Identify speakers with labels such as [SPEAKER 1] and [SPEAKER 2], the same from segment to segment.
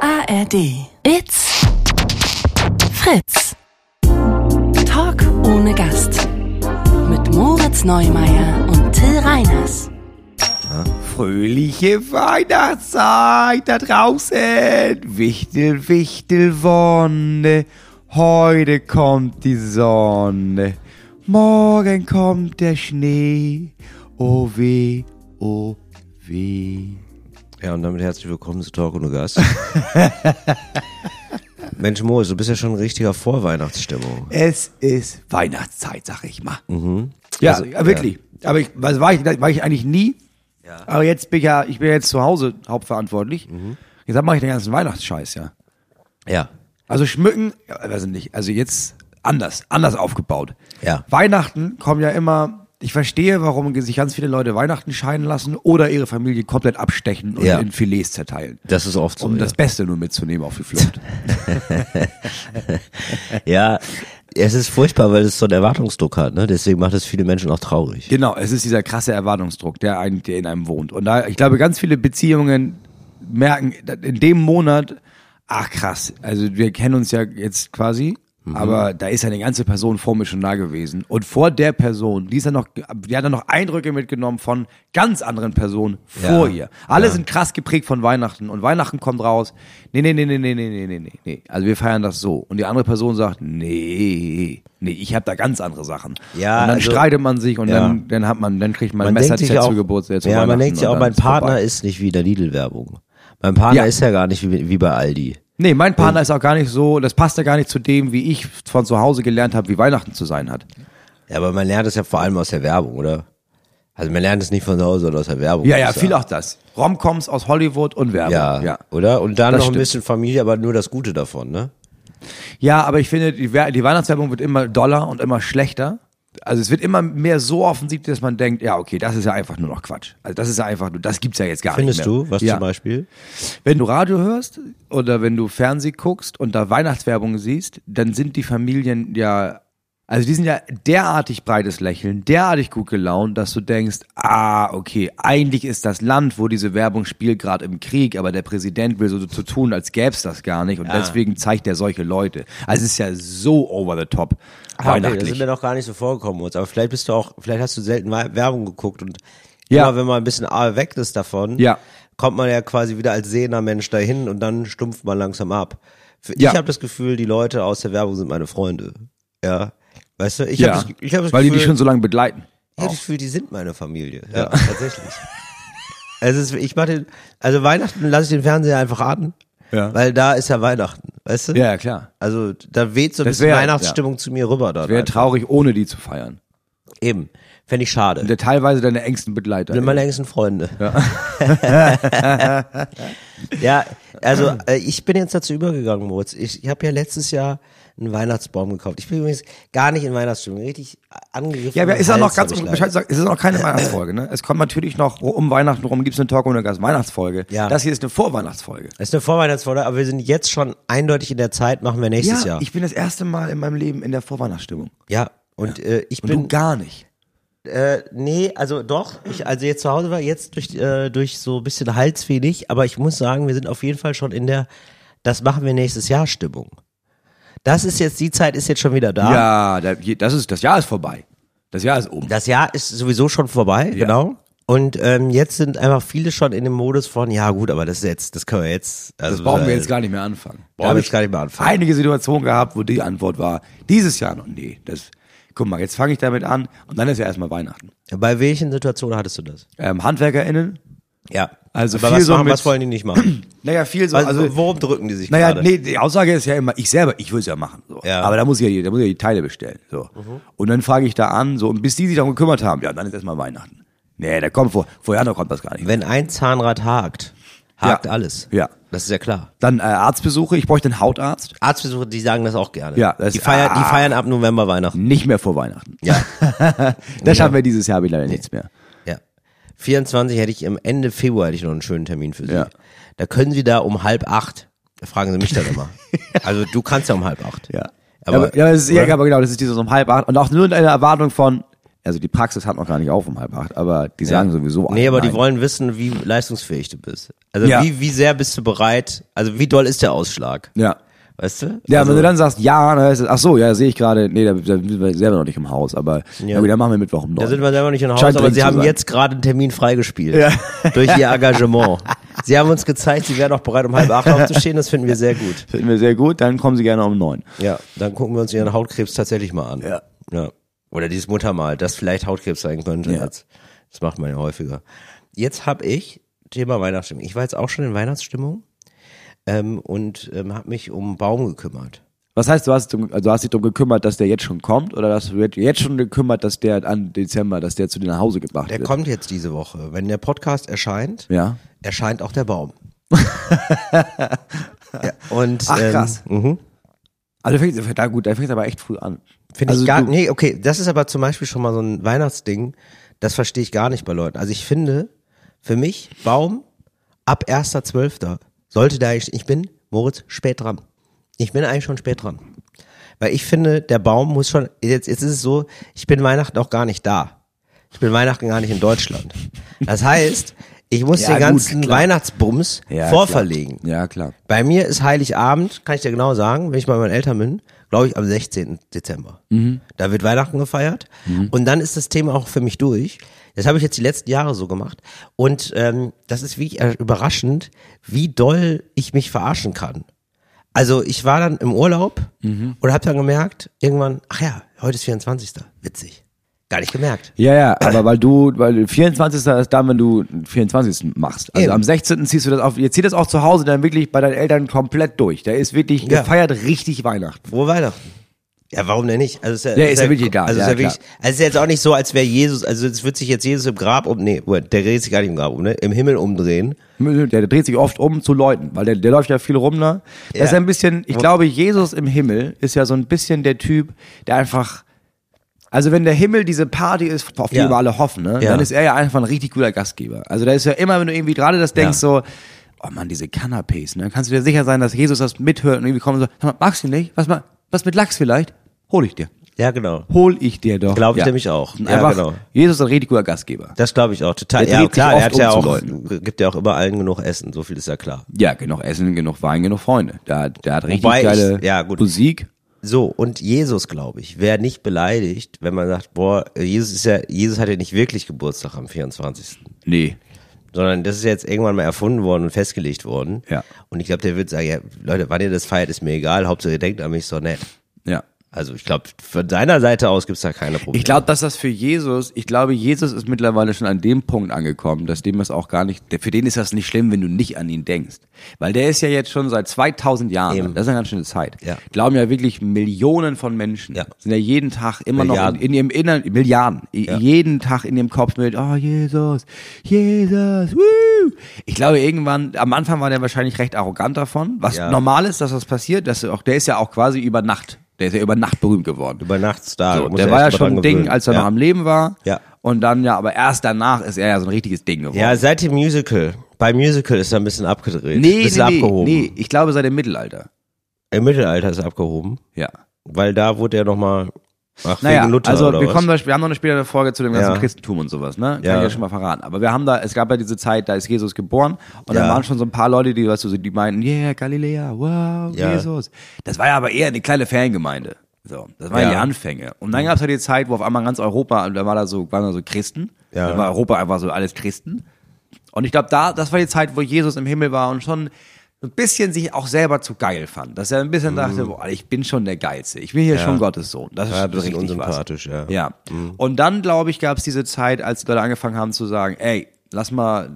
[SPEAKER 1] ARD. It's Fritz. Talk ohne Gast. Mit Moritz Neumeier und Till Reiners.
[SPEAKER 2] Fröhliche Weihnachtszeit da draußen. Wichtel, wichtel, Wonne. Heute kommt die Sonne. Morgen kommt der Schnee. Oh weh, oh weh.
[SPEAKER 3] Ja, und damit herzlich willkommen zu Talk ohne Gast. Mensch, Mo, du bist ja schon in richtiger Vorweihnachtsstimmung.
[SPEAKER 2] Es ist Weihnachtszeit, sag ich mal. Ja, Mhm. Also, ja, wirklich. Aber ich, was war ich, war ich eigentlich nie. Aber jetzt bin ich ja, Mhm. ich bin ja jetzt zu Hause hauptverantwortlich. Jetzt mache ich den ganzen Weihnachtsscheiß, ja.
[SPEAKER 3] Ja.
[SPEAKER 2] Also schmücken, ja, weiß ich nicht, also jetzt anders, anders aufgebaut.
[SPEAKER 3] Ja.
[SPEAKER 2] Weihnachten kommen ja immer, ich verstehe, warum sich ganz viele Leute Weihnachten scheiden lassen oder ihre Familie komplett abstechen und
[SPEAKER 3] Ja.
[SPEAKER 2] in Filets zerteilen.
[SPEAKER 3] Das ist oft so.
[SPEAKER 2] Um
[SPEAKER 3] ja.
[SPEAKER 2] das Beste nur mitzunehmen auf die Flucht.
[SPEAKER 3] ja, es ist furchtbar, weil es so einen Erwartungsdruck hat, ne? Deswegen macht es viele Menschen auch traurig.
[SPEAKER 2] genau, es ist dieser krasse Erwartungsdruck, der, einen, der in einem wohnt. Und da, ich glaube, ganz viele Beziehungen merken, dass in dem Monat, ach krass, also wir kennen uns ja jetzt quasi.
[SPEAKER 3] Mhm.
[SPEAKER 2] Aber da ist ja eine ganze Person vor mir schon da gewesen. Und vor der Person, die ist ja noch, die hat ja noch Eindrücke mitgenommen von ganz anderen Personen vor
[SPEAKER 3] Ja.
[SPEAKER 2] ihr. Alle sind krass geprägt von Weihnachten und Weihnachten kommt raus. Nee, nee, nee, nee, nee, nee, nee, nee, nee, nee. Also wir feiern das so. Und die andere Person sagt, nee, nee, ich habe da ganz andere Sachen.
[SPEAKER 3] Ja,
[SPEAKER 2] und dann
[SPEAKER 3] also-
[SPEAKER 2] streitet man sich und
[SPEAKER 3] Ja.
[SPEAKER 2] dann, dann hat man, dann kriegt man,
[SPEAKER 3] Man
[SPEAKER 2] ein Messer
[SPEAKER 3] denkt sich auch,
[SPEAKER 2] zu Geburtstag. zu
[SPEAKER 3] ja, man
[SPEAKER 2] um Weihnachten
[SPEAKER 3] denkt sich
[SPEAKER 2] und
[SPEAKER 3] auch,
[SPEAKER 2] dann
[SPEAKER 3] mein
[SPEAKER 2] ist vorbei.
[SPEAKER 3] Partner ist nicht wie der Lidl-Werbung. Mein Partner
[SPEAKER 2] Ja.
[SPEAKER 3] ist ja gar nicht wie, wie bei Aldi.
[SPEAKER 2] Nee,
[SPEAKER 3] Äh.
[SPEAKER 2] mein Partner ist auch gar nicht so, das passt ja gar nicht zu dem, wie ich von zu Hause gelernt habe, wie Weihnachten zu sein hat.
[SPEAKER 3] Ja, aber man lernt es ja vor allem aus der Werbung, oder? Also man lernt es nicht von zu Hause, sondern aus der Werbung.
[SPEAKER 2] Ja,
[SPEAKER 3] muss
[SPEAKER 2] ja,
[SPEAKER 3] ich
[SPEAKER 2] viel
[SPEAKER 3] sagen.
[SPEAKER 2] auch das. Romcoms aus Hollywood und Werbung.
[SPEAKER 3] Ja,
[SPEAKER 2] ja.
[SPEAKER 3] oder? Und dann
[SPEAKER 2] Das
[SPEAKER 3] noch ein
[SPEAKER 2] stimmt.
[SPEAKER 3] bisschen Familie, aber nur das Gute davon, ne?
[SPEAKER 2] Ja, aber ich finde, die, Wer- die Weihnachtswerbung wird immer doller und immer schlechter. Also es wird immer mehr so offensiv, dass man denkt, ja, okay, das ist ja einfach nur noch Quatsch. Also das ist ja einfach nur, das gibt's ja jetzt gar
[SPEAKER 3] Findest
[SPEAKER 2] nicht mehr.
[SPEAKER 3] du, was
[SPEAKER 2] ja.
[SPEAKER 3] zum Beispiel?
[SPEAKER 2] Wenn du Radio hörst oder wenn du Fernseh guckst und da Weihnachtswerbung siehst, dann sind die Familien ja, also die sind ja derartig breites Lächeln, derartig gut gelaunt, dass du denkst, ah, okay, eigentlich ist das Land, wo diese Werbung spielt, gerade im Krieg, aber der Präsident will so zu tun, als gäbe es das gar nicht und
[SPEAKER 3] Ah.
[SPEAKER 2] deswegen zeigt er solche Leute. Also es ist ja so over the top
[SPEAKER 3] das sind
[SPEAKER 2] weihnachtlich.
[SPEAKER 3] Ah, also mir noch gar nicht so vorgekommen, Moritz. Aber vielleicht bist du auch, vielleicht hast du selten Wei- Werbung geguckt und
[SPEAKER 2] Ja.
[SPEAKER 3] immer, wenn man ein bisschen A weg ist davon,
[SPEAKER 2] Ja.
[SPEAKER 3] kommt man ja quasi wieder als sehender Mensch dahin und dann stumpft man langsam ab. Für-
[SPEAKER 2] Ja.
[SPEAKER 3] Ich habe das Gefühl, die Leute aus der Werbung sind meine Freunde. Ja. Weißt du, ich
[SPEAKER 2] Ja,
[SPEAKER 3] habe das, ich hab das
[SPEAKER 2] weil die
[SPEAKER 3] Gefühl,
[SPEAKER 2] dich schon so lange begleiten.
[SPEAKER 3] ich hab das Gefühl, die sind meine Familie. Ja, tatsächlich. Also es ist, ich mache den, also Weihnachten lasse ich den Fernseher einfach an,
[SPEAKER 2] Ja.
[SPEAKER 3] weil da ist ja Weihnachten, weißt du?
[SPEAKER 2] Ja, ja, klar.
[SPEAKER 3] Also da weht so ein
[SPEAKER 2] Das
[SPEAKER 3] bisschen
[SPEAKER 2] wär-
[SPEAKER 3] Weihnachtsstimmung zu mir rüber dann.
[SPEAKER 2] Wäre
[SPEAKER 3] einfach.
[SPEAKER 2] traurig, ohne die zu feiern.
[SPEAKER 3] Eben. Fände ich schade.
[SPEAKER 2] Der teilweise deine engsten Begleiter.
[SPEAKER 3] Sind meine engsten Freunde. Ja, also äh, ich bin jetzt dazu übergegangen, Moritz. Ich, ich habe ja letztes Jahr einen Weihnachtsbaum gekauft. Ich bin übrigens gar nicht in Weihnachtsstimmung, richtig angegriffen.
[SPEAKER 2] Ja, aber
[SPEAKER 3] im
[SPEAKER 2] ist auch
[SPEAKER 3] Äh, Hals
[SPEAKER 2] noch ganz
[SPEAKER 3] hab ich
[SPEAKER 2] Bescheid sagen, es ist noch keine Weihnachtsfolge, ne? Es kommt natürlich noch um Weihnachten rum, gibt's eine Talk ohne Gast Weihnachtsfolge.
[SPEAKER 3] Ja.
[SPEAKER 2] Das hier ist eine Vorweihnachtsfolge.
[SPEAKER 3] Das ist eine Vorweihnachtsfolge, aber wir sind jetzt schon eindeutig in der Zeit, machen wir nächstes Jahr.
[SPEAKER 2] ich bin das erste Mal in meinem Leben in der Vorweihnachtsstimmung.
[SPEAKER 3] ja, und Äh, ich
[SPEAKER 2] Und
[SPEAKER 3] bin
[SPEAKER 2] du gar nicht.
[SPEAKER 3] Äh, nee, also doch. Ich, also jetzt zu Hause war jetzt durch, äh, durch so ein bisschen Halsweh nicht, aber ich muss sagen, wir sind auf jeden Fall schon in der, das machen wir nächstes Jahr Stimmung. Das ist jetzt, die Zeit ist jetzt schon wieder da.
[SPEAKER 2] Ja, da- je- das ist das Jahr ist vorbei. Das Jahr ist um. oben.
[SPEAKER 3] Das Jahr ist sowieso schon vorbei,
[SPEAKER 2] Ja.
[SPEAKER 3] genau. Und ähm, jetzt sind einfach viele schon in dem Modus von, ja gut, aber das ist jetzt, das können wir jetzt. Also,
[SPEAKER 2] Das brauchen wir
[SPEAKER 3] äh,
[SPEAKER 2] jetzt gar nicht mehr anfangen. Da
[SPEAKER 3] brauchen
[SPEAKER 2] hab
[SPEAKER 3] wir
[SPEAKER 2] ich
[SPEAKER 3] jetzt gar nicht mehr anfangen.
[SPEAKER 2] einige Situationen gehabt, wo die Antwort war, dieses Jahr noch nee, das Guck mal, jetzt fange ich damit an und dann ist ja erstmal Weihnachten.
[SPEAKER 3] Bei welchen Situationen hattest du das?
[SPEAKER 2] Ähm, HandwerkerInnen,
[SPEAKER 3] Ja.
[SPEAKER 2] Also
[SPEAKER 3] aber
[SPEAKER 2] viel
[SPEAKER 3] was,
[SPEAKER 2] so
[SPEAKER 3] machen,
[SPEAKER 2] mit-
[SPEAKER 3] was wollen die nicht machen?
[SPEAKER 2] naja, viel so,
[SPEAKER 3] Also,
[SPEAKER 2] also
[SPEAKER 3] worum drücken die sich
[SPEAKER 2] Naja,
[SPEAKER 3] gerade?
[SPEAKER 2] nee, die Aussage ist ja immer, ich selber, ich würde es ja machen. So.
[SPEAKER 3] Ja. Mhm.
[SPEAKER 2] Aber da muss ich ja, die- da muss ich ja die Teile bestellen. So. Und dann frage ich da an, so, und bis die sich darum gekümmert haben, ja, dann ist erstmal Weihnachten. Nee, da kommt vor, vorher noch kommt das gar nicht.
[SPEAKER 3] Wenn ein Zahnrad hakt, hakt
[SPEAKER 2] Ja.
[SPEAKER 3] alles.
[SPEAKER 2] Ja.
[SPEAKER 3] Das ist ja klar.
[SPEAKER 2] Dann äh, Arztbesuche, ich bräuchte einen Hautarzt,
[SPEAKER 3] Arztbesuche, die sagen das auch gerne.
[SPEAKER 2] Ja, das-
[SPEAKER 3] die, feiern,
[SPEAKER 2] ah.
[SPEAKER 3] die feiern ab November Weihnachten.
[SPEAKER 2] nicht mehr vor Weihnachten.
[SPEAKER 3] Ja.
[SPEAKER 2] Das schaffen wir dieses Jahr hab ich leider nichts mehr.
[SPEAKER 3] ja. 24 hätte ich im Ende Februar hätte ich noch einen schönen Termin für Sie.
[SPEAKER 2] Ja.
[SPEAKER 3] Da können Sie da um halb acht. Da fragen Sie mich dann immer. also du kannst ja um halb acht.
[SPEAKER 2] Ja.
[SPEAKER 3] Aber-
[SPEAKER 2] ja, aber, das ist, ja,
[SPEAKER 3] oder?
[SPEAKER 2] aber genau, das ist dieses um halb acht. Und auch nur in einer Erwartung von, Also die Praxis hat noch gar nicht auf um halb acht, aber die sagen sowieso
[SPEAKER 3] Nee,
[SPEAKER 2] alle
[SPEAKER 3] aber die
[SPEAKER 2] nein.
[SPEAKER 3] wollen wissen, wie leistungsfähig du bist. Also
[SPEAKER 2] Ja.
[SPEAKER 3] wie, wie sehr bist du bereit, also wie doll ist der Ausschlag?
[SPEAKER 2] Ja.
[SPEAKER 3] Weißt du?
[SPEAKER 2] Ja,
[SPEAKER 3] also,
[SPEAKER 2] wenn du dann sagst, ja, dann heißt es, ach so, ja, sehe ich gerade, nee, da, da sind wir selber noch nicht im Haus, aber ja. gut, dann machen wir Mittwoch um
[SPEAKER 3] da sind
[SPEAKER 2] neun.
[SPEAKER 3] wir selber nicht in Haus,
[SPEAKER 2] Scheint
[SPEAKER 3] aber
[SPEAKER 2] dringend
[SPEAKER 3] sie
[SPEAKER 2] zu
[SPEAKER 3] haben
[SPEAKER 2] sein.
[SPEAKER 3] jetzt gerade einen Termin freigespielt. Durch ihr Engagement. sie haben uns gezeigt, sie wären auch bereit, um halb acht aufzustehen, das finden wir sehr gut.
[SPEAKER 2] Finden wir sehr gut, dann kommen sie gerne um neun.
[SPEAKER 3] Ja, dann gucken wir uns ihren Hautkrebs tatsächlich mal an.
[SPEAKER 2] Ja.
[SPEAKER 3] ja. Oder dieses Muttermal, das vielleicht Hautkrebs sein könnte.
[SPEAKER 2] Ja.
[SPEAKER 3] Als, das macht man ja häufiger. Jetzt habe ich Thema Weihnachtsstimmung. Ich war jetzt auch schon in Weihnachtsstimmung ähm, und ähm, habe mich um einen Baum gekümmert.
[SPEAKER 2] Was heißt, du hast, drum- also du hast dich darum gekümmert, dass der jetzt schon kommt oder hast du jetzt schon gekümmert, dass der an Dezember, dass der zu dir nach Hause gebracht
[SPEAKER 3] Der
[SPEAKER 2] wird?
[SPEAKER 3] kommt jetzt diese Woche. Wenn der Podcast erscheint,
[SPEAKER 2] Ja.
[SPEAKER 3] erscheint auch der Baum. ja, und,
[SPEAKER 2] Ach, krass.
[SPEAKER 3] Ähm, mhm.
[SPEAKER 2] Also fängt, da gut, da fängt aber echt früh an.
[SPEAKER 3] Finde
[SPEAKER 2] also
[SPEAKER 3] ich gar
[SPEAKER 2] du-
[SPEAKER 3] Nee, okay, das ist aber zum Beispiel schon mal so ein Weihnachtsding. Das verstehe ich gar nicht bei Leuten. Also ich finde, für mich, Baum ab 1.12. sollte da ich, ich bin, Moritz, spät dran. Ich bin eigentlich schon spät dran. Weil ich finde, der Baum muss schon, jetzt, jetzt ist es so, ich bin Weihnachten auch gar nicht da. Ich bin Weihnachten gar nicht in Deutschland. Das heißt, ich muss
[SPEAKER 2] Ja,
[SPEAKER 3] den
[SPEAKER 2] gut,
[SPEAKER 3] ganzen
[SPEAKER 2] klar.
[SPEAKER 3] Weihnachtsbums
[SPEAKER 2] Ja,
[SPEAKER 3] vorverlegen.
[SPEAKER 2] Klar. Ja, klar.
[SPEAKER 3] Bei mir ist Heiligabend, kann ich dir genau sagen, wenn ich bei meinen Eltern bin, glaube ich am 16. Dezember. Da wird Weihnachten gefeiert und dann ist das Thema auch für mich durch. Das habe ich jetzt die letzten Jahre so gemacht und ähm, das ist wirklich äh, überraschend, wie doll ich mich verarschen kann. Also ich war dann im Urlaub und habe dann gemerkt, irgendwann, ach ja, heute ist 24. Witzig. Gar nicht gemerkt.
[SPEAKER 2] Ja, ja, aber weil du, weil du 24. ist dann, wenn du einen 24. machst. Also
[SPEAKER 3] Eben.
[SPEAKER 2] am 16. ziehst du das auf, jetzt zieht das auch zu Hause dann wirklich bei deinen Eltern komplett durch. Da ist wirklich
[SPEAKER 3] Ja.
[SPEAKER 2] gefeiert richtig Weihnachten.
[SPEAKER 3] Frohe Weihnachten. Ja, warum denn nicht? Also es ist
[SPEAKER 2] Ja, ist ja wirklich egal.
[SPEAKER 3] Also, es
[SPEAKER 2] Ja,
[SPEAKER 3] ist ja wirklich, also es ist jetzt auch nicht so, als wäre Jesus, also es wird sich jetzt Jesus im Grab um, nee, Moment, der dreht sich gar nicht im Grab um, ne? Im Himmel umdrehen.
[SPEAKER 2] Der, der dreht sich oft um zu Leuten, weil der, der läuft ja viel rum da. Das
[SPEAKER 3] Ja.
[SPEAKER 2] ist ein bisschen, ich glaube, Jesus im Himmel ist ja so ein bisschen der Typ, der einfach, also wenn der Himmel diese Party ist, auf die
[SPEAKER 3] Ja.
[SPEAKER 2] wir alle hoffen, ne,
[SPEAKER 3] Ja.
[SPEAKER 2] dann ist er ja einfach ein richtig guter Gastgeber. Also da ist ja immer, wenn du irgendwie gerade das denkst, so, oh Mann, diese Canapés, ne, dann kannst du dir sicher sein, dass Jesus das mithört und irgendwie kommt und so, sag mal, magst du nicht? Was, ma- was mit Lachs vielleicht? Hol ich dir.
[SPEAKER 3] Ja, genau.
[SPEAKER 2] Hol ich dir doch.
[SPEAKER 3] Glaube ich
[SPEAKER 2] Ja.
[SPEAKER 3] nämlich auch.
[SPEAKER 2] Und
[SPEAKER 3] Ja,
[SPEAKER 2] Einfach,
[SPEAKER 3] genau.
[SPEAKER 2] Jesus ist ein richtig guter Gastgeber.
[SPEAKER 3] Das glaube ich auch total.
[SPEAKER 2] Der
[SPEAKER 3] ja,
[SPEAKER 2] dreht sich
[SPEAKER 3] klar,
[SPEAKER 2] oft
[SPEAKER 3] er hat ja
[SPEAKER 2] um zu
[SPEAKER 3] auch, gibt ja auch über allen genug Essen, so viel ist ja klar.
[SPEAKER 2] Ja, genug Essen, genug Wein, genug Freunde. Der, der hat richtig
[SPEAKER 3] Wobei ich-
[SPEAKER 2] geile
[SPEAKER 3] ja, gut.
[SPEAKER 2] Musik.
[SPEAKER 3] So, und Jesus, glaube ich, wäre nicht beleidigt, wenn man sagt, boah, Jesus ist ja, Jesus hat ja nicht wirklich Geburtstag am 24.
[SPEAKER 2] Nee.
[SPEAKER 3] sondern das ist jetzt irgendwann mal erfunden worden und festgelegt worden.
[SPEAKER 2] Ja.
[SPEAKER 3] Und ich glaube, der wird sagen, ja, Leute, wann ihr das feiert, ist mir egal, Hauptsache ihr denkt an mich so nett.
[SPEAKER 2] Ja.
[SPEAKER 3] Also ich glaube, von seiner Seite aus gibt's da keine Probleme.
[SPEAKER 2] Ich glaube, dass das für Jesus, ich glaube, Jesus ist mittlerweile schon an dem Punkt angekommen, dass dem das auch gar nicht, der- für den ist das nicht schlimm, wenn du nicht an ihn denkst. Weil der ist ja jetzt schon seit 2000 Jahren,
[SPEAKER 3] Eben.
[SPEAKER 2] das ist eine ganz schöne Zeit.
[SPEAKER 3] Ja.
[SPEAKER 2] Glauben ja wirklich Millionen von Menschen,
[SPEAKER 3] Ja.
[SPEAKER 2] sind ja jeden Tag immer
[SPEAKER 3] Milliarden.
[SPEAKER 2] noch in, in ihrem Inneren, Milliarden, i-
[SPEAKER 3] Ja.
[SPEAKER 2] jeden Tag in ihrem Kopf mit, oh Jesus, Jesus, woo. Ich glaube, irgendwann, am Anfang war der wahrscheinlich recht arrogant davon, was
[SPEAKER 3] Ja.
[SPEAKER 2] normal ist, dass das passiert, dass er auch, der ist ja auch quasi über Nacht, der ist ja über Nacht berühmt geworden.
[SPEAKER 3] über Nachts
[SPEAKER 2] So,
[SPEAKER 3] da. Also, muss
[SPEAKER 2] Also, der
[SPEAKER 3] er
[SPEAKER 2] war ja
[SPEAKER 3] erst mal
[SPEAKER 2] schon
[SPEAKER 3] dran
[SPEAKER 2] ein Ding,
[SPEAKER 3] gewöhnen.
[SPEAKER 2] als er
[SPEAKER 3] ja.
[SPEAKER 2] noch am Leben war.
[SPEAKER 3] Ja.
[SPEAKER 2] Und dann ja, aber erst danach ist er ja so ein richtiges Ding geworden.
[SPEAKER 3] Ja, seit dem Musical. Beim Musical ist er ein bisschen abgedreht.
[SPEAKER 2] nee,
[SPEAKER 3] bisschen
[SPEAKER 2] nee, nee,
[SPEAKER 3] abgehoben.
[SPEAKER 2] nee, ich glaube seit dem Mittelalter.
[SPEAKER 3] Im Mittelalter ist er abgehoben,
[SPEAKER 2] Ja.
[SPEAKER 3] weil da wurde er nochmal, ach,
[SPEAKER 2] Naja,
[SPEAKER 3] wegen Luther
[SPEAKER 2] also
[SPEAKER 3] oder
[SPEAKER 2] wir
[SPEAKER 3] was?
[SPEAKER 2] kommen da, wir haben noch eine spätere Folge zu dem ganzen
[SPEAKER 3] Ja.
[SPEAKER 2] Christentum und sowas, ne? Kann
[SPEAKER 3] Ja.
[SPEAKER 2] ich ja schon mal verraten. Aber wir haben da, es gab ja diese Zeit, da ist Jesus geboren und
[SPEAKER 3] Ja.
[SPEAKER 2] da waren schon so ein paar Leute, die, weißt du, so- die meinten, yeah, Galiläa, wow,
[SPEAKER 3] Ja.
[SPEAKER 2] Jesus. Das war ja aber eher eine kleine Fangemeinde. So, das waren
[SPEAKER 3] Ja.
[SPEAKER 2] ja. die Anfänge. Und dann gab es ja die Zeit, wo auf einmal ganz Europa, und da war da so, waren da so Christen.
[SPEAKER 3] Ja.
[SPEAKER 2] Da war Europa einfach so alles Christen. Und ich glaube, da, das war die Zeit, wo Jesus im Himmel war und schon ein bisschen sich auch selber zu geil fand. Dass er ein bisschen dachte, boah, ich bin schon der Geilste. Ich bin hier schon Gottes Sohn. Das ist
[SPEAKER 3] Mhm. Ja,
[SPEAKER 2] ja,
[SPEAKER 3] ein bisschen
[SPEAKER 2] richtig
[SPEAKER 3] unsympathisch, ja. Mhm.
[SPEAKER 2] was. Ja. Und dann, glaube ich, gab es diese Zeit, als die Leute angefangen haben zu sagen, ey, lass mal,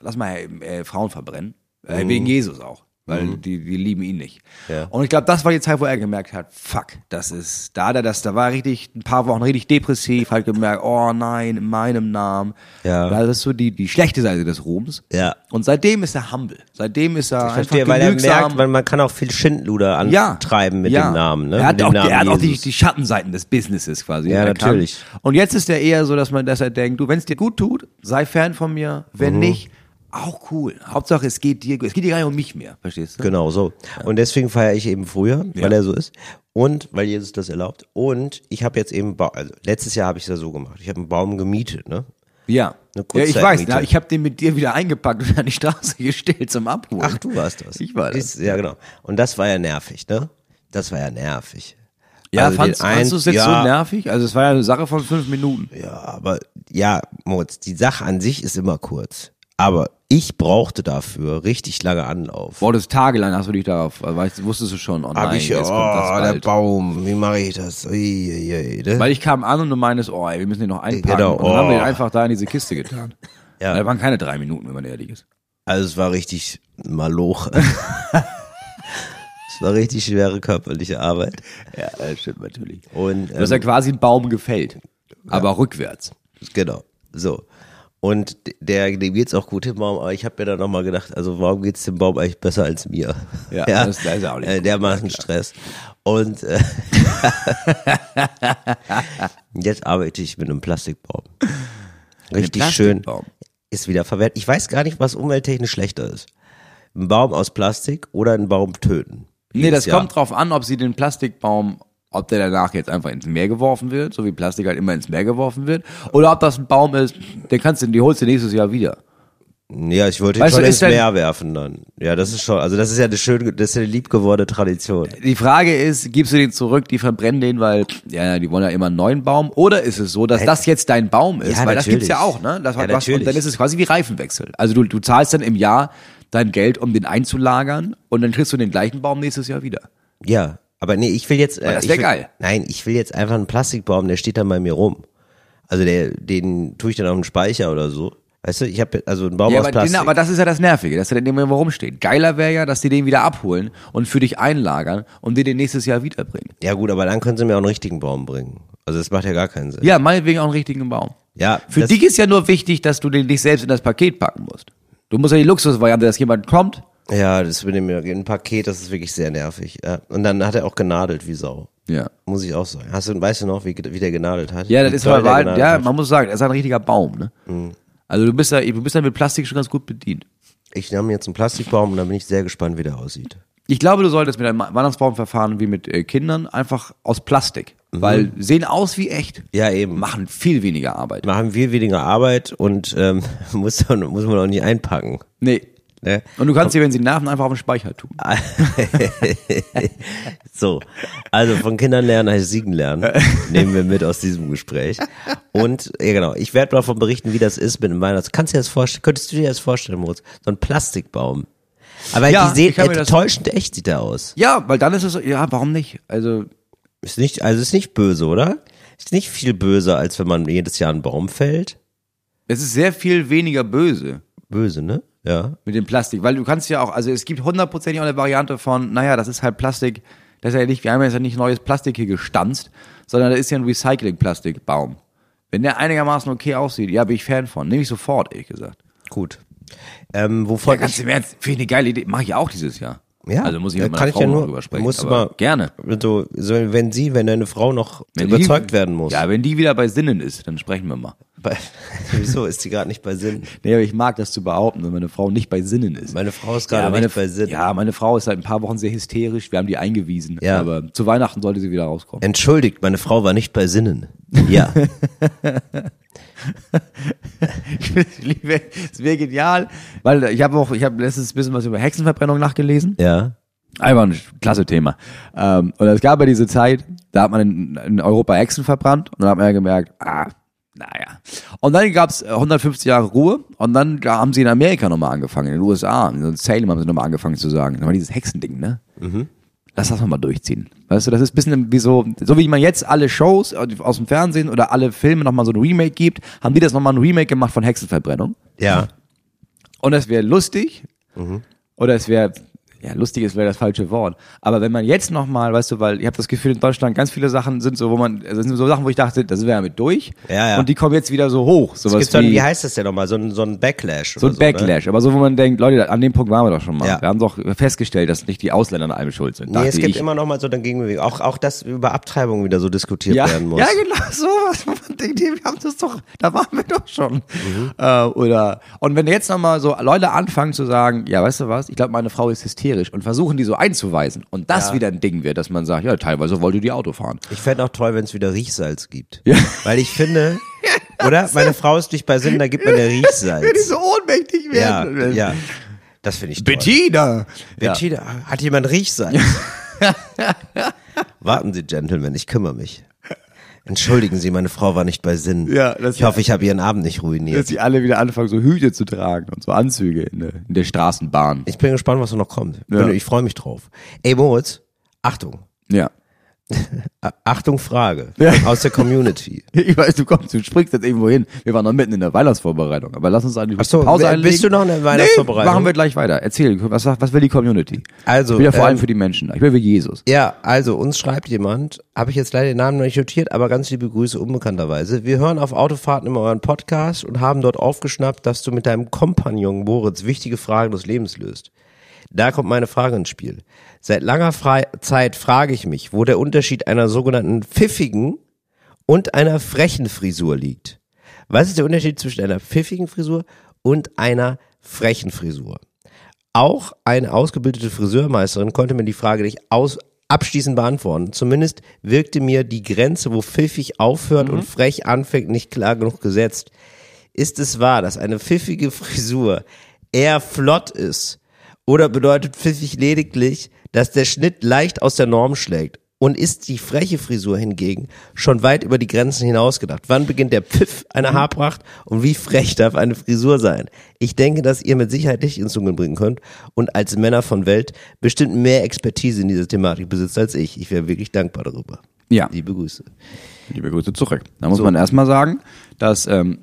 [SPEAKER 2] lass mal äh, Frauen verbrennen. Äh, Wegen Jesus auch. Weil die, die lieben ihn nicht.
[SPEAKER 3] Mhm. Ja.
[SPEAKER 2] Und ich glaube, das war die Zeit, wo er gemerkt hat, fuck, das ist, da hat er das, da war er richtig ein paar Wochen richtig depressiv, hat gemerkt, oh nein, in meinem Namen.
[SPEAKER 3] Ja.
[SPEAKER 2] Weil das ist so die, die schlechte Seite des Ruhms.
[SPEAKER 3] Ja.
[SPEAKER 2] Und seitdem ist er humble. Seitdem ist er einfach
[SPEAKER 3] Verstehe, weil er merkt,
[SPEAKER 2] genügsam.
[SPEAKER 3] man, man kann auch viel Schindluder
[SPEAKER 2] ja.
[SPEAKER 3] antreiben mit
[SPEAKER 2] ja.
[SPEAKER 3] dem Namen. Ne?
[SPEAKER 2] Er
[SPEAKER 3] mit
[SPEAKER 2] hat
[SPEAKER 3] dem
[SPEAKER 2] auch,
[SPEAKER 3] Namen
[SPEAKER 2] er hat auch die,
[SPEAKER 3] Jesus.
[SPEAKER 2] die Schattenseiten des Businesses quasi.
[SPEAKER 3] Ja,
[SPEAKER 2] erkannt.
[SPEAKER 3] natürlich.
[SPEAKER 2] Und jetzt ist er eher so, dass man, dass er denkt, du, wenn es dir gut tut, sei Fan von mir. Wenn
[SPEAKER 3] Mhm.
[SPEAKER 2] nicht, auch cool. Hauptsache, es geht dir, es geht dir gar nicht um mich mehr. Verstehst du?
[SPEAKER 3] Genau so. Und deswegen feiere ich eben früher, weil er so ist. Und, weil Jesus das erlaubt. Und ich habe jetzt eben, Ba- also letztes Jahr habe ich es ja so gemacht. Ich habe einen Baum gemietet, ne?
[SPEAKER 2] Ja. ja
[SPEAKER 3] Eine
[SPEAKER 2] ich
[SPEAKER 3] Kurzzeitmiete.
[SPEAKER 2] weiß, na, ich habe den mit dir wieder eingepackt und an die Straße gestellt zum Abholen.
[SPEAKER 3] Ach, du warst das.
[SPEAKER 2] Ich war
[SPEAKER 3] Dies- Ja, genau. Und das war ja nervig, ne? Das war ja nervig.
[SPEAKER 2] Ja,
[SPEAKER 3] Also den
[SPEAKER 2] fandst, fandst du es jetzt
[SPEAKER 3] ja,
[SPEAKER 2] so nervig? Also es war ja eine Sache von fünf Minuten.
[SPEAKER 3] Ja, aber ja, Moritz, die Sache an sich ist immer kurz. Aber ich brauchte dafür richtig lange Anlauf.
[SPEAKER 2] Boah, das ist tagelang hast du dich darauf, äh, weißt, wusstest du schon, oh nein,
[SPEAKER 3] Hab ich, oh,
[SPEAKER 2] jetzt kommt das
[SPEAKER 3] der
[SPEAKER 2] bald.
[SPEAKER 3] Baum, wie mache ich das? Uiuiui, ne?
[SPEAKER 2] Weil ich kam an und du meinst, oh ey, wir müssen den noch einpacken.
[SPEAKER 3] Genau,
[SPEAKER 2] und dann haben wir
[SPEAKER 3] oh.
[SPEAKER 2] den einfach da in diese Kiste getan.
[SPEAKER 3] Ja.
[SPEAKER 2] Da waren keine drei Minuten, wenn man ehrlich ist.
[SPEAKER 3] Also es war richtig maloch. es war richtig schwere körperliche Arbeit.
[SPEAKER 2] Ja, das stimmt natürlich.
[SPEAKER 3] Und
[SPEAKER 2] Du hast ja quasi einen Baum gefällt, aber rückwärts.
[SPEAKER 3] Genau, so. Und d- der, dem geht's auch gut, dem Baum, aber ich habe mir dann nochmal gedacht, also warum geht's dem Baum eigentlich besser als mir?
[SPEAKER 2] Ja, das- das ist auch nicht
[SPEAKER 3] äh, Der macht einen Stress. Und äh, jetzt arbeite ich mit einem Plastikbaum. Richtig schön.
[SPEAKER 2] Plastikbaum.
[SPEAKER 3] Ist wieder verwertet. Ich weiß gar nicht, was umwelttechnisch schlechter ist. Ein Baum aus Plastik oder einen Baum töten.
[SPEAKER 2] Nee, das
[SPEAKER 3] Jedes Jahr.
[SPEAKER 2] kommt drauf an, ob sie den Plastikbaum, ob der danach jetzt einfach ins Meer geworfen wird, so wie Plastik halt immer ins Meer geworfen wird, oder ob das ein Baum ist, den kannst du, die holst du nächstes Jahr wieder.
[SPEAKER 3] Ja, ich wollte ihn
[SPEAKER 2] Weißt
[SPEAKER 3] schon
[SPEAKER 2] du,
[SPEAKER 3] ins
[SPEAKER 2] ist
[SPEAKER 3] Meer werfen dann. Ja, das ist schon, also das ist ja eine schöne, das ist ja eine liebgewordene Tradition.
[SPEAKER 2] Die Frage ist, gibst du den zurück, die verbrennen den, weil ja, ja, die wollen ja immer einen neuen Baum, oder ist es so, dass das jetzt dein Baum ist?
[SPEAKER 3] Ja,
[SPEAKER 2] weil das gibt's
[SPEAKER 3] natürlich.
[SPEAKER 2] ja auch, ne? Das,
[SPEAKER 3] Ja,
[SPEAKER 2] was,
[SPEAKER 3] natürlich.
[SPEAKER 2] und dann ist es quasi wie Reifenwechsel. Also du, du zahlst dann im Jahr dein Geld, um den einzulagern, und dann kriegst du den gleichen Baum nächstes Jahr wieder.
[SPEAKER 3] Ja, aber nee, ich will jetzt. Äh,
[SPEAKER 2] das
[SPEAKER 3] ich
[SPEAKER 2] wär
[SPEAKER 3] will-
[SPEAKER 2] geil.
[SPEAKER 3] Nein, ich will jetzt einfach einen Plastikbaum, der steht dann bei mir rum. Also der, den tue ich dann auf den Speicher oder so. Weißt du, ich habe also einen Baum
[SPEAKER 2] Ja,
[SPEAKER 3] aus
[SPEAKER 2] aber,
[SPEAKER 3] Plastik.
[SPEAKER 2] genau, aber das ist ja das Nervige, dass er dann immer rumsteht. Geiler wäre ja, dass die den wieder abholen und für dich einlagern und dir den nächstes Jahr wiederbringen.
[SPEAKER 3] ja gut, aber dann können sie mir auch einen richtigen Baum bringen. Also das macht ja gar keinen Sinn.
[SPEAKER 2] Ja, meinetwegen auch einen richtigen Baum.
[SPEAKER 3] Ja,
[SPEAKER 2] Für
[SPEAKER 3] das-
[SPEAKER 2] dich ist ja nur wichtig, dass du den nicht selbst in das Paket packen musst. Du musst ja die Luxusvariante, dass jemand kommt.
[SPEAKER 3] Ja, das mit dem ein Paket, das ist wirklich sehr nervig. Ja. Und dann hat er auch genadelt wie Sau.
[SPEAKER 2] Ja.
[SPEAKER 3] Muss ich auch sagen. Hast du, weißt du noch, wie, wie der genadelt hat?
[SPEAKER 2] Ja, das
[SPEAKER 3] Wie
[SPEAKER 2] ist
[SPEAKER 3] toll
[SPEAKER 2] mal
[SPEAKER 3] der
[SPEAKER 2] wahr.
[SPEAKER 3] genadelt
[SPEAKER 2] Ja,
[SPEAKER 3] hat.
[SPEAKER 2] man muss sagen, er ist ein richtiger Baum, ne? Also du bist ja, du bist ja mit Plastik schon ganz gut bedient.
[SPEAKER 3] Ich nehme jetzt einen Plastikbaum und dann bin ich sehr gespannt, wie der aussieht.
[SPEAKER 2] Ich glaube, du solltest mit einem Weihnachtsbaum verfahren wie mit äh, Kindern, einfach aus Plastik. Weil sehen aus wie echt.
[SPEAKER 3] Ja, eben.
[SPEAKER 2] Machen viel weniger Arbeit.
[SPEAKER 3] Machen wir weniger Arbeit und ähm, muss, dann, muss man auch nicht einpacken.
[SPEAKER 2] Nee.
[SPEAKER 3] Ne?
[SPEAKER 2] Und du kannst dir, wenn sie nerven, einfach auf den Speicher tun.
[SPEAKER 3] So, also von Kindern lernen heißt Siegen lernen, nehmen wir mit aus diesem Gespräch. Und ja genau, ich werde mal davon berichten, wie das ist mit dem Weihnachts. Kannst du dir das vorstellen? Könntest du dir das vorstellen, Moritz? So ein Plastikbaum. Aber
[SPEAKER 2] Ja,
[SPEAKER 3] die sehen
[SPEAKER 2] ich kann mir das-
[SPEAKER 3] enttäuschend echt sieht der aus.
[SPEAKER 2] Ja, weil dann ist es, so, ja, warum nicht? Also,
[SPEAKER 3] Ist nicht, also ist nicht böse, oder? Ist nicht viel böser, als wenn man jedes Jahr einen Baum fällt.
[SPEAKER 2] es ist sehr viel weniger böse
[SPEAKER 3] Böse, ne? Ja.
[SPEAKER 2] mit dem Plastik, weil du kannst ja auch, also es gibt hundertprozentig auch eine Variante von, naja, das ist halt Plastik, das ist ja nicht, wir haben jetzt ja nicht neues Plastik hier gestanzt, sondern da ist ja ein Recycling-Plastikbaum. Wenn der einigermaßen okay aussieht, ja, bin ich Fan von, nehme ich sofort, ehrlich gesagt.
[SPEAKER 3] Gut. Ähm, wovon
[SPEAKER 2] Ganz
[SPEAKER 3] ich,
[SPEAKER 2] im Ernst, finde ich eine geile Idee, mache ich auch dieses Jahr. also muss ich mit
[SPEAKER 3] da
[SPEAKER 2] meiner Frau noch drüber sprechen,
[SPEAKER 3] musst du
[SPEAKER 2] aber
[SPEAKER 3] mal,
[SPEAKER 2] gerne.
[SPEAKER 3] So, Also, so, wenn sie, wenn deine Frau noch
[SPEAKER 2] Wenn die-
[SPEAKER 3] überzeugt werden muss.
[SPEAKER 2] Ja, wenn die wieder bei Sinnen ist, dann sprechen wir mal.
[SPEAKER 3] Bei, wieso ist die gerade nicht bei Sinn?
[SPEAKER 2] Nee, aber ich mag das zu behaupten, wenn meine Frau nicht bei Sinnen ist.
[SPEAKER 3] Meine Frau ist gerade
[SPEAKER 2] meine,
[SPEAKER 3] nicht bei Sinn.
[SPEAKER 2] ja, meine Frau ist seit ein paar Wochen sehr hysterisch. Wir haben die eingewiesen.
[SPEAKER 3] Ja.
[SPEAKER 2] Aber zu Weihnachten sollte sie wieder rauskommen.
[SPEAKER 3] Entschuldigt, meine Frau war nicht bei Sinnen. Ja.
[SPEAKER 2] Ich liebe- es wäre genial. Weil ich habe auch, ich habe letztens ein bisschen was über Hexenverbrennung nachgelesen.
[SPEAKER 3] ja.
[SPEAKER 2] Einfach ein klasse Thema. Ähm, und es gab ja diese Zeit, da hat man in, in Europa Hexen verbrannt und dann hat man ja gemerkt, ah, naja. Und dann gab's äh, 150 Jahre Ruhe und dann ga- haben sie in Amerika nochmal angefangen, in den USA, in so einem Salem haben sie nochmal angefangen zu sagen, nochmal dieses Hexending, ne? Lass das nochmal durchziehen. Weißt du, das ist ein bisschen wie so, so wie man jetzt alle Shows aus dem Fernsehen oder alle Filme nochmal so ein Remake gibt, haben die das nochmal ein Remake gemacht von Hexenverbrennung.
[SPEAKER 3] Ja.
[SPEAKER 2] Und das wäre lustig.
[SPEAKER 3] Mhm.
[SPEAKER 2] Oder es wäre, ja, lustig ist vielleicht das falsche Wort. Aber wenn man jetzt nochmal, weißt du, weil ich habe das Gefühl, in Deutschland ganz viele Sachen sind so, wo man, also sind so Sachen, wo ich dachte, das wäre ja mit durch.
[SPEAKER 3] Ja, ja.
[SPEAKER 2] Und die kommen jetzt wieder so hoch.
[SPEAKER 3] Es
[SPEAKER 2] Sowas
[SPEAKER 3] gibt so ein,
[SPEAKER 2] wie,
[SPEAKER 3] wie heißt das denn nochmal? So ein, so ne? ein Backlash.
[SPEAKER 2] so
[SPEAKER 3] oder
[SPEAKER 2] ein Backlash. Aber so, wo man denkt, Leute, an dem Punkt waren wir doch schon mal.
[SPEAKER 3] Ja.
[SPEAKER 2] Wir haben doch festgestellt, dass nicht die Ausländer an allem schuld sind.
[SPEAKER 3] Ne? Nee, es
[SPEAKER 2] dachte
[SPEAKER 3] gibt
[SPEAKER 2] ich.
[SPEAKER 3] immer nochmal so eine Gegenbewegung. Auch, auch dass über Abtreibung wieder so diskutiert
[SPEAKER 2] ja,
[SPEAKER 3] werden muss.
[SPEAKER 2] ja, genau, sowas. wo man denkt, Wir haben das doch, da waren wir doch schon.
[SPEAKER 3] Mhm.
[SPEAKER 2] Äh, oder, und wenn jetzt nochmal so Leute anfangen zu sagen, ja, weißt du was, ich glaube, meine Frau ist hysterisch. militärisch und versuchen die so einzuweisen. Und das wieder ein Ding wird, dass man sagt, ja, teilweise wollt ihr die Auto fahren.
[SPEAKER 3] Ich fände auch toll, wenn es wieder Riechsalz gibt. Weil ich finde, oder? Meine Frau ist nicht bei Sinn, da gibt man der Riechsalz.
[SPEAKER 2] so ohnmächtig
[SPEAKER 3] Ja, ja. Das finde ich toll.
[SPEAKER 2] Bettina!
[SPEAKER 3] Bettina, hat jemand Riechsalz? Warten Sie, Gentlemen, ich kümmere mich. Entschuldigen Sie, meine Frau war nicht bei Sinn.
[SPEAKER 2] Ja, das-
[SPEAKER 3] ich hoffe, ich habe Ihren Abend nicht
[SPEAKER 2] Dass
[SPEAKER 3] ruiniert.
[SPEAKER 2] sie alle wieder anfangen, so Hüte zu tragen und so Anzüge in der, in der Straßenbahn.
[SPEAKER 3] Ich bin gespannt, was da noch kommt. Ich bin-
[SPEAKER 2] Ja.
[SPEAKER 3] Ich freue mich drauf. Ey, Moritz, Achtung.
[SPEAKER 2] Ja.
[SPEAKER 3] A- Achtung, Frage.
[SPEAKER 2] Ja.
[SPEAKER 3] Aus der Community.
[SPEAKER 2] Ich weiß, du kommst, du springst jetzt irgendwo hin. Wir waren noch mitten in der Weihnachtsvorbereitung. Aber lass uns eigentlich
[SPEAKER 3] Ach so,
[SPEAKER 2] Pause
[SPEAKER 3] wer-
[SPEAKER 2] einlegen.
[SPEAKER 3] bist du noch in der Weihnachtsvorbereitung?
[SPEAKER 2] Nee, machen wir gleich weiter. Erzähl, was, sagt- was will die Community?
[SPEAKER 3] Also,
[SPEAKER 2] ich will ja vor
[SPEAKER 3] ähm,
[SPEAKER 2] allem für die Menschen. da. Ich will für Jesus.
[SPEAKER 3] Ja, also uns schreibt jemand, habe ich jetzt leider den Namen noch nicht notiert, aber ganz liebe Grüße unbekannterweise. Wir hören auf Autofahrten immer euren Podcast und haben dort aufgeschnappt, dass du mit deinem Kompagnon Moritz wichtige Fragen des Lebens löst. Da kommt meine Frage ins Spiel. Seit langer Fre Zeit frage ich mich, wo der Unterschied einer sogenannten pfiffigen und einer frechen Frisur liegt. Was ist der Unterschied zwischen einer pfiffigen Frisur und einer frechen Frisur? Auch eine ausgebildete Friseurmeisterin konnte mir die Frage nicht aus abschließend beantworten. Zumindest wirkte mir die Grenze, wo pfiffig aufhört und frech anfängt, nicht klar genug gesetzt. Ist es wahr, dass eine pfiffige Frisur eher flott ist? Oder bedeutet pfiffig lediglich, dass der Schnitt leicht aus der Norm schlägt? Und ist die freche Frisur hingegen schon weit über die Grenzen hinausgedacht? Wann beginnt der Pfiff einer Haarpracht und wie frech darf eine Frisur sein? Ich denke, dass ihr mit Sicherheit Licht ins Dunkeln bringen könnt und als Männer von Welt bestimmt mehr Expertise in dieser Thematik besitzt als ich. Ich wäre wirklich dankbar darüber.
[SPEAKER 2] Ja.
[SPEAKER 3] Liebe Grüße.
[SPEAKER 2] Liebe Grüße zurück. Da muss man erstmal sagen, dass ähm,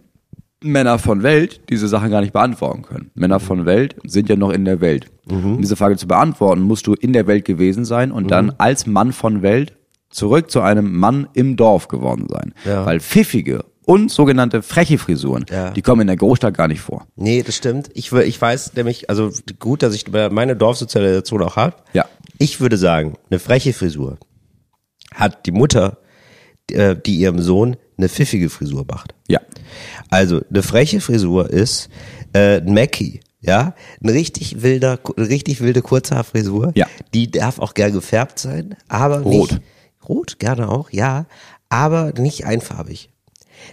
[SPEAKER 2] Männer von Welt diese Sachen gar nicht beantworten können.
[SPEAKER 3] Mhm.
[SPEAKER 2] Männer von Welt sind ja noch in der Welt. Um diese Frage zu beantworten, musst du in der Welt gewesen sein und
[SPEAKER 3] Mhm.
[SPEAKER 2] dann als Mann von Welt zurück zu einem Mann im Dorf geworden sein.
[SPEAKER 3] Ja.
[SPEAKER 2] Weil pfiffige und sogenannte freche Frisuren,
[SPEAKER 3] Ja.
[SPEAKER 2] die kommen in der Großstadt gar nicht vor.
[SPEAKER 3] Nee, das stimmt. Ich, wür- ich weiß nämlich, also gut, dass ich meine Dorfsozialisation auch habe.
[SPEAKER 2] Ja.
[SPEAKER 3] Ich würde sagen, eine freche Frisur hat die Mutter, äh, die ihrem Sohn eine pfiffige Frisur macht.
[SPEAKER 2] Ja.
[SPEAKER 3] Also eine freche Frisur ist äh, ein Mackie, ja, ein richtig wilder, eine richtig wilde Kurzhaarfrisur.
[SPEAKER 2] Ja.
[SPEAKER 3] Die darf auch gern gefärbt sein, aber
[SPEAKER 2] Rot.
[SPEAKER 3] nicht rot gerne auch, ja, aber nicht einfarbig.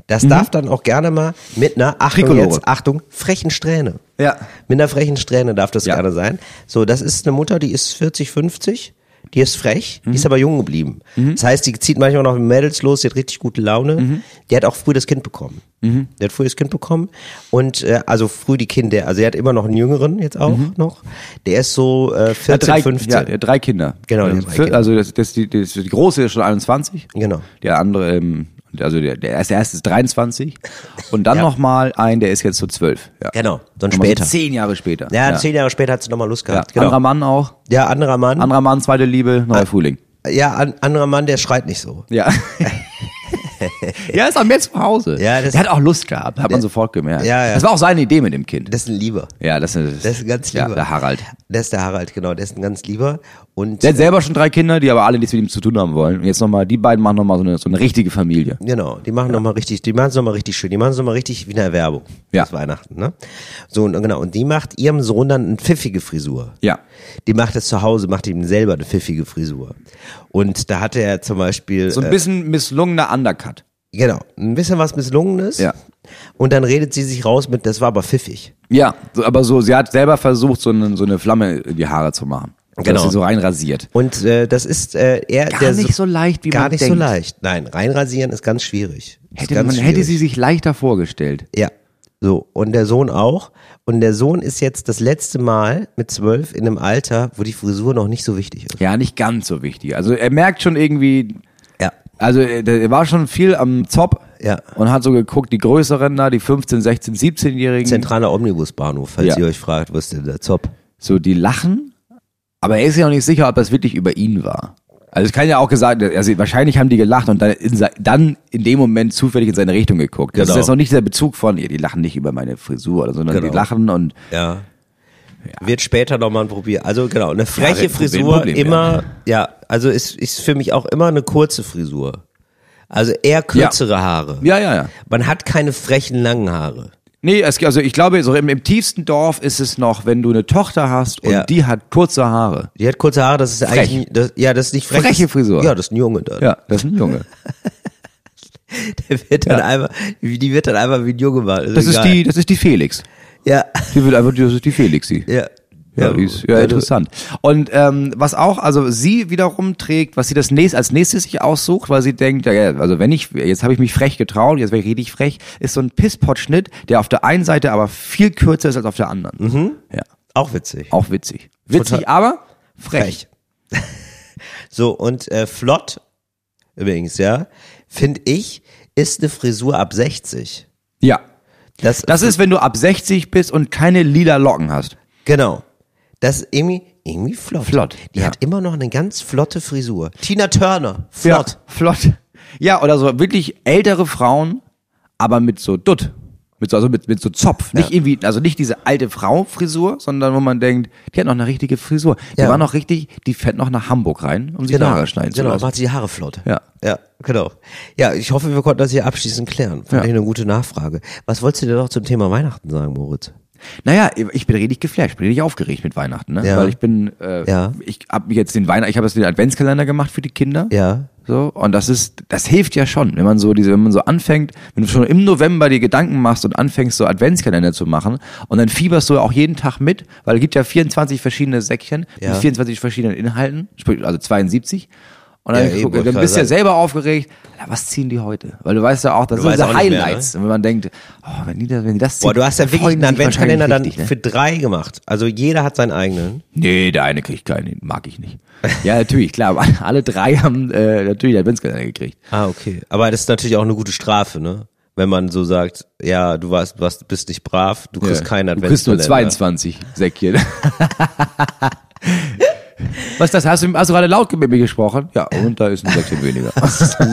[SPEAKER 3] Das darf dann auch gerne mal mit einer Achtung,
[SPEAKER 2] Mhm. Tricolore.
[SPEAKER 3] jetzt, Achtung frechen Strähne.
[SPEAKER 2] Ja.
[SPEAKER 3] Mit einer frechen Strähne darf das
[SPEAKER 2] Ja.
[SPEAKER 3] gerne sein. So, das ist eine Mutter, die ist 40, 50. Die ist frech,
[SPEAKER 2] Mhm.
[SPEAKER 3] die ist aber jung geblieben. Das heißt, die zieht manchmal noch mit Mädels los, die hat richtig gute Laune.
[SPEAKER 2] Mhm.
[SPEAKER 3] Die hat auch früh das Kind bekommen. Die hat früh das Kind bekommen. Und äh, also früh die Kinder, also sie hat immer noch einen jüngeren jetzt auch noch. Der ist so äh, 14,
[SPEAKER 2] drei,
[SPEAKER 3] 15.
[SPEAKER 2] Ja, der Mhm. hat drei Kinder.
[SPEAKER 3] Genau, der
[SPEAKER 2] ähm,
[SPEAKER 3] hat drei
[SPEAKER 2] vier-
[SPEAKER 3] Kinder.
[SPEAKER 2] Also das, das, die, das, die große ist schon 21.
[SPEAKER 3] Genau.
[SPEAKER 2] Der andere, ähm, also der, der erste, der erste ist 23. Und dann
[SPEAKER 3] Ja.
[SPEAKER 2] noch nochmal ein, der ist jetzt so 12. Ja.
[SPEAKER 3] Genau, dann
[SPEAKER 2] Noch mal
[SPEAKER 3] später.
[SPEAKER 2] So zehn Jahre später.
[SPEAKER 3] ja, zehn Jahre später hat sie nochmal Lust
[SPEAKER 2] ja.
[SPEAKER 3] gehabt. Genau. Ah.
[SPEAKER 2] Anderer Mann auch.
[SPEAKER 3] ja, anderer Mann.
[SPEAKER 2] Anderer Mann, zweite Liebe, neuer Frühling.
[SPEAKER 3] ja, an, anderer Mann, der schreit nicht so.
[SPEAKER 2] Ja. ja, ist auch mehr zu Hause.
[SPEAKER 3] Ja, das-
[SPEAKER 2] der hat auch Lust gehabt, hat man sofort gemerkt.
[SPEAKER 3] Ja, ja.
[SPEAKER 2] Das war auch seine Idee mit dem Kind.
[SPEAKER 3] Das ist ein Lieber.
[SPEAKER 2] Ja, das ist,
[SPEAKER 3] Das ist ein ganz
[SPEAKER 2] ja,
[SPEAKER 3] Lieber.
[SPEAKER 2] der Harald.
[SPEAKER 3] Das ist der Harald, genau. Der ist ein ganz Lieber. Und
[SPEAKER 2] Der hat selber schon drei Kinder, die aber alle nichts mit ihm zu tun haben wollen. Und jetzt nochmal, die beiden machen nochmal so eine, so eine richtige Familie.
[SPEAKER 3] Genau, die machen noch nochmal richtig, die machen es nochmal richtig schön, die machen es nochmal richtig wie eine Werbung
[SPEAKER 2] Ja.
[SPEAKER 3] bis Weihnachten, ne? So, und genau, und die macht ihrem Sohn dann eine pfiffige Frisur.
[SPEAKER 2] Ja.
[SPEAKER 3] Die macht das zu Hause, macht ihm selber eine pfiffige Frisur. Und da hatte er zum Beispiel,
[SPEAKER 2] So ein
[SPEAKER 3] äh,
[SPEAKER 2] bisschen misslungener Undercut.
[SPEAKER 3] genau, ein bisschen was Misslungenes.
[SPEAKER 2] Ja.
[SPEAKER 3] Und dann redet sie sich raus mit, das war aber pfiffig.
[SPEAKER 2] Ja, so, aber so, sie hat selber versucht, so, eine so eine Flamme in die Haare zu machen. Dass
[SPEAKER 3] Genau.
[SPEAKER 2] sie so reinrasiert.
[SPEAKER 3] Und äh, das ist äh, er
[SPEAKER 2] Gar
[SPEAKER 3] der
[SPEAKER 2] nicht so leicht, wie
[SPEAKER 3] gar
[SPEAKER 2] man
[SPEAKER 3] nicht so
[SPEAKER 2] denkt.
[SPEAKER 3] leicht. Nein, reinrasieren ist ganz schwierig. Ist
[SPEAKER 2] Hätte,
[SPEAKER 3] ganz
[SPEAKER 2] man, hätte sie sich leichter vorgestellt.
[SPEAKER 3] Ja. So, und der Sohn auch. Und der Sohn ist jetzt das letzte Mal mit zwölf in einem Alter, wo die Frisur noch nicht so wichtig ist.
[SPEAKER 2] Ja, nicht ganz so wichtig. Also er merkt schon irgendwie,
[SPEAKER 3] Ja.
[SPEAKER 2] also äh, der war schon viel am Zopp
[SPEAKER 3] Ja.
[SPEAKER 2] und hat so geguckt, die Größeren da, die 15, 16, 17-Jährigen,
[SPEAKER 3] Zentraler Omnibusbahnhof, falls
[SPEAKER 2] Ja.
[SPEAKER 3] ihr euch fragt, was ist denn der Zopp?
[SPEAKER 2] so die lachen, aber er ist ja auch nicht sicher, ob das wirklich über ihn war. Also es kann ja auch gesagt, also wahrscheinlich haben die gelacht und dann in, se- dann in dem Moment zufällig in seine Richtung geguckt. Das
[SPEAKER 3] Genau.
[SPEAKER 2] ist jetzt noch nicht der Bezug von, ja, die lachen nicht über meine Frisur, oder, sondern
[SPEAKER 3] Genau.
[SPEAKER 2] die lachen und
[SPEAKER 3] Ja. Wird später nochmal ein Probier. Also genau, eine freche
[SPEAKER 2] Problem-
[SPEAKER 3] Frisur
[SPEAKER 2] Problem,
[SPEAKER 3] immer, ja, also ist, ist für mich auch immer eine kurze Frisur. Also eher kürzere Haare.
[SPEAKER 2] ja, ja, ja.
[SPEAKER 3] Man hat keine frechen langen Haare.
[SPEAKER 2] Nee, es, also ich glaube, so im, im tiefsten Dorf ist es noch, wenn du eine Tochter hast und
[SPEAKER 3] Ja.
[SPEAKER 2] die hat kurze Haare.
[SPEAKER 3] Die hat kurze Haare, das ist
[SPEAKER 2] Frech.
[SPEAKER 3] eigentlich, das, ja, das ist nicht frech.
[SPEAKER 2] Freche Frisur.
[SPEAKER 3] Ja, das ist ein Junge dann.
[SPEAKER 2] Ja, das ist ein Junge.
[SPEAKER 3] Der wird dann einmal, die wird dann einmal wie ein Junge gemacht.
[SPEAKER 2] Das ist die, das ist die Felix.
[SPEAKER 3] Ja,
[SPEAKER 2] Die wird einfach, das ist die Felixi.
[SPEAKER 3] ja.
[SPEAKER 2] Ja, die ist, ja, interessant. Und ähm, was auch, also sie wiederum trägt, was sie das nächst, als nächstes sich aussucht, weil sie denkt, ja, ja, also wenn ich, jetzt habe ich mich frech getraut, jetzt werde ich richtig frech, ist so ein Pisspot-Schnitt, der auf der einen Seite aber viel kürzer ist als auf der anderen. Ja,
[SPEAKER 3] Auch witzig.
[SPEAKER 2] auch witzig. Mhm. Witzig,
[SPEAKER 3] Total-
[SPEAKER 2] aber frech.
[SPEAKER 3] so, und äh, flott, übrigens, ja, finde ich, ist eine Frisur ab 60.
[SPEAKER 2] Ja.
[SPEAKER 3] Das,
[SPEAKER 2] Das ist, wenn du ab 60 bist und keine lila Locken hast.
[SPEAKER 3] genau. Das ist irgendwie, irgendwie flott.
[SPEAKER 2] Flott,
[SPEAKER 3] Die
[SPEAKER 2] ja.
[SPEAKER 3] hat immer noch eine ganz flotte Frisur. Tina Turner, flott.
[SPEAKER 2] Ja, flott. Ja, oder so wirklich ältere Frauen, aber mit so Dutt. Mit so, also mit, mit so Zopf. Nicht irgendwie, also nicht diese alte Frau-Frisur, sondern wo man denkt, die hat noch eine richtige Frisur. Die
[SPEAKER 3] Ja.
[SPEAKER 2] war noch richtig, die fährt noch nach Hamburg rein, um sich die Haare schneiden
[SPEAKER 3] genau,
[SPEAKER 2] zu lassen.
[SPEAKER 3] macht die Haare flott.
[SPEAKER 2] Ja.
[SPEAKER 3] Ja, genau. Ja, ich hoffe, wir konnten das hier abschließend klären.
[SPEAKER 2] Ja.
[SPEAKER 3] Fand ich eine gute Nachfrage. Was wolltest du denn noch zum Thema Weihnachten sagen, Moritz?
[SPEAKER 2] Naja, ich bin richtig geflasht, bin richtig aufgeregt mit Weihnachten, ne?
[SPEAKER 3] Ja.
[SPEAKER 2] Weil ich bin, äh,
[SPEAKER 3] Ja.
[SPEAKER 2] ich hab mich jetzt den Weihnachten, ich habe jetzt den Adventskalender gemacht für die Kinder.
[SPEAKER 3] Ja.
[SPEAKER 2] So, und das ist, das hilft ja schon, wenn man so diese, wenn man so anfängt, wenn du schon im November dir Gedanken machst und anfängst, so Adventskalender zu machen und dann fieberst du auch jeden Tag mit, weil es gibt ja 24 verschiedene Säckchen
[SPEAKER 3] Ja.
[SPEAKER 2] mit 24 verschiedenen Inhalten, sprich, also 72. Und dann,
[SPEAKER 3] Ja, eben,
[SPEAKER 2] guck-
[SPEAKER 3] wollte
[SPEAKER 2] dann
[SPEAKER 3] ich
[SPEAKER 2] bist du ja
[SPEAKER 3] gerade
[SPEAKER 2] selber aufgeregt, Alter, was ziehen die heute? Weil du weißt ja auch, das sind
[SPEAKER 3] weißt
[SPEAKER 2] diese
[SPEAKER 3] auch nicht mehr, ne?
[SPEAKER 2] Highlights. Und wenn man denkt, oh, wenn die das, wenn die das ziehen,
[SPEAKER 3] Boah, du hast ja wirklich
[SPEAKER 2] freuen die sich
[SPEAKER 3] einen Adventskalender dann
[SPEAKER 2] wahrscheinlich richtig, ne?
[SPEAKER 3] für drei gemacht. Also jeder hat seinen eigenen.
[SPEAKER 2] Nee, der eine kriegt keinen, den mag ich nicht. Ja, natürlich, klar, aber alle drei haben äh, natürlich den Adventskalender gekriegt.
[SPEAKER 3] Ah, okay. Aber das ist natürlich auch eine gute Strafe, ne? Wenn man so sagt, ja, du warst, warst bist nicht brav, du kriegst keinen
[SPEAKER 2] Du kriegst nur
[SPEAKER 3] Adventskalender.
[SPEAKER 2] 22 Säckchen. Was das? Hast du, hast du gerade laut mit mir gesprochen? Ja, und da ist ein Säckchen weniger.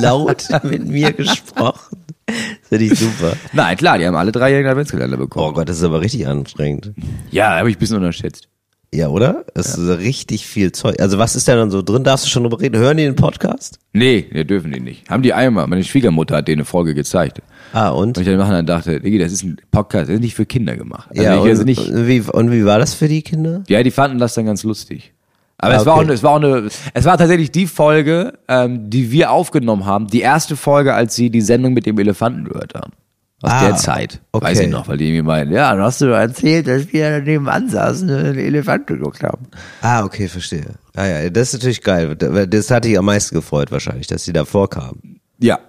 [SPEAKER 3] laut mit mir gesprochen. Das finde ich super.
[SPEAKER 2] Nein, klar, die haben alle drei ihren Adventskalender
[SPEAKER 3] Oh
[SPEAKER 2] bekommen.
[SPEAKER 3] Gott, das ist aber richtig anstrengend.
[SPEAKER 2] Ja, habe ich ein bisschen unterschätzt.
[SPEAKER 3] Ja, oder? Das ist richtig viel Zeug. Also was ist da dann so drin? Darfst du schon drüber reden? Hören die den Podcast?
[SPEAKER 2] Nee, wir dürfen die nicht. Haben die einmal. Meine Schwiegermutter hat denen eine Folge gezeigt.
[SPEAKER 3] Ah,
[SPEAKER 2] Und
[SPEAKER 3] und?
[SPEAKER 2] ich dann nachher dachte, Diggi, das ist ein Podcast, das ist nicht für Kinder gemacht. Also
[SPEAKER 3] ja,
[SPEAKER 2] ich,
[SPEAKER 3] und,
[SPEAKER 2] also nicht,
[SPEAKER 3] und, wie, und wie war das für die Kinder?
[SPEAKER 2] Ja, die fanden das dann ganz lustig. Aber
[SPEAKER 3] Ah,
[SPEAKER 2] es, war auch, ne,
[SPEAKER 3] okay.
[SPEAKER 2] es war auch eine, es war tatsächlich die Folge, ähm, die wir aufgenommen haben, die erste Folge, als sie die Sendung mit dem Elefanten gehört haben. Aus
[SPEAKER 3] Ah,
[SPEAKER 2] der Zeit.
[SPEAKER 3] okay.
[SPEAKER 2] Weiß ich noch, weil die irgendwie meinen, ja, dann hast du erzählt, dass wir nebenan saßen und einen Elefant geguckt haben.
[SPEAKER 3] Ah, okay, verstehe. Ah ja, das ist natürlich geil. Das hatte ich am meisten gefreut wahrscheinlich, dass sie da vorkamen.
[SPEAKER 2] Ja,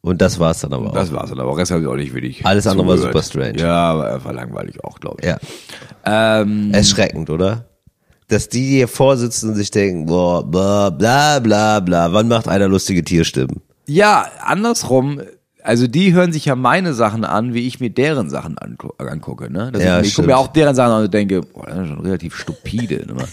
[SPEAKER 3] Und das war's dann aber auch.
[SPEAKER 2] das war's dann, aber Rest habe ich auch nicht wirklich.
[SPEAKER 3] Alles andere war
[SPEAKER 2] zugehört.
[SPEAKER 3] super strange.
[SPEAKER 2] Ja, aber er war langweilig auch, glaube ich.
[SPEAKER 3] Ja,
[SPEAKER 2] Ähm,
[SPEAKER 3] erschreckend, oder? Dass die hier vorsitzen und sich denken, boah, bla, bla, bla, bla. Wann macht einer lustige Tierstimmen?
[SPEAKER 2] ja, andersrum. Also die hören sich ja meine Sachen an, wie ich mir deren Sachen angu angucke. Ne? Das
[SPEAKER 3] Ja,
[SPEAKER 2] ich ich gucke
[SPEAKER 3] stimmt.
[SPEAKER 2] mir auch deren Sachen an und denke, boah, das ist schon relativ stupide. Ne?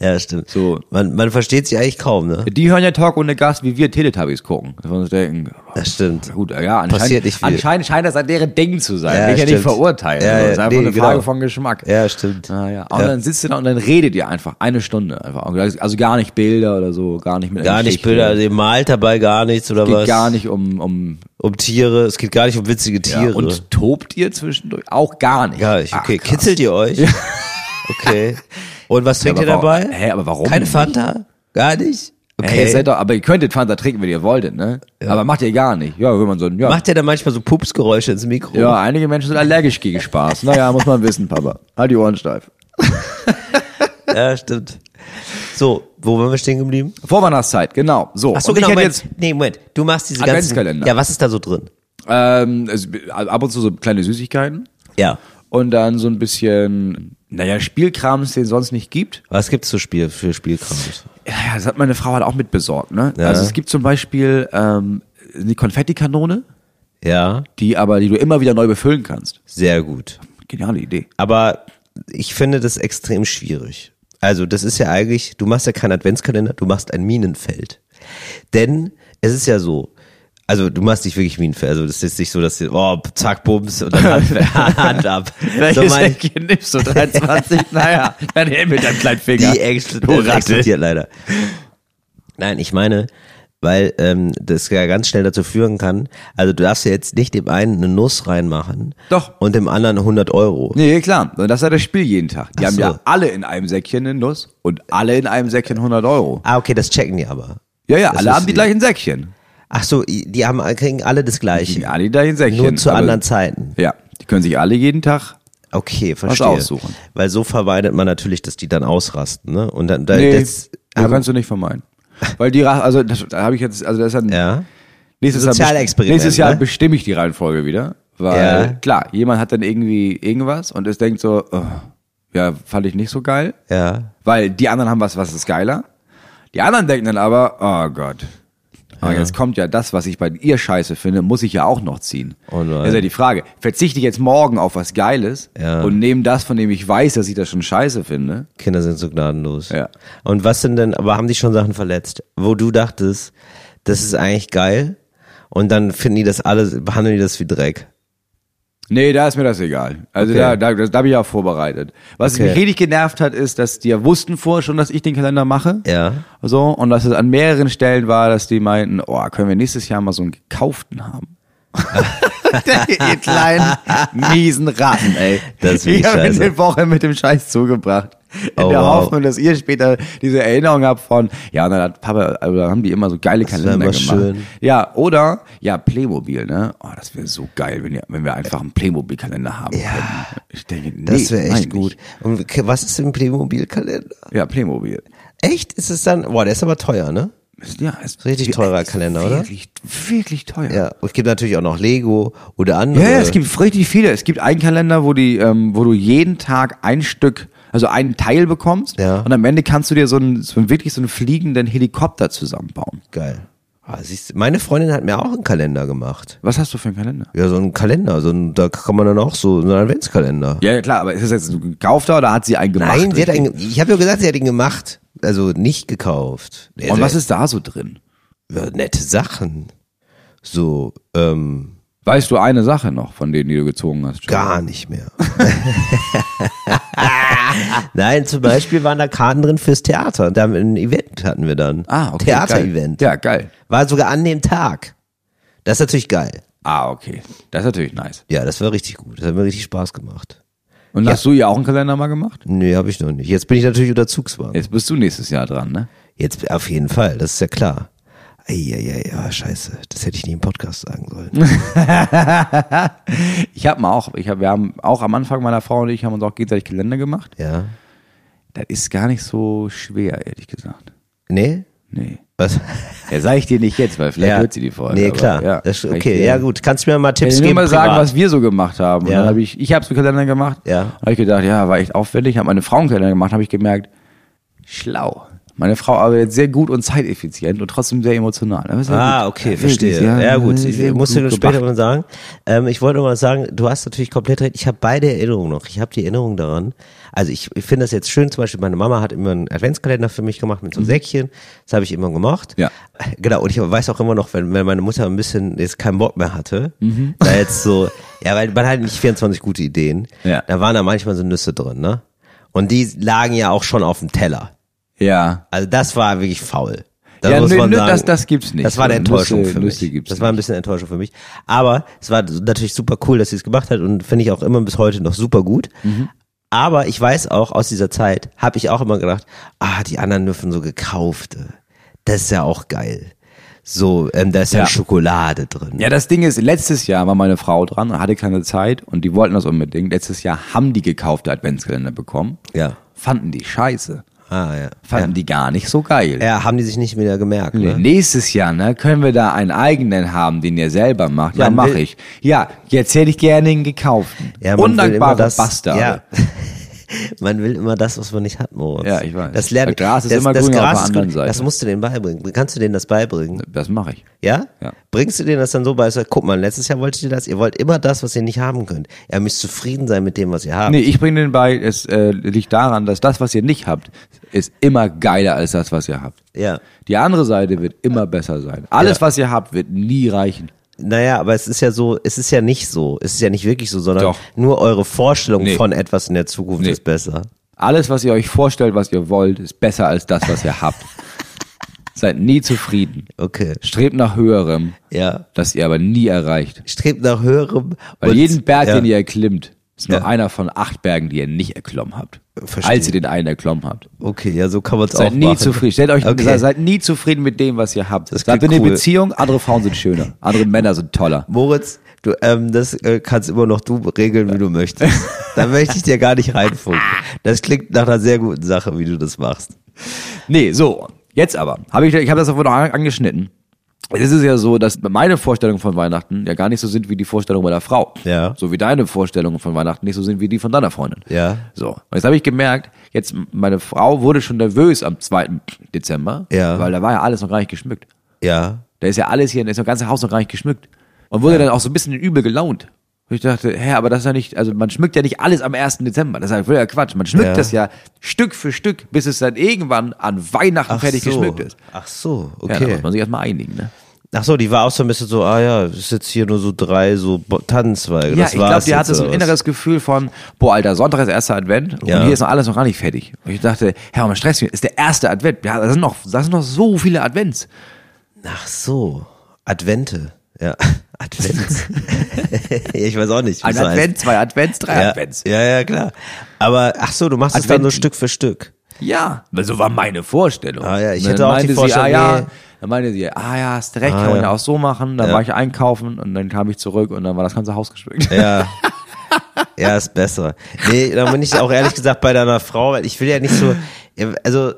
[SPEAKER 3] Ja, stimmt.
[SPEAKER 2] So.
[SPEAKER 3] Man, man versteht sich eigentlich kaum, ne?
[SPEAKER 2] Die hören ja Talk ohne Gast, wie wir Teletubbies gucken. Dass wir uns denken,
[SPEAKER 3] Das stimmt.
[SPEAKER 2] na gut, ja, anscheinend,
[SPEAKER 3] Passiert nicht viel.
[SPEAKER 2] anscheinend scheint das an deren Ding zu sein.
[SPEAKER 3] Ja,
[SPEAKER 2] Will ich ja nicht
[SPEAKER 3] stimmt.
[SPEAKER 2] verurteilen.
[SPEAKER 3] Ja,
[SPEAKER 2] also,
[SPEAKER 3] ja,
[SPEAKER 2] das ist einfach
[SPEAKER 3] nee,
[SPEAKER 2] eine Frage
[SPEAKER 3] genau.
[SPEAKER 2] von Geschmack.
[SPEAKER 3] Ja, stimmt.
[SPEAKER 2] Ah, ja. Und dann sitzt ihr da und dann redet ihr einfach eine Stunde einfach. Also gar nicht Bilder oder so, gar nicht mit
[SPEAKER 3] Gar nicht
[SPEAKER 2] Geschichte.
[SPEAKER 3] Bilder, also ihr malt dabei gar nichts oder
[SPEAKER 2] Geht
[SPEAKER 3] was?
[SPEAKER 2] gar nicht um, um
[SPEAKER 3] Um Tiere, es geht gar nicht um witzige Tiere.
[SPEAKER 2] ja, und tobt ihr zwischendurch? Auch gar nicht.
[SPEAKER 3] gar nicht. Okay,
[SPEAKER 2] Ah, krass.
[SPEAKER 3] kitzelt ihr euch? Okay. Und was trinkt
[SPEAKER 2] aber
[SPEAKER 3] ihr
[SPEAKER 2] warum-
[SPEAKER 3] dabei?
[SPEAKER 2] Hä, aber warum
[SPEAKER 3] Keine
[SPEAKER 2] nicht?
[SPEAKER 3] Fanta? Gar nicht? Okay.
[SPEAKER 2] Hey, ihr seid doch, aber ihr könntet Fanta trinken, wenn ihr wolltet, ne? Aber macht ihr gar nicht. Ja, wenn man so ein, ja,
[SPEAKER 3] Macht ihr dann manchmal so Pupsgeräusche ins Mikro?
[SPEAKER 2] Ja, einige Menschen sind allergisch gegen Spaß. Naja, muss man wissen, Papa. Halt die Ohren steif.
[SPEAKER 3] ja stimmt. So, wo waren wir stehen geblieben?
[SPEAKER 2] Vorweihnachtszeit, genau. So,
[SPEAKER 3] Ach so,
[SPEAKER 2] Und ich
[SPEAKER 3] genau.
[SPEAKER 2] hätte
[SPEAKER 3] Moment.
[SPEAKER 2] jetzt
[SPEAKER 3] nee, Moment. Du machst diese ganzen...
[SPEAKER 2] Adventskalender.
[SPEAKER 3] Ja, was ist da so drin?
[SPEAKER 2] ähm, also, ab und zu so kleine Süßigkeiten
[SPEAKER 3] Ja.
[SPEAKER 2] und dann so ein bisschen, naja, Spielkrams, den es sonst nicht gibt.
[SPEAKER 3] Was gibt's zu Spiel für Spielkram?
[SPEAKER 2] Ja, ja, das hat meine Frau halt auch mit besorgt, ne?
[SPEAKER 3] Ja.
[SPEAKER 2] Also es gibt zum Beispiel ähm, die Konfettikanone,
[SPEAKER 3] Ja,
[SPEAKER 2] die aber, die du immer wieder neu befüllen kannst.
[SPEAKER 3] sehr gut.
[SPEAKER 2] Geniale Idee.
[SPEAKER 3] Aber ich finde das extrem schwierig. Also, das ist ja eigentlich, du machst ja keinen Adventskalender, du machst ein Minenfeld. Denn es ist ja so, also du machst nicht wirklich Minenfeld. Also, das ist jetzt nicht so, dass du, oh, zack, bums und dann Hand, Hand ab. so meine ich,
[SPEAKER 2] nimmst du? 23? naja, dann mit deinem kleinen Finger.
[SPEAKER 3] die ex-
[SPEAKER 2] Du Oh, Ratte.
[SPEAKER 3] explodiert leider. Nein, ich meine, weil ähm, das ja ganz schnell dazu führen kann. Also du darfst ja jetzt nicht dem einen eine Nuss reinmachen
[SPEAKER 2] Doch.
[SPEAKER 3] und dem anderen 100 Euro.
[SPEAKER 2] Nee, klar. Und das ist ja das Spiel jeden Tag. Die
[SPEAKER 3] Ach
[SPEAKER 2] haben
[SPEAKER 3] so.
[SPEAKER 2] ja alle in einem Säckchen eine Nuss und alle in einem Säckchen 100 Euro.
[SPEAKER 3] Ah, okay, das checken die aber.
[SPEAKER 2] Ja, ja,
[SPEAKER 3] Das
[SPEAKER 2] alle
[SPEAKER 3] ist
[SPEAKER 2] haben die
[SPEAKER 3] lieb.
[SPEAKER 2] gleichen Säckchen.
[SPEAKER 3] Ach so, i- die haben, kriegen alle das
[SPEAKER 2] Die also
[SPEAKER 3] Gleiche.
[SPEAKER 2] kriegen alle die gleichen Säckchen.
[SPEAKER 3] Nur zu
[SPEAKER 2] aber-
[SPEAKER 3] anderen Zeiten.
[SPEAKER 2] Ja, die können sich alle jeden Tag.
[SPEAKER 3] Okay, verstehe.
[SPEAKER 2] aussuchen.
[SPEAKER 3] Weil so vermeidet man natürlich, dass die dann ausrasten, ne? Und dann, da,
[SPEAKER 2] Nee,
[SPEAKER 3] das,
[SPEAKER 2] da kannst du nicht vermeiden. Weil die, Ra- also das da habe ich jetzt, also das ist ein,
[SPEAKER 3] ja.
[SPEAKER 2] nächstes, Jahr,
[SPEAKER 3] Sozialexperiment,
[SPEAKER 2] nächstes Jahr
[SPEAKER 3] ne?
[SPEAKER 2] bestimme ich die Reihenfolge wieder. Weil
[SPEAKER 3] Ja.
[SPEAKER 2] klar, jemand hat dann irgendwie irgendwas und es denkt so, oh, ja, fand ich nicht so geil.
[SPEAKER 3] Ja.
[SPEAKER 2] Weil die anderen haben was, was ist geiler. Die anderen denken dann aber, oh Gott. Aber jetzt kommt ja das, was ich bei ihr scheiße finde, muss ich ja auch noch ziehen.
[SPEAKER 3] Oh nein.
[SPEAKER 2] Das ist ja die Frage. Verzichte ich jetzt morgen auf was Geiles
[SPEAKER 3] Ja.
[SPEAKER 2] und nehme das, von dem ich weiß, dass ich das schon scheiße finde.
[SPEAKER 3] Kinder sind so gnadenlos.
[SPEAKER 2] Ja.
[SPEAKER 3] Und was sind denn, aber haben die schon Sachen verletzt, wo du dachtest, das ist eigentlich geil und dann finden die das alles, behandeln die das wie Dreck.
[SPEAKER 2] Nee, da ist mir das egal. Also
[SPEAKER 3] Okay.
[SPEAKER 2] da, da, das, da bin ich ja vorbereitet. Was
[SPEAKER 3] Okay.
[SPEAKER 2] mich richtig genervt hat, ist, dass die ja wussten vorher schon, dass ich den Kalender mache.
[SPEAKER 3] Ja.
[SPEAKER 2] So, und dass es an mehreren Stellen war, dass die meinten, oh, können wir nächstes Jahr mal so einen gekauften haben. Ihr kleinen, miesen Ratten, ey.
[SPEAKER 3] Das ist wirklich
[SPEAKER 2] ich habe
[SPEAKER 3] scheiße.
[SPEAKER 2] eine Woche mit dem Scheiß zugebracht. In
[SPEAKER 3] Oh,
[SPEAKER 2] der
[SPEAKER 3] wow.
[SPEAKER 2] Hoffnung, dass ihr später diese Erinnerung habt von, ja, und dann hat Papa, also dann haben die immer so geile
[SPEAKER 3] wär
[SPEAKER 2] Kalender
[SPEAKER 3] immer
[SPEAKER 2] gemacht.
[SPEAKER 3] schön.
[SPEAKER 2] Ja, oder, ja, Playmobil, ne? Oh, das wäre so geil, wenn, ihr- wenn wir einfach einen Playmobil-Kalender haben
[SPEAKER 3] Ja.
[SPEAKER 2] könnten. Ich denke, nee,
[SPEAKER 3] Das wäre
[SPEAKER 2] nein, nicht.
[SPEAKER 3] echt gut. Und ke- was ist im Playmobil-Kalender?
[SPEAKER 2] Ja, Playmobil.
[SPEAKER 3] Echt? Ist es dann, boah, der ist aber teuer, ne?
[SPEAKER 2] Ja, ist
[SPEAKER 3] Richtig
[SPEAKER 2] wie-
[SPEAKER 3] teurer
[SPEAKER 2] ist
[SPEAKER 3] Kalender, oder?
[SPEAKER 2] wirklich, Wirklich teuer.
[SPEAKER 3] Ja. Also Und es gibt natürlich auch noch Lego oder andere.
[SPEAKER 2] Ja, ja, es gibt richtig viele. Es gibt einen Kalender, wo, die, ähm, wo du jeden Tag ein Stück, also einen Teil bekommst.
[SPEAKER 3] Ja.
[SPEAKER 2] Und am Ende kannst du dir so einen, so einen wirklich so einen fliegenden Helikopter zusammenbauen.
[SPEAKER 3] Geil. Ah, siehst, du, meine Freundin hat mir auch einen Kalender gemacht.
[SPEAKER 2] Was hast du für einen Kalender?
[SPEAKER 3] Ja, so einen Kalender, so einen, da kann man dann auch so, so einen Adventskalender.
[SPEAKER 2] Ja, ja, klar, aber ist das jetzt ein gekaufter oder hat sie einen gemacht?
[SPEAKER 3] Nein, sie hat
[SPEAKER 2] richtig?
[SPEAKER 3] einen, ge- ich habe ja gesagt, sie hat ihn gemacht, also nicht gekauft.
[SPEAKER 2] Und
[SPEAKER 3] Also,
[SPEAKER 2] was ist da so drin?
[SPEAKER 3] ja, nette Sachen? So ähm,
[SPEAKER 2] Weißt du eine Sache noch von denen, die du gezogen hast? Joe?
[SPEAKER 3] gar nicht mehr. Nein, zum Beispiel waren da Karten drin fürs Theater. Und da haben wir ein Event hatten wir dann.
[SPEAKER 2] Ah, okay.
[SPEAKER 3] Theater-Event.
[SPEAKER 2] geil. Ja, geil.
[SPEAKER 3] War sogar an dem Tag. Das ist natürlich geil.
[SPEAKER 2] Ah, okay. Das ist natürlich nice.
[SPEAKER 3] Ja, das war richtig gut. Das hat mir richtig Spaß gemacht.
[SPEAKER 2] Und hast du ihr auch einen Kalender mal gemacht?
[SPEAKER 3] Nee, habe ich noch nicht. Jetzt bin ich natürlich unter Zugzwang.
[SPEAKER 2] Jetzt bist du nächstes Jahr dran, ne?
[SPEAKER 3] Jetzt auf jeden Fall, das ist ja klar. Eieiei, ja, ah, scheiße, das hätte ich nie im Podcast sagen sollen.
[SPEAKER 2] Ich habe mal auch, ich hab, wir haben auch am Anfang meiner Frau und ich haben uns auch gegenseitig Kalender gemacht.
[SPEAKER 3] Ja.
[SPEAKER 2] Das ist gar nicht so schwer, ehrlich gesagt.
[SPEAKER 3] Nee?
[SPEAKER 2] Nee.
[SPEAKER 3] Was?
[SPEAKER 2] Ja, sage ich dir nicht jetzt, weil vielleicht
[SPEAKER 3] ja.
[SPEAKER 2] hört sie die Folge.
[SPEAKER 3] Nee,
[SPEAKER 2] aber
[SPEAKER 3] klar.
[SPEAKER 2] Ja,
[SPEAKER 3] das,
[SPEAKER 2] kann ich
[SPEAKER 3] okay,
[SPEAKER 2] dir-
[SPEAKER 3] ja gut. Kannst du mir mal
[SPEAKER 2] Ich
[SPEAKER 3] Tipps
[SPEAKER 2] will nur
[SPEAKER 3] geben?
[SPEAKER 2] mal sagen,
[SPEAKER 3] privat?
[SPEAKER 2] was wir so gemacht haben. Und
[SPEAKER 3] Ja.
[SPEAKER 2] dann habe ich, ich habe so einen Kalender gemacht.
[SPEAKER 3] Ja.
[SPEAKER 2] Und habe ich gedacht, ja, war echt aufwendig. Habe meine Frau einen Kalender gemacht, habe ich gemerkt, schlau. Meine Frau arbeitet sehr gut und zeiteffizient und trotzdem sehr emotional. Aber ist ja
[SPEAKER 3] Ah,
[SPEAKER 2] gut.
[SPEAKER 3] okay,
[SPEAKER 2] Ja,
[SPEAKER 3] verstehe.
[SPEAKER 2] wirklich,
[SPEAKER 3] Ja, gut,
[SPEAKER 2] sehr
[SPEAKER 3] ich muss dir
[SPEAKER 2] gut
[SPEAKER 3] das später
[SPEAKER 2] gemacht.
[SPEAKER 3] mal sagen. Ähm, ich wollte nur mal sagen, du hast natürlich komplett recht. Ich habe beide Erinnerungen noch. Ich habe die Erinnerung daran. Also ich, ich finde das jetzt schön. Zum Beispiel meine Mama hat immer einen Adventskalender für mich gemacht mit so einem Säckchen. Das habe ich immer gemacht.
[SPEAKER 2] Mhm. Ja.
[SPEAKER 3] Genau. Und ich weiß auch immer noch, wenn, wenn meine Mutter ein bisschen jetzt keinen Bock mehr hatte,
[SPEAKER 2] Mhm.
[SPEAKER 3] da jetzt so, ja, weil man hat nicht 24 gute Ideen.
[SPEAKER 2] Ja.
[SPEAKER 3] Da waren da manchmal so Nüsse drin, ne? Und die lagen ja auch schon auf dem Teller.
[SPEAKER 2] Ja.
[SPEAKER 3] Also das war wirklich faul. Da
[SPEAKER 2] Ja,
[SPEAKER 3] muss
[SPEAKER 2] nö,
[SPEAKER 3] man
[SPEAKER 2] nö,
[SPEAKER 3] sagen,
[SPEAKER 2] das- das gibt's nicht.
[SPEAKER 3] Das war eine
[SPEAKER 2] Nüsse-
[SPEAKER 3] Enttäuschung für
[SPEAKER 2] Nüsse
[SPEAKER 3] mich.
[SPEAKER 2] gibt's
[SPEAKER 3] Das war ein bisschen Enttäuschung für mich. Aber es war natürlich super cool, dass sie es gemacht hat und finde ich auch immer bis heute noch super gut.
[SPEAKER 2] Mhm.
[SPEAKER 3] Aber ich weiß auch, aus dieser Zeit habe ich auch immer gedacht, ah, die anderen dürfen so gekaufte. Das ist ja auch geil. So, ähm, da ist ja,
[SPEAKER 2] Ja.
[SPEAKER 3] Schokolade drin.
[SPEAKER 2] Ja, das Ding ist, letztes Jahr war meine Frau dran und hatte keine Zeit und die wollten das unbedingt. Letztes Jahr haben die gekaufte Adventskalender bekommen.
[SPEAKER 3] Ja.
[SPEAKER 2] Fanden die scheiße.
[SPEAKER 3] Ah, ja.
[SPEAKER 2] Fanden die gar nicht so geil.
[SPEAKER 3] Ja, haben die sich nicht mehr gemerkt.
[SPEAKER 2] Nee,
[SPEAKER 3] Ne?
[SPEAKER 2] Nächstes Jahr, ne, können wir da einen eigenen haben, den ihr selber macht. Ja,
[SPEAKER 3] Man
[SPEAKER 2] mach
[SPEAKER 3] will-
[SPEAKER 2] ich. Ja, jetzt hätte ich gerne den gekauften.
[SPEAKER 3] Ja, man will immer
[SPEAKER 2] Undankbare
[SPEAKER 3] das,
[SPEAKER 2] Bastarde.
[SPEAKER 3] Ja. Man will immer das, was man nicht hat, Moritz.
[SPEAKER 2] Ja, ich weiß.
[SPEAKER 3] Das lernt,
[SPEAKER 2] Das Gras ist
[SPEAKER 3] das,
[SPEAKER 2] immer
[SPEAKER 3] das
[SPEAKER 2] grüner auf
[SPEAKER 3] Gras
[SPEAKER 2] der
[SPEAKER 3] ist
[SPEAKER 2] anderen
[SPEAKER 3] grün.
[SPEAKER 2] Seite.
[SPEAKER 3] Das musst du denen beibringen. Kannst du denen das beibringen?
[SPEAKER 2] Das mache ich.
[SPEAKER 3] Ja?
[SPEAKER 2] Ja.
[SPEAKER 3] Bringst du denen das dann so bei? so, Guck mal, letztes Jahr wolltet ihr das. Ihr wollt immer das, was ihr nicht haben könnt. Ihr müsst zufrieden sein mit dem, was ihr habt.
[SPEAKER 2] Nee, ich bringe den bei, es äh, liegt daran, dass das, was ihr nicht habt, ist immer geiler als das, was ihr habt.
[SPEAKER 3] Ja.
[SPEAKER 2] Die andere Seite wird immer besser sein. Alles,
[SPEAKER 3] Ja.
[SPEAKER 2] was ihr habt, wird nie reichen.
[SPEAKER 3] Naja, aber es ist ja so, es ist ja nicht so. Es ist ja nicht wirklich so, sondern
[SPEAKER 2] Doch.
[SPEAKER 3] nur eure Vorstellung
[SPEAKER 2] Nee.
[SPEAKER 3] von etwas in der Zukunft
[SPEAKER 2] Nee.
[SPEAKER 3] ist besser.
[SPEAKER 2] Alles, was ihr euch vorstellt, was ihr wollt, ist besser als das, was ihr habt. Seid nie zufrieden.
[SPEAKER 3] Okay.
[SPEAKER 2] Strebt nach Höherem,
[SPEAKER 3] Ja.
[SPEAKER 2] das ihr aber nie erreicht.
[SPEAKER 3] Strebt nach höherem.
[SPEAKER 2] Weil
[SPEAKER 3] und-
[SPEAKER 2] jeden Berg,
[SPEAKER 3] ja.
[SPEAKER 2] den ihr erklimmt, ist nur
[SPEAKER 3] Ja.
[SPEAKER 2] einer von acht Bergen, die ihr nicht erklommen habt.
[SPEAKER 3] Verstehe.
[SPEAKER 2] Als ihr den einen erklommen habt.
[SPEAKER 3] Okay, ja, so kann man es auch
[SPEAKER 2] Seid nie
[SPEAKER 3] machen.
[SPEAKER 2] zufrieden. Stellt euch,
[SPEAKER 3] Okay.
[SPEAKER 2] seid nie zufrieden mit dem, was ihr habt.
[SPEAKER 3] Das
[SPEAKER 2] Seid in
[SPEAKER 3] klingt
[SPEAKER 2] eine
[SPEAKER 3] cool.
[SPEAKER 2] Beziehung, andere Frauen sind schöner, andere Männer sind toller.
[SPEAKER 3] Moritz, du, ähm, das äh, kannst immer noch du regeln, wie du möchtest. da möchte ich dir gar nicht reinfunken. Das klingt nach einer sehr guten Sache, wie du das machst.
[SPEAKER 2] Nee, so, jetzt aber. Hab ich ich habe das auch noch an- angeschnitten. Es ist ja so, dass meine Vorstellungen von Weihnachten ja gar nicht so sind wie die Vorstellung meiner Frau.
[SPEAKER 3] Ja.
[SPEAKER 2] So wie deine Vorstellungen von Weihnachten nicht so sind wie die von deiner Freundin.
[SPEAKER 3] Ja.
[SPEAKER 2] So. Und jetzt habe ich gemerkt, jetzt m- meine Frau wurde schon nervös am 2. Dezember.
[SPEAKER 3] Ja.
[SPEAKER 2] Weil da war ja alles noch gar nicht geschmückt.
[SPEAKER 3] Ja.
[SPEAKER 2] Da ist ja alles hier, da ist das ganze Haus noch gar nicht geschmückt. Und wurde dann auch so ein bisschen übel gelaunt. Und ich dachte, hä, aber das ist ja nicht, also man schmückt ja nicht alles am 1. Dezember. Das ist ja völliger Quatsch. Man schmückt
[SPEAKER 3] Ja.
[SPEAKER 2] das ja Stück für Stück, bis es dann irgendwann an Weihnachten fertig
[SPEAKER 3] so.
[SPEAKER 2] geschmückt ist.
[SPEAKER 3] Ach so,
[SPEAKER 2] Ja, da muss
[SPEAKER 3] okay.
[SPEAKER 2] man sich erstmal einigen, ne?
[SPEAKER 3] Ach so, die war auch so ein bisschen so, ah ja, ist jetzt hier nur so drei so Bo- Tannenzweige.
[SPEAKER 2] Ja,
[SPEAKER 3] das
[SPEAKER 2] ich glaube,
[SPEAKER 3] war's
[SPEAKER 2] die
[SPEAKER 3] jetzt,
[SPEAKER 2] hatte so ein
[SPEAKER 3] oder was?
[SPEAKER 2] inneres Gefühl von, boah, Alter, Sonntag ist erster Advent
[SPEAKER 3] Ja.
[SPEAKER 2] und hier ist noch alles noch gar nicht fertig. Und ich dachte, Herr, man stresst mich, ist der erste Advent. Ja, da sind noch, da sind noch so viele Advents.
[SPEAKER 3] Ach so, Advente. Ja, Advents. ich weiß auch nicht.
[SPEAKER 2] Ein
[SPEAKER 3] was das heißt.
[SPEAKER 2] Advent, zwei Advents, drei
[SPEAKER 3] Ja,
[SPEAKER 2] Advents.
[SPEAKER 3] ja, ja, klar. Aber ach so, du machst es dann so
[SPEAKER 2] Adventen.
[SPEAKER 3] Stück für Stück.
[SPEAKER 2] Ja, weil so war meine Vorstellung.
[SPEAKER 3] Ah ja, ich
[SPEAKER 2] Und
[SPEAKER 3] hätte
[SPEAKER 2] dann
[SPEAKER 3] auch die
[SPEAKER 2] meinte
[SPEAKER 3] Vorstellung,
[SPEAKER 2] Sie, ah,
[SPEAKER 3] nee.
[SPEAKER 2] ja, dann meinte sie, ah ja, hast recht,
[SPEAKER 3] Ah
[SPEAKER 2] kann man
[SPEAKER 3] ja.
[SPEAKER 2] ja auch so machen. Dann
[SPEAKER 3] Ja.
[SPEAKER 2] war ich einkaufen und dann kam ich zurück und dann war das ganze Haus geschmückt.
[SPEAKER 3] Ja. Ja, ist besser. Nee, da bin ich auch ehrlich gesagt bei deiner Frau, weil ich will ja nicht so, also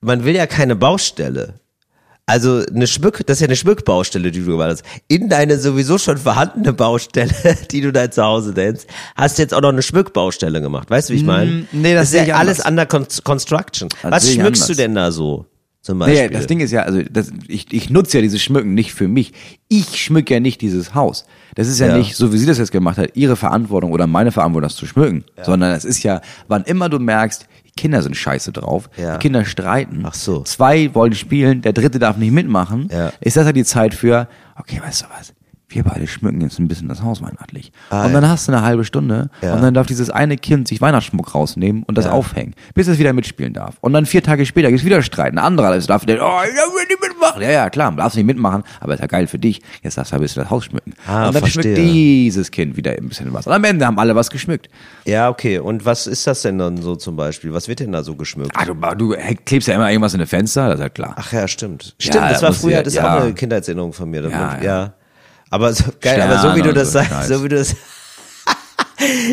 [SPEAKER 3] man will ja keine Baustelle. Also eine Schmück, das ist ja eine Schmückbaustelle, die du gemacht hast. In deine sowieso schon vorhandene Baustelle, die du dein Zuhause nennst, hast du jetzt auch noch eine Schmückbaustelle gemacht. Weißt du, wie ich meine?
[SPEAKER 2] Mm, nee, das
[SPEAKER 3] ist
[SPEAKER 2] sehe
[SPEAKER 3] ja
[SPEAKER 2] ich
[SPEAKER 3] alles
[SPEAKER 2] anders.
[SPEAKER 3] under con- construction.
[SPEAKER 2] Das
[SPEAKER 3] Was
[SPEAKER 2] sehe ich
[SPEAKER 3] schmückst du
[SPEAKER 2] anders.
[SPEAKER 3] denn da so? Zum Beispiel.
[SPEAKER 2] Nee, das Ding ist ja, also das, ich, ich nutze ja dieses Schmücken nicht für mich. Ich schmücke ja nicht dieses Haus. Das ist ja,
[SPEAKER 3] Ja.
[SPEAKER 2] nicht, so wie sie das jetzt gemacht hat, ihre Verantwortung oder meine Verantwortung, das zu schmücken. Sondern es ist ja, wann immer du merkst, die Kinder sind scheiße drauf, die
[SPEAKER 3] Ja.
[SPEAKER 2] Kinder streiten,
[SPEAKER 3] Ach so.
[SPEAKER 2] zwei wollen spielen, der dritte darf nicht mitmachen,
[SPEAKER 3] Ja.
[SPEAKER 2] ist das ja die Zeit für, okay, weißt du was, wir beide schmücken jetzt ein bisschen das Haus weihnachtlich.
[SPEAKER 3] Ah,
[SPEAKER 2] und dann hast du eine halbe Stunde
[SPEAKER 3] Ja.
[SPEAKER 2] und dann darf dieses eine Kind sich Weihnachtsschmuck rausnehmen und das
[SPEAKER 3] Ja.
[SPEAKER 2] aufhängen, bis es wieder mitspielen darf. Und dann vier Tage später gibt's wieder Streit. Ein anderer ist darf der, oh, ich darf nicht mitmachen. Ja, ja, klar, darfst nicht mitmachen, aber ist ja geil für dich. Jetzt darfst du ein bisschen das Haus schmücken.
[SPEAKER 3] Ah,
[SPEAKER 2] und dann
[SPEAKER 3] verstehe.
[SPEAKER 2] schmückt dieses Kind wieder ein bisschen was. Und am Ende haben alle was geschmückt.
[SPEAKER 3] ja, okay. Und was ist das denn dann so zum Beispiel? Was wird denn da so geschmückt?
[SPEAKER 2] Ah, du, du klebst ja immer irgendwas in die Fenster, das ist ja klar.
[SPEAKER 3] Ach ja, stimmt. Stimmt, das
[SPEAKER 2] da
[SPEAKER 3] war
[SPEAKER 2] muss
[SPEAKER 3] früher,
[SPEAKER 2] ja-
[SPEAKER 3] das ist
[SPEAKER 2] ja.
[SPEAKER 3] auch eine Kindheitserinnerung von mir. Ja,
[SPEAKER 2] Ja,
[SPEAKER 3] ja.
[SPEAKER 2] ja.
[SPEAKER 3] Aber so, geil,
[SPEAKER 2] Sterne
[SPEAKER 3] aber so wie du
[SPEAKER 2] und
[SPEAKER 3] das
[SPEAKER 2] so
[SPEAKER 3] sagst,
[SPEAKER 2] Scheiß.
[SPEAKER 3] so wie du das,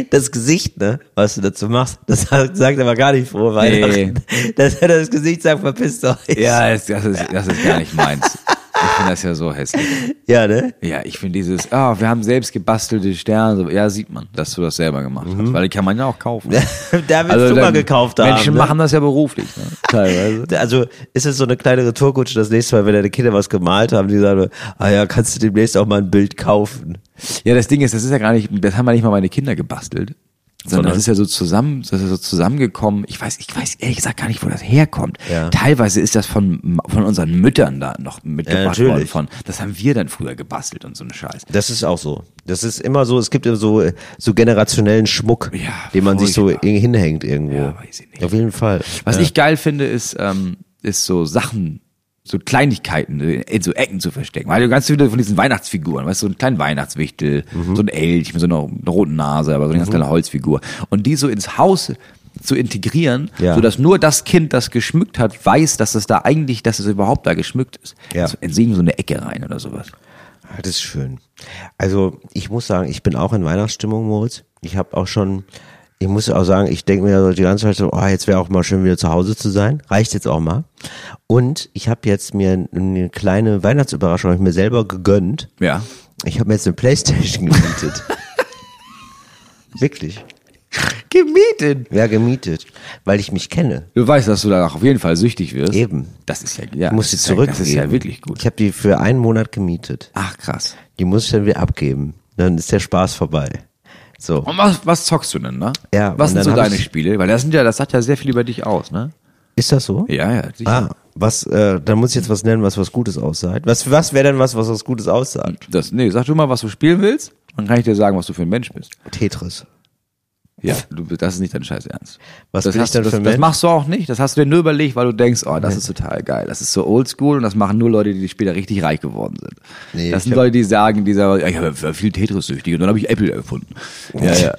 [SPEAKER 3] das Gesicht, ne, was du dazu machst, das sagt sagt aber gar nicht frohe Weihnachten. Dass er das Gesicht sagt, verpisst euch.
[SPEAKER 2] ja, das, das, ist, das ist gar nicht meins. Ich finde das ja so hässlich.
[SPEAKER 3] Ja, ne?
[SPEAKER 2] Ja, ich finde dieses, ah, wir haben selbst gebastelte Sterne, so, ja, sieht man, dass du das selber gemacht hast, weil die kann man ja auch kaufen. Also
[SPEAKER 3] da Mhm. willst du mal
[SPEAKER 2] dann-
[SPEAKER 3] gekauft haben.
[SPEAKER 2] Menschen
[SPEAKER 3] ne?
[SPEAKER 2] machen das ja beruflich, ne? teilweise.
[SPEAKER 3] Also ist es so eine kleine Retourkutsche das nächste Mal, wenn deine Kinder was gemalt haben, die sagen, ah ja, kannst du demnächst auch mal ein Bild kaufen.
[SPEAKER 2] Ja, das Ding ist, das ist ja gar nicht, das haben ja nicht mal meine Kinder gebastelt. Sondern
[SPEAKER 3] Sondern?
[SPEAKER 2] das ist ja so zusammen, das ist so zusammengekommen. Ich weiß, ich weiß ehrlich gesagt gar nicht, wo das herkommt.
[SPEAKER 3] Ja.
[SPEAKER 2] Teilweise ist das von, von unseren Müttern da noch mitgebracht
[SPEAKER 3] natürlich.
[SPEAKER 2] worden. Von, das haben wir dann früher gebastelt und so einen Scheiß.
[SPEAKER 3] Das ist auch so. Das ist immer so, es gibt immer so, äh, so generationellen Schmuck,
[SPEAKER 2] Ja,
[SPEAKER 3] den man sich so
[SPEAKER 2] furchtbar.
[SPEAKER 3] ir- hinhängt irgendwo.
[SPEAKER 2] Ja, weiß ich nicht.
[SPEAKER 3] Auf jeden Fall.
[SPEAKER 2] Was
[SPEAKER 3] ja.
[SPEAKER 2] ich geil finde, ist, ähm, ist so Sachen, so Kleinigkeiten äh, in so Ecken zu verstecken. Weil du ganz viele von diesen Weihnachtsfiguren, weißt du, so einen kleinen Weihnachtswichtel,
[SPEAKER 3] Mhm.
[SPEAKER 2] so ein Elch mit so einer roten Nase, aber so eine ganz kleine Holzfigur. Und die so ins Haus zu integrieren,
[SPEAKER 3] Ja.
[SPEAKER 2] sodass nur das Kind, das geschmückt hat, weiß, dass es da eigentlich, dass es überhaupt da geschmückt ist.
[SPEAKER 3] Ja.
[SPEAKER 2] Also in so eine Ecke rein oder sowas.
[SPEAKER 3] Ah, Das ist schön. Also ich muss sagen, ich bin auch in Weihnachtsstimmung, Moritz. Ich habe auch schon, ich muss auch sagen, ich denke mir so die ganze Zeit so, oh, jetzt wäre auch mal schön wieder zu Hause zu sein. Reicht jetzt auch mal. Und ich habe jetzt mir eine kleine Weihnachtsüberraschung hab ich mir selber gegönnt.
[SPEAKER 2] Ja.
[SPEAKER 3] Ich habe mir jetzt eine Playstation gemietet. Wirklich?
[SPEAKER 2] Gemietet.
[SPEAKER 3] Ja, gemietet, weil ich mich kenne.
[SPEAKER 2] Du weißt, dass du danach auf jeden Fall süchtig wirst.
[SPEAKER 3] Eben.
[SPEAKER 2] Das ist ja, ja.
[SPEAKER 3] Ich muss sie
[SPEAKER 2] das ist ja-
[SPEAKER 3] zurückgeben.
[SPEAKER 2] Das ist ja wirklich gut.
[SPEAKER 3] Ich habe die für einen Monat gemietet.
[SPEAKER 2] Ach, krass.
[SPEAKER 3] Die muss ich dann wieder abgeben. Dann ist der Spaß vorbei. So.
[SPEAKER 2] Und was, was zockst du denn, ne?
[SPEAKER 3] Ja,
[SPEAKER 2] Was sind
[SPEAKER 3] und dann
[SPEAKER 2] so
[SPEAKER 3] hab
[SPEAKER 2] deine
[SPEAKER 3] ich-
[SPEAKER 2] Spiele? Weil das sind ja, das sagt ja sehr viel über dich aus, ne?
[SPEAKER 3] Ist das so?
[SPEAKER 2] Ja, ja. sicher.
[SPEAKER 3] Ah, was, äh, dann muss ich jetzt was nennen, was was Gutes aussagt. Was, was wäre denn was, was was Gutes aussagt?
[SPEAKER 2] Das, nee, sag du mal, was du spielen willst, dann kann ich dir sagen, was du für ein Mensch bist.
[SPEAKER 3] Tetris.
[SPEAKER 2] Ja, du, das ist nicht dein Scheiß Ernst.
[SPEAKER 3] Was
[SPEAKER 2] das,
[SPEAKER 3] bin ich
[SPEAKER 2] hast du,
[SPEAKER 3] denn
[SPEAKER 2] das,
[SPEAKER 3] für ein
[SPEAKER 2] das
[SPEAKER 3] Mensch?
[SPEAKER 2] machst du auch nicht. Das hast du dir nur überlegt, weil du denkst, oh, das ist total geil. Das ist so oldschool und das machen nur Leute, die später richtig reich geworden sind.
[SPEAKER 3] Nee,
[SPEAKER 2] das
[SPEAKER 3] ich
[SPEAKER 2] sind
[SPEAKER 3] hab-
[SPEAKER 2] Leute, die sagen, dieser, ja, ich habe viel Tetris süchtig und dann habe ich Apple erfunden. Ja, ja.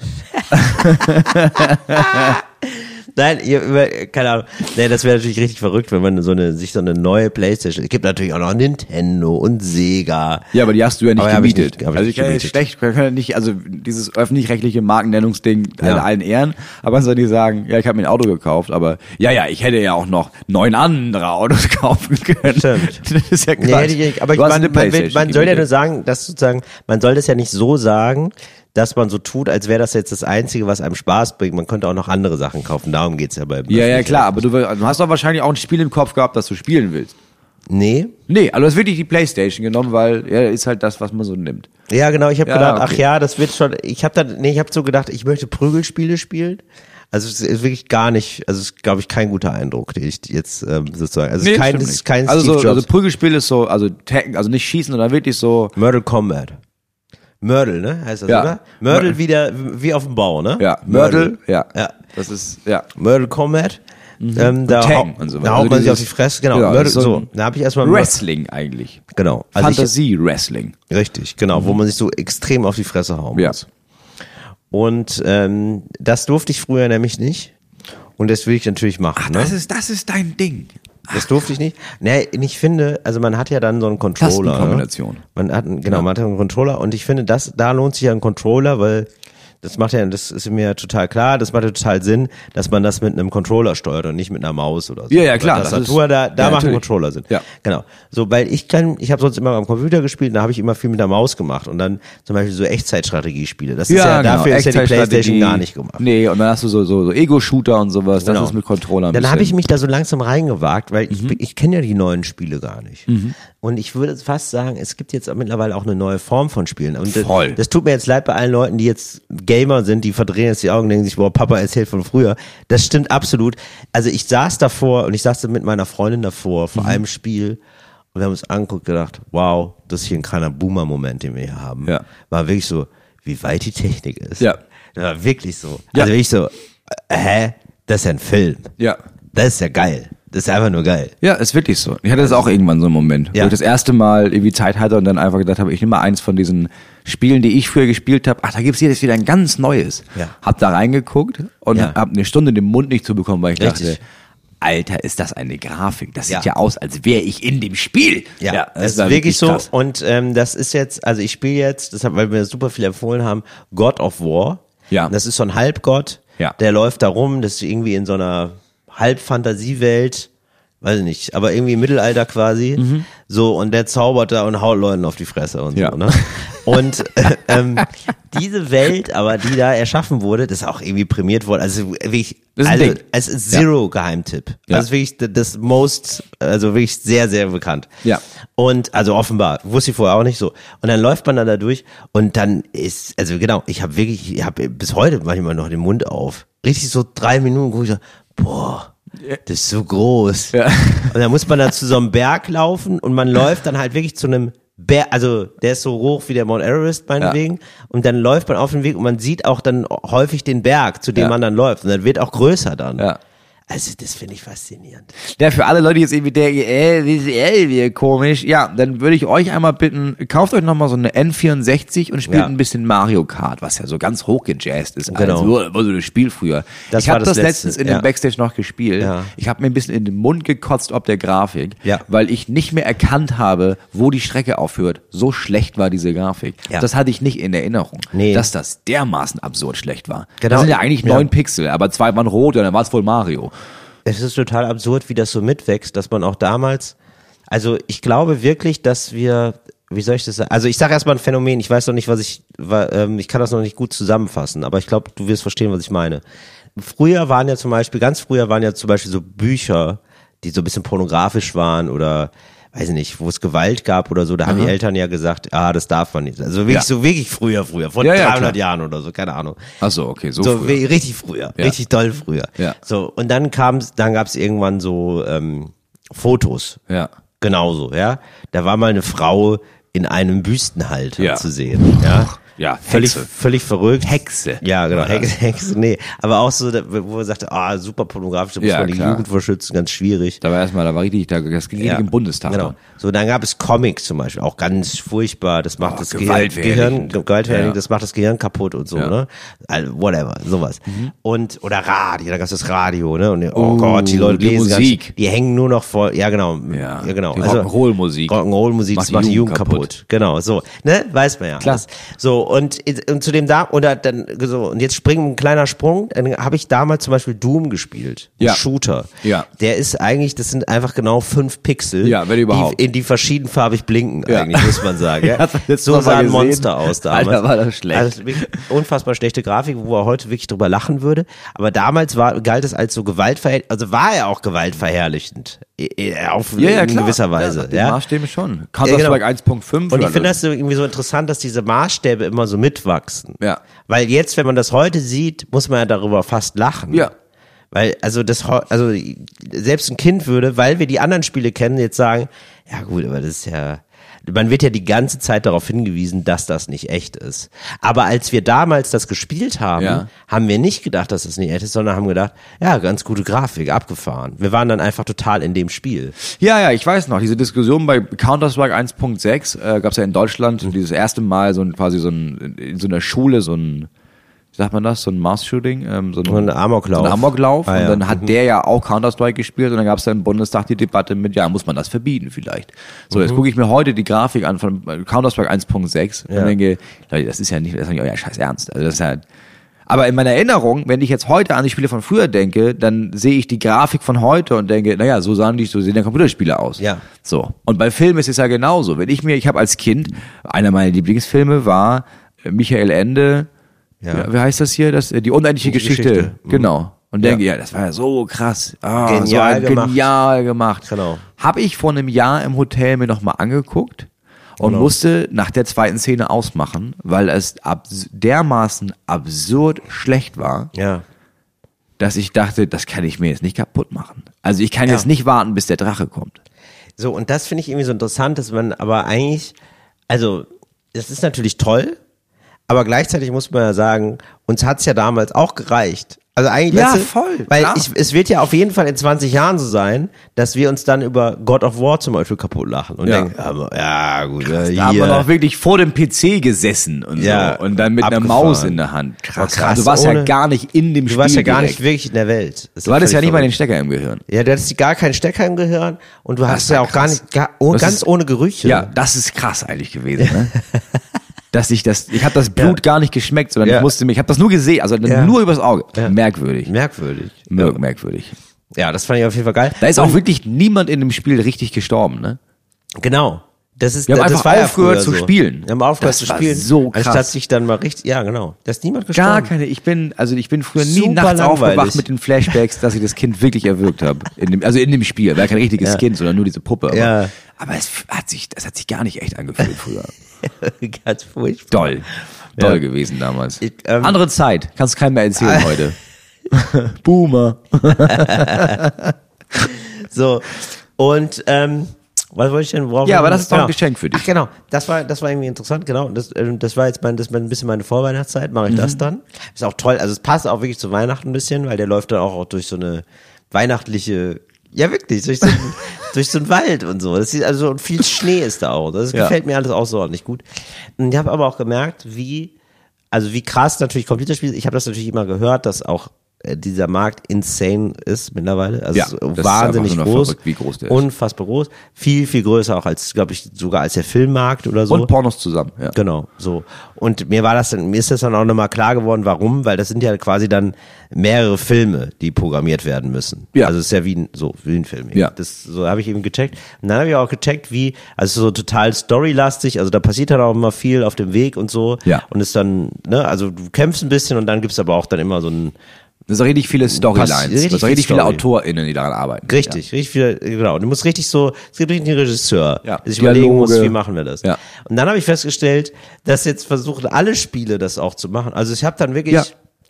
[SPEAKER 3] Nein, ihr, über- keine Ahnung. Nee, das wäre natürlich richtig verrückt, wenn man so eine, sich so eine neue Playstation. Es gibt natürlich auch noch Nintendo und Sega.
[SPEAKER 2] Ja, aber die hast du ja nicht
[SPEAKER 3] Aber hab ich
[SPEAKER 2] gemietet.
[SPEAKER 3] nicht- hab ich
[SPEAKER 2] also ich
[SPEAKER 3] nicht
[SPEAKER 2] kann jetzt
[SPEAKER 3] gemietet.
[SPEAKER 2] schlecht, wir können nicht, also dieses öffentlich-rechtliche Markennennungsding
[SPEAKER 3] Ja.
[SPEAKER 2] in allen Ehren, aber man soll nicht sagen, ja, ich habe mir ein Auto gekauft, aber ja, ja, ich hätte ja auch noch neun andere Autos kaufen können.
[SPEAKER 3] Stimmt.
[SPEAKER 2] Das ist ja Quatsch.
[SPEAKER 3] Nee, hätte ich nicht. Aber ich,
[SPEAKER 2] Du hast
[SPEAKER 3] man,
[SPEAKER 2] eine
[SPEAKER 3] man, will,
[SPEAKER 2] Playstation
[SPEAKER 3] man soll ja nur
[SPEAKER 2] gemietet.
[SPEAKER 3] sagen, dass sozusagen, man soll das ja nicht so sagen, dass man so tut, als wäre das jetzt das Einzige, was einem Spaß bringt. Man könnte auch noch andere Sachen kaufen. Darum geht's ja bei
[SPEAKER 2] ja, ja, klar, aber du, will- du hast doch wahrscheinlich auch ein Spiel im Kopf gehabt, das du spielen willst.
[SPEAKER 3] Nee.
[SPEAKER 2] Nee, also du hast wirklich die Playstation genommen, weil ja, ist halt das, was man so nimmt.
[SPEAKER 3] Ja, genau. Ich habe
[SPEAKER 2] Ja,
[SPEAKER 3] gedacht,
[SPEAKER 2] okay.
[SPEAKER 3] ach ja, das wird schon. Ich habe dann, nee, ich habe so gedacht, ich möchte Prügelspiele spielen. Also es ist wirklich gar nicht, also es ist, glaube ich, kein guter Eindruck, den ich jetzt ähm, sozusagen. Also es ist kein,
[SPEAKER 2] stimmt
[SPEAKER 3] es ist
[SPEAKER 2] nicht.
[SPEAKER 3] kein
[SPEAKER 2] also,
[SPEAKER 3] Steve
[SPEAKER 2] so,
[SPEAKER 3] Jobs.
[SPEAKER 2] also Prügelspiel ist so, also Tekken, also nicht schießen, sondern wirklich so,
[SPEAKER 3] Mörtel Combat. Mörtel, ne? Heißt das,
[SPEAKER 2] Ja.
[SPEAKER 3] oder? Mörtel wieder wie auf dem Bau, ne?
[SPEAKER 2] ja, Mörtel, ja.
[SPEAKER 3] Ja.
[SPEAKER 2] Das ist, ja.
[SPEAKER 3] Mörtel Combat. Ähm, da
[SPEAKER 2] Tang
[SPEAKER 3] hau-
[SPEAKER 2] Mhm. und so
[SPEAKER 3] da
[SPEAKER 2] weiter.
[SPEAKER 3] haut
[SPEAKER 2] Also
[SPEAKER 3] man sich auf die
[SPEAKER 2] dieses-
[SPEAKER 3] Fresse, genau.
[SPEAKER 2] Ja,
[SPEAKER 3] Mörtel,
[SPEAKER 2] so
[SPEAKER 3] so,
[SPEAKER 2] ein
[SPEAKER 3] Da habe ich erstmal
[SPEAKER 2] Wrestling eigentlich.
[SPEAKER 3] Genau. Also ich,
[SPEAKER 2] Fantasie-Wrestling. Also,
[SPEAKER 3] richtig, genau, wo man sich so extrem auf die Fresse hauen
[SPEAKER 2] Ja.
[SPEAKER 3] muss. Und ähm, das durfte ich früher nämlich nicht. Und das will ich natürlich machen. ne?
[SPEAKER 2] ist, das ist dein Ding.
[SPEAKER 3] Das durfte ich nicht. Nee, und ich finde, also man hat ja dann so einen Controller. Ne?
[SPEAKER 2] Tastenkombination.
[SPEAKER 3] Man hat einen, genau, man hat einen Controller und ich finde, das, da lohnt sich ja ein Controller, weil das macht ja, das ist mir total klar, das macht ja total Sinn, dass man das mit einem Controller steuert und nicht mit einer Maus oder so.
[SPEAKER 2] Ja, ja, klar,
[SPEAKER 3] Weil
[SPEAKER 2] das
[SPEAKER 3] Tastatur,
[SPEAKER 2] ist- ja,
[SPEAKER 3] da, da macht ein
[SPEAKER 2] natürlich.
[SPEAKER 3] Controller Sinn.
[SPEAKER 2] Ja.
[SPEAKER 3] Genau. So, weil ich kann, ich habe sonst immer am Computer gespielt, und da habe ich immer viel mit der Maus gemacht und dann zum Beispiel so Echtzeitstrategiespiele. Das ist ja, dafür ist ja die
[SPEAKER 2] genau, Echtzeitstrategie.
[SPEAKER 3] Playstation gar nicht gemacht.
[SPEAKER 2] Nee, und dann hast du so, so, so Ego-Shooter und sowas. Das
[SPEAKER 3] Genau.
[SPEAKER 2] ist mit Controller ein
[SPEAKER 3] Dann
[SPEAKER 2] bisschen- Mhm.
[SPEAKER 3] habe ich mich da so langsam reingewagt, weil ich, bin- ich kenne ja die neuen Spiele gar nicht. Und ich würde fast sagen, es gibt jetzt mittlerweile auch eine neue Form von Spielen. Und das-
[SPEAKER 2] Voll.
[SPEAKER 3] das tut mir jetzt leid bei allen Leuten, die jetzt Gamer sind, die verdrehen jetzt die Augen und denken sich, boah, Papa erzählt von früher. Das stimmt absolut. Also ich saß davor und ich saß mit meiner Freundin davor
[SPEAKER 2] Mhm.
[SPEAKER 3] vor einem Spiel und wir haben uns angeguckt und gedacht, wow, das ist hier ein kleiner Boomer-Moment, den wir hier haben.
[SPEAKER 2] Ja.
[SPEAKER 3] War wirklich so, wie weit die Technik ist.
[SPEAKER 2] Ja.
[SPEAKER 3] Das war wirklich so.
[SPEAKER 2] Ja.
[SPEAKER 3] Also wirklich so, äh, hä? Das ist ja ein Film.
[SPEAKER 2] Ja.
[SPEAKER 3] Das ist ja geil. Das ist einfach nur geil.
[SPEAKER 2] Ja, ist wirklich so. Ich hatte das auch irgendwann so einen Moment,
[SPEAKER 3] Also- Ja.
[SPEAKER 2] wo ich das erste Mal irgendwie Zeit hatte und dann einfach gedacht habe, ich nehme mal eins von diesen Spielen, die ich früher gespielt habe. Ach, da gibt's jedes wieder ein ganz neues.
[SPEAKER 3] Ja.
[SPEAKER 2] Hab da reingeguckt und
[SPEAKER 3] Ja.
[SPEAKER 2] hab eine Stunde den Mund nicht zu bekommen, weil ich
[SPEAKER 3] Richtig.
[SPEAKER 2] dachte, Alter, ist das eine Grafik. Das sieht
[SPEAKER 3] Ja.
[SPEAKER 2] ja aus, als wäre ich in dem Spiel.
[SPEAKER 3] Ja,
[SPEAKER 2] das
[SPEAKER 3] das ist
[SPEAKER 2] war
[SPEAKER 3] wirklich, so.
[SPEAKER 2] krass.
[SPEAKER 3] Und ähm, das ist jetzt, also ich spiele jetzt, deshalb, weil mir das super viel empfohlen haben, God of War.
[SPEAKER 2] Ja.
[SPEAKER 3] Das ist so ein Halbgott.
[SPEAKER 2] Ja.
[SPEAKER 3] Der läuft da rum, das ist irgendwie in so einer Halbfantasiewelt. Weiß ich nicht, aber irgendwie im Mittelalter quasi. So, und der zaubert da und haut Leuten auf die Fresse und
[SPEAKER 2] Mhm. Ja.
[SPEAKER 3] so, ne? Und äh, ähm, diese Welt, aber die da erschaffen wurde, das ist auch irgendwie prämiert worden. Also wirklich,
[SPEAKER 2] Das ist ein
[SPEAKER 3] also,
[SPEAKER 2] Ding.
[SPEAKER 3] es ist Zero Geheimtipp.
[SPEAKER 2] Ja.
[SPEAKER 3] Das ist wirklich d- das Most, also wirklich sehr, sehr bekannt.
[SPEAKER 2] Ja.
[SPEAKER 3] Und also offenbar, wusste ich vorher auch nicht so. Und dann läuft man da, da durch und dann ist, also genau, ich habe wirklich, ich habe bis heute manchmal noch den Mund auf. Richtig so drei Minuten gucke ich so, boah, das ist so groß.
[SPEAKER 2] Ja.
[SPEAKER 3] Und dann muss man da zu so einem Berg laufen und man läuft dann halt wirklich zu einem Berg, also der ist so hoch wie der Mount Everest meinetwegen. Und dann läuft man auf den Weg und man sieht auch dann häufig den Berg, zu dem
[SPEAKER 2] Ja.
[SPEAKER 3] man dann läuft. Und dann wird auch größer dann.
[SPEAKER 2] Ja.
[SPEAKER 3] Also das finde ich faszinierend.
[SPEAKER 2] Der für alle Leute die jetzt irgendwie denken, äh, wie, äh, wie komisch. Ja, dann würde ich euch einmal bitten, kauft euch nochmal so eine N64 und spielt
[SPEAKER 3] Ja.
[SPEAKER 2] ein bisschen Mario Kart, was ja so ganz hochgejazzt ist.
[SPEAKER 3] Genau.
[SPEAKER 2] Also, oh, war so das Spiel früher.
[SPEAKER 3] Das
[SPEAKER 2] ich
[SPEAKER 3] war
[SPEAKER 2] habe
[SPEAKER 3] das
[SPEAKER 2] das,
[SPEAKER 3] Letzte,
[SPEAKER 2] letztens in
[SPEAKER 3] ja.
[SPEAKER 2] dem Backstage noch gespielt.
[SPEAKER 3] Ja.
[SPEAKER 2] Ich habe mir ein bisschen in den Mund gekotzt, ob der Grafik,
[SPEAKER 3] Ja.
[SPEAKER 2] weil ich nicht mehr erkannt habe, wo die Strecke aufhört. So schlecht war diese Grafik.
[SPEAKER 3] Ja.
[SPEAKER 2] Das hatte ich nicht in Erinnerung,
[SPEAKER 3] Nee.
[SPEAKER 2] dass das dermaßen absurd schlecht war.
[SPEAKER 3] Genau.
[SPEAKER 2] Das sind ja eigentlich
[SPEAKER 3] Ja.
[SPEAKER 2] neun Pixel, aber zwei waren rot und dann war es wohl Mario.
[SPEAKER 3] Es ist total absurd, wie das so mitwächst, dass man auch damals, also ich glaube wirklich, dass wir, wie soll ich das sagen? Also ich sage erstmal ein Phänomen, ich weiß noch nicht, was ich, wa- ähm, ich kann das noch nicht gut zusammenfassen, aber ich glaube, du wirst verstehen, was ich meine. Früher waren ja zum Beispiel, ganz früher waren ja zum Beispiel so Bücher, die so ein bisschen pornografisch waren oder weiß ich nicht, wo es Gewalt gab oder so, da haben die Eltern ja gesagt, ah, das darf man nicht. Also wirklich
[SPEAKER 2] Ja.
[SPEAKER 3] so wirklich früher, früher, vor
[SPEAKER 2] Ja, ja,
[SPEAKER 3] 300
[SPEAKER 2] klar.
[SPEAKER 3] Jahren oder so, keine Ahnung.
[SPEAKER 2] Ach so, okay, so,
[SPEAKER 3] So,
[SPEAKER 2] früher.
[SPEAKER 3] wie- richtig früher,
[SPEAKER 2] Ja.
[SPEAKER 3] richtig doll früher.
[SPEAKER 2] Ja.
[SPEAKER 3] So, und dann kam's, dann gab's irgendwann so ähm, Fotos.
[SPEAKER 2] Ja.
[SPEAKER 3] Genauso, ja. Da war mal eine Frau in einem Büstenhalter
[SPEAKER 2] Ja.
[SPEAKER 3] zu sehen. Ja.
[SPEAKER 2] Ja,
[SPEAKER 3] Völlig,
[SPEAKER 2] Hexe.
[SPEAKER 3] völlig verrückt.
[SPEAKER 2] Hexe.
[SPEAKER 3] Ja, genau, Hex, Hex, nee. Aber auch so, da- wo man sagte, ah, super pornografisch, da muss
[SPEAKER 2] Ja,
[SPEAKER 3] man die
[SPEAKER 2] klar.
[SPEAKER 3] Jugend verschützen, ganz schwierig.
[SPEAKER 2] Da war erstmal, da war richtig, da, das ging richtig im Bundestag.
[SPEAKER 3] Genau.
[SPEAKER 2] ab.
[SPEAKER 3] So, dann gab es Comics zum Beispiel, auch ganz furchtbar. Das macht
[SPEAKER 2] Oh,
[SPEAKER 3] das
[SPEAKER 2] gewaltverherrlichend.
[SPEAKER 3] Gehirn, Gehirn gewaltverherrlichend,
[SPEAKER 2] Ja.
[SPEAKER 3] das macht das Gehirn kaputt und so,
[SPEAKER 2] Ja. Mhm.
[SPEAKER 3] ne? Also, whatever, sowas. Und, oder Radio, da gab es das Radio, ne? Und, oh Gott, die Leute
[SPEAKER 2] Uh, die
[SPEAKER 3] lesen
[SPEAKER 2] Musik.
[SPEAKER 3] Ganz, die hängen nur noch voll, ja genau,
[SPEAKER 2] Ja.
[SPEAKER 3] ja, genau.
[SPEAKER 2] Die Rock'n'Roll-Musik.
[SPEAKER 3] Rock'n'Roll-Musik, das macht die Jugend kaputt. Genau, so, ne? Weiß man ja.
[SPEAKER 2] Klar.
[SPEAKER 3] alles. So, und, und zu dem da, oder dann, so, und jetzt springen ein kleiner Sprung, dann habe ich damals zum Beispiel Doom gespielt. Ein
[SPEAKER 2] Ja.
[SPEAKER 3] Shooter.
[SPEAKER 2] Ja.
[SPEAKER 3] Der ist eigentlich, das sind einfach genau fünf Pixel.
[SPEAKER 2] Ja, wenn überhaupt.
[SPEAKER 3] Die, in die verschiedenfarbig blinken,
[SPEAKER 2] Ja.
[SPEAKER 3] eigentlich, muss man sagen. Ja.
[SPEAKER 2] Hat man jetzt
[SPEAKER 3] so
[SPEAKER 2] noch mal
[SPEAKER 3] sahen
[SPEAKER 2] gesehen?
[SPEAKER 3] Monster aus damals.
[SPEAKER 2] Alter, war das schlecht.
[SPEAKER 3] Also, wirklich unfassbar schlechte Grafik, wo er heute wirklich drüber lachen würde. Aber damals war, galt es als so gewaltverherrlichend, also war er auch gewaltverherrlichend. eh, eh, Auf, in gewisser Weise.
[SPEAKER 2] Ja,
[SPEAKER 3] Ja, genau.
[SPEAKER 2] Maßstäbe schon. Counter-Strike 1.5.
[SPEAKER 3] Und ich
[SPEAKER 2] oder
[SPEAKER 3] finde
[SPEAKER 2] das-
[SPEAKER 3] das so irgendwie so interessant, dass diese Maßstäbe immer so mitwachsen.
[SPEAKER 2] Ja.
[SPEAKER 3] Weil jetzt, wenn man das heute sieht, muss man ja darüber fast lachen.
[SPEAKER 2] Ja.
[SPEAKER 3] Weil, also das, heu- also selbst ein Kind würde, weil wir die anderen Spiele kennen, jetzt sagen, ja gut, aber das ist ja, man wird ja die ganze Zeit darauf hingewiesen, dass das nicht echt ist. Aber als wir damals das gespielt haben,
[SPEAKER 2] Ja.
[SPEAKER 3] haben wir nicht gedacht, dass das nicht echt ist, sondern haben gedacht, ja, ganz gute Grafik, abgefahren. Wir waren dann einfach total in dem Spiel.
[SPEAKER 2] Ja, ja, ich weiß noch, diese Diskussion bei Counter-Strike 1.6 äh, gab es ja in
[SPEAKER 3] Mhm.
[SPEAKER 2] Deutschland dieses erste Mal so ein, quasi so ein, in so einer Schule so ein, wie sagt man das, so ein Mass-Shooting, ähm, so ein,
[SPEAKER 3] So ein Amoklauf.
[SPEAKER 2] So ein Amoklauf.
[SPEAKER 3] Ah, ja.
[SPEAKER 2] Und dann hat der ja auch Counter-Strike gespielt und dann gab es dann im Bundestag die Debatte mit, ja, muss man das verbieten vielleicht. So,
[SPEAKER 3] Mhm.
[SPEAKER 2] jetzt gucke ich mir heute die Grafik an von äh, Counter-Strike 1.6
[SPEAKER 3] Ja.
[SPEAKER 2] und denke, Leute, das ist ja nicht, das ist ja nicht euer scheiß Ernst. Also das ist ja, aber in meiner Erinnerung, wenn ich jetzt heute an die Spiele von früher denke, dann sehe ich die Grafik von heute und denke, naja, so sahen die, so sehen ja Computerspiele aus.
[SPEAKER 3] Ja.
[SPEAKER 2] So. Und bei Filmen ist es ja genauso. Wenn ich mir, ich habe als Kind, einer meiner Lieblingsfilme war äh, Michael Ende,
[SPEAKER 3] Ja.
[SPEAKER 2] ja. wie heißt das hier? Das, äh, die unendliche Geschichte.
[SPEAKER 3] Geschichte. Mhm.
[SPEAKER 2] Genau. Und denke, ja. das war ja so krass. Ah, so
[SPEAKER 3] Genial
[SPEAKER 2] ein,
[SPEAKER 3] gemacht.
[SPEAKER 2] genial gemacht.
[SPEAKER 3] Genau.
[SPEAKER 2] Habe ich vor einem Jahr im Hotel mir nochmal angeguckt und
[SPEAKER 3] Genau.
[SPEAKER 2] musste nach der zweiten Szene ausmachen, weil es abs dermaßen absurd schlecht war,
[SPEAKER 3] Ja.
[SPEAKER 2] dass ich dachte, das kann ich mir jetzt nicht kaputt machen. Also ich kann
[SPEAKER 3] Ja.
[SPEAKER 2] jetzt nicht warten, bis der Drache kommt.
[SPEAKER 3] So, und das finde ich irgendwie so interessant, dass man aber eigentlich, also, das ist natürlich toll, aber gleichzeitig muss man ja sagen, uns hat's ja damals auch gereicht. Also eigentlich,
[SPEAKER 2] Ja,
[SPEAKER 3] weißt du,
[SPEAKER 2] voll,
[SPEAKER 3] Weil
[SPEAKER 2] klar.
[SPEAKER 3] ich, es wird ja auf jeden Fall in 20 Jahren so sein, dass wir uns dann über God of War zum Beispiel kaputt lachen und
[SPEAKER 2] Ja.
[SPEAKER 3] denken, aber, ja gut,
[SPEAKER 2] Da
[SPEAKER 3] ja,
[SPEAKER 2] haben wir noch
[SPEAKER 3] hier.
[SPEAKER 2] wirklich vor dem PC gesessen und
[SPEAKER 3] Ja,
[SPEAKER 2] so. Und dann mit
[SPEAKER 3] abgefahren.
[SPEAKER 2] einer Maus in der Hand.
[SPEAKER 3] Oh, krass,
[SPEAKER 2] Also du warst
[SPEAKER 3] ohne-
[SPEAKER 2] ja gar nicht in dem Spiel.
[SPEAKER 3] Du warst ja gar
[SPEAKER 2] direkt.
[SPEAKER 3] nicht wirklich in der Welt. Das ist
[SPEAKER 2] Du hattest ja
[SPEAKER 3] völlig
[SPEAKER 2] nicht mal den
[SPEAKER 3] verrückt.
[SPEAKER 2] Stecker im Gehirn.
[SPEAKER 3] Ja, du hattest gar keinen Stecker im Gehirn und du hast
[SPEAKER 2] war
[SPEAKER 3] ja auch gar
[SPEAKER 2] krass.
[SPEAKER 3] nicht, gar, oh,
[SPEAKER 2] Das
[SPEAKER 3] ganz
[SPEAKER 2] ist-
[SPEAKER 3] ohne Gerüche.
[SPEAKER 2] Ja, das ist krass eigentlich gewesen. Ne? Dass ich das, ich habe das Blut
[SPEAKER 3] Ja.
[SPEAKER 2] gar nicht geschmeckt, sondern
[SPEAKER 3] Ja.
[SPEAKER 2] ich musste mich, ich habe das nur gesehen, also
[SPEAKER 3] Ja.
[SPEAKER 2] nur übers Auge. Merkwürdig.
[SPEAKER 3] Merkwürdig.
[SPEAKER 2] Mer Merkwürdig.
[SPEAKER 3] Ja, das fand ich auf jeden Fall geil.
[SPEAKER 2] Da ist auch wirklich niemand in dem Spiel richtig gestorben, ne?
[SPEAKER 3] Genau. Das ist,
[SPEAKER 2] Wir haben
[SPEAKER 3] das
[SPEAKER 2] einfach
[SPEAKER 3] war ja
[SPEAKER 2] aufgehört
[SPEAKER 3] früher
[SPEAKER 2] zu
[SPEAKER 3] so.
[SPEAKER 2] spielen.
[SPEAKER 3] Wir haben aufgehört
[SPEAKER 2] Das
[SPEAKER 3] zu
[SPEAKER 2] war
[SPEAKER 3] spielen.
[SPEAKER 2] so
[SPEAKER 3] Anstatt
[SPEAKER 2] krass.
[SPEAKER 3] sich dann mal richtig, ja, genau. Da ist niemand gestorben.
[SPEAKER 2] Gar keine, ich bin, also ich bin früher nie
[SPEAKER 3] Super
[SPEAKER 2] nachts
[SPEAKER 3] langweilig.
[SPEAKER 2] aufgewacht mit den Flashbacks, dass ich das Kind wirklich erwürgt habe. In dem, also in dem Spiel, war kein richtiges
[SPEAKER 3] Ja.
[SPEAKER 2] Kind, sondern nur diese Puppe. Aber,
[SPEAKER 3] Ja.
[SPEAKER 2] aber es hat sich, das hat sich gar nicht echt angefühlt früher.
[SPEAKER 3] Ganz furchtbar.
[SPEAKER 2] Doll. Doll
[SPEAKER 3] Ja.
[SPEAKER 2] gewesen damals.
[SPEAKER 3] Ich, ähm,
[SPEAKER 2] Andere Zeit. Kannst keinem mehr erzählen heute. Boomer.
[SPEAKER 3] So. Und, ähm, was wollte ich denn? Worauf
[SPEAKER 2] Ja, aber das ist doch ein Geschenk für dich.
[SPEAKER 3] Ach, genau. Das war, das war irgendwie interessant, genau. Das, ähm, das war jetzt mein, das war ein bisschen meine Vorweihnachtszeit, mache ich
[SPEAKER 2] Mhm.
[SPEAKER 3] das dann. Ist auch toll. Also es passt auch wirklich zu Weihnachten ein bisschen, weil der läuft dann auch, auch durch so eine weihnachtliche, ja wirklich, durch so, einen- durch so einen Wald und so. Das ist also, und viel Schnee ist da auch. Das
[SPEAKER 2] Ja.
[SPEAKER 3] gefällt mir alles außerordentlich gut. Und ich habe aber auch gemerkt, wie, also wie krass natürlich Computerspiele, ich habe das natürlich immer gehört, dass auch äh, dieser Markt insane ist mittlerweile. Also
[SPEAKER 2] Ja,
[SPEAKER 3] es
[SPEAKER 2] das
[SPEAKER 3] ist
[SPEAKER 2] ist
[SPEAKER 3] wahnsinnig
[SPEAKER 2] einfach nur
[SPEAKER 3] groß.
[SPEAKER 2] verrückt, wie groß der ist.
[SPEAKER 3] Unfassbar groß. Viel, viel größer auch als, glaube ich, sogar als der Filmmarkt oder so.
[SPEAKER 2] Und Pornos zusammen. Ja.
[SPEAKER 3] Genau, so. Und mir war das dann, mir ist das dann auch nochmal klar geworden, warum, weil das sind ja quasi dann mehrere Filme, die programmiert werden müssen.
[SPEAKER 2] Ja.
[SPEAKER 3] Also es ist ja wie ein, so, wie ein Film.
[SPEAKER 2] Ja.
[SPEAKER 3] Das, so habe ich eben gecheckt. Und dann habe ich auch gecheckt, wie, also so total storylastig, also da passiert dann auch immer viel auf dem Weg und so.
[SPEAKER 2] Ja.
[SPEAKER 3] Und ist dann, ne, also du kämpfst ein bisschen und dann gibt's aber auch dann immer so ein,
[SPEAKER 2] Das sind richtig viele Storylines. Das
[SPEAKER 3] richtig
[SPEAKER 2] sind
[SPEAKER 3] viel
[SPEAKER 2] richtig viele
[SPEAKER 3] Story.
[SPEAKER 2] AutorInnen, die daran arbeiten.
[SPEAKER 3] Richtig, richtig viel, genau. Du musst richtig so, es gibt richtig einen Regisseur,
[SPEAKER 2] Ja.
[SPEAKER 3] der sich überlegen muss,
[SPEAKER 2] Dialoge.
[SPEAKER 3] wie machen wir das.
[SPEAKER 2] Ja.
[SPEAKER 3] Und dann habe ich festgestellt, dass jetzt versuchen alle Spiele das auch zu machen. Also ich habe dann wirklich
[SPEAKER 2] Ja.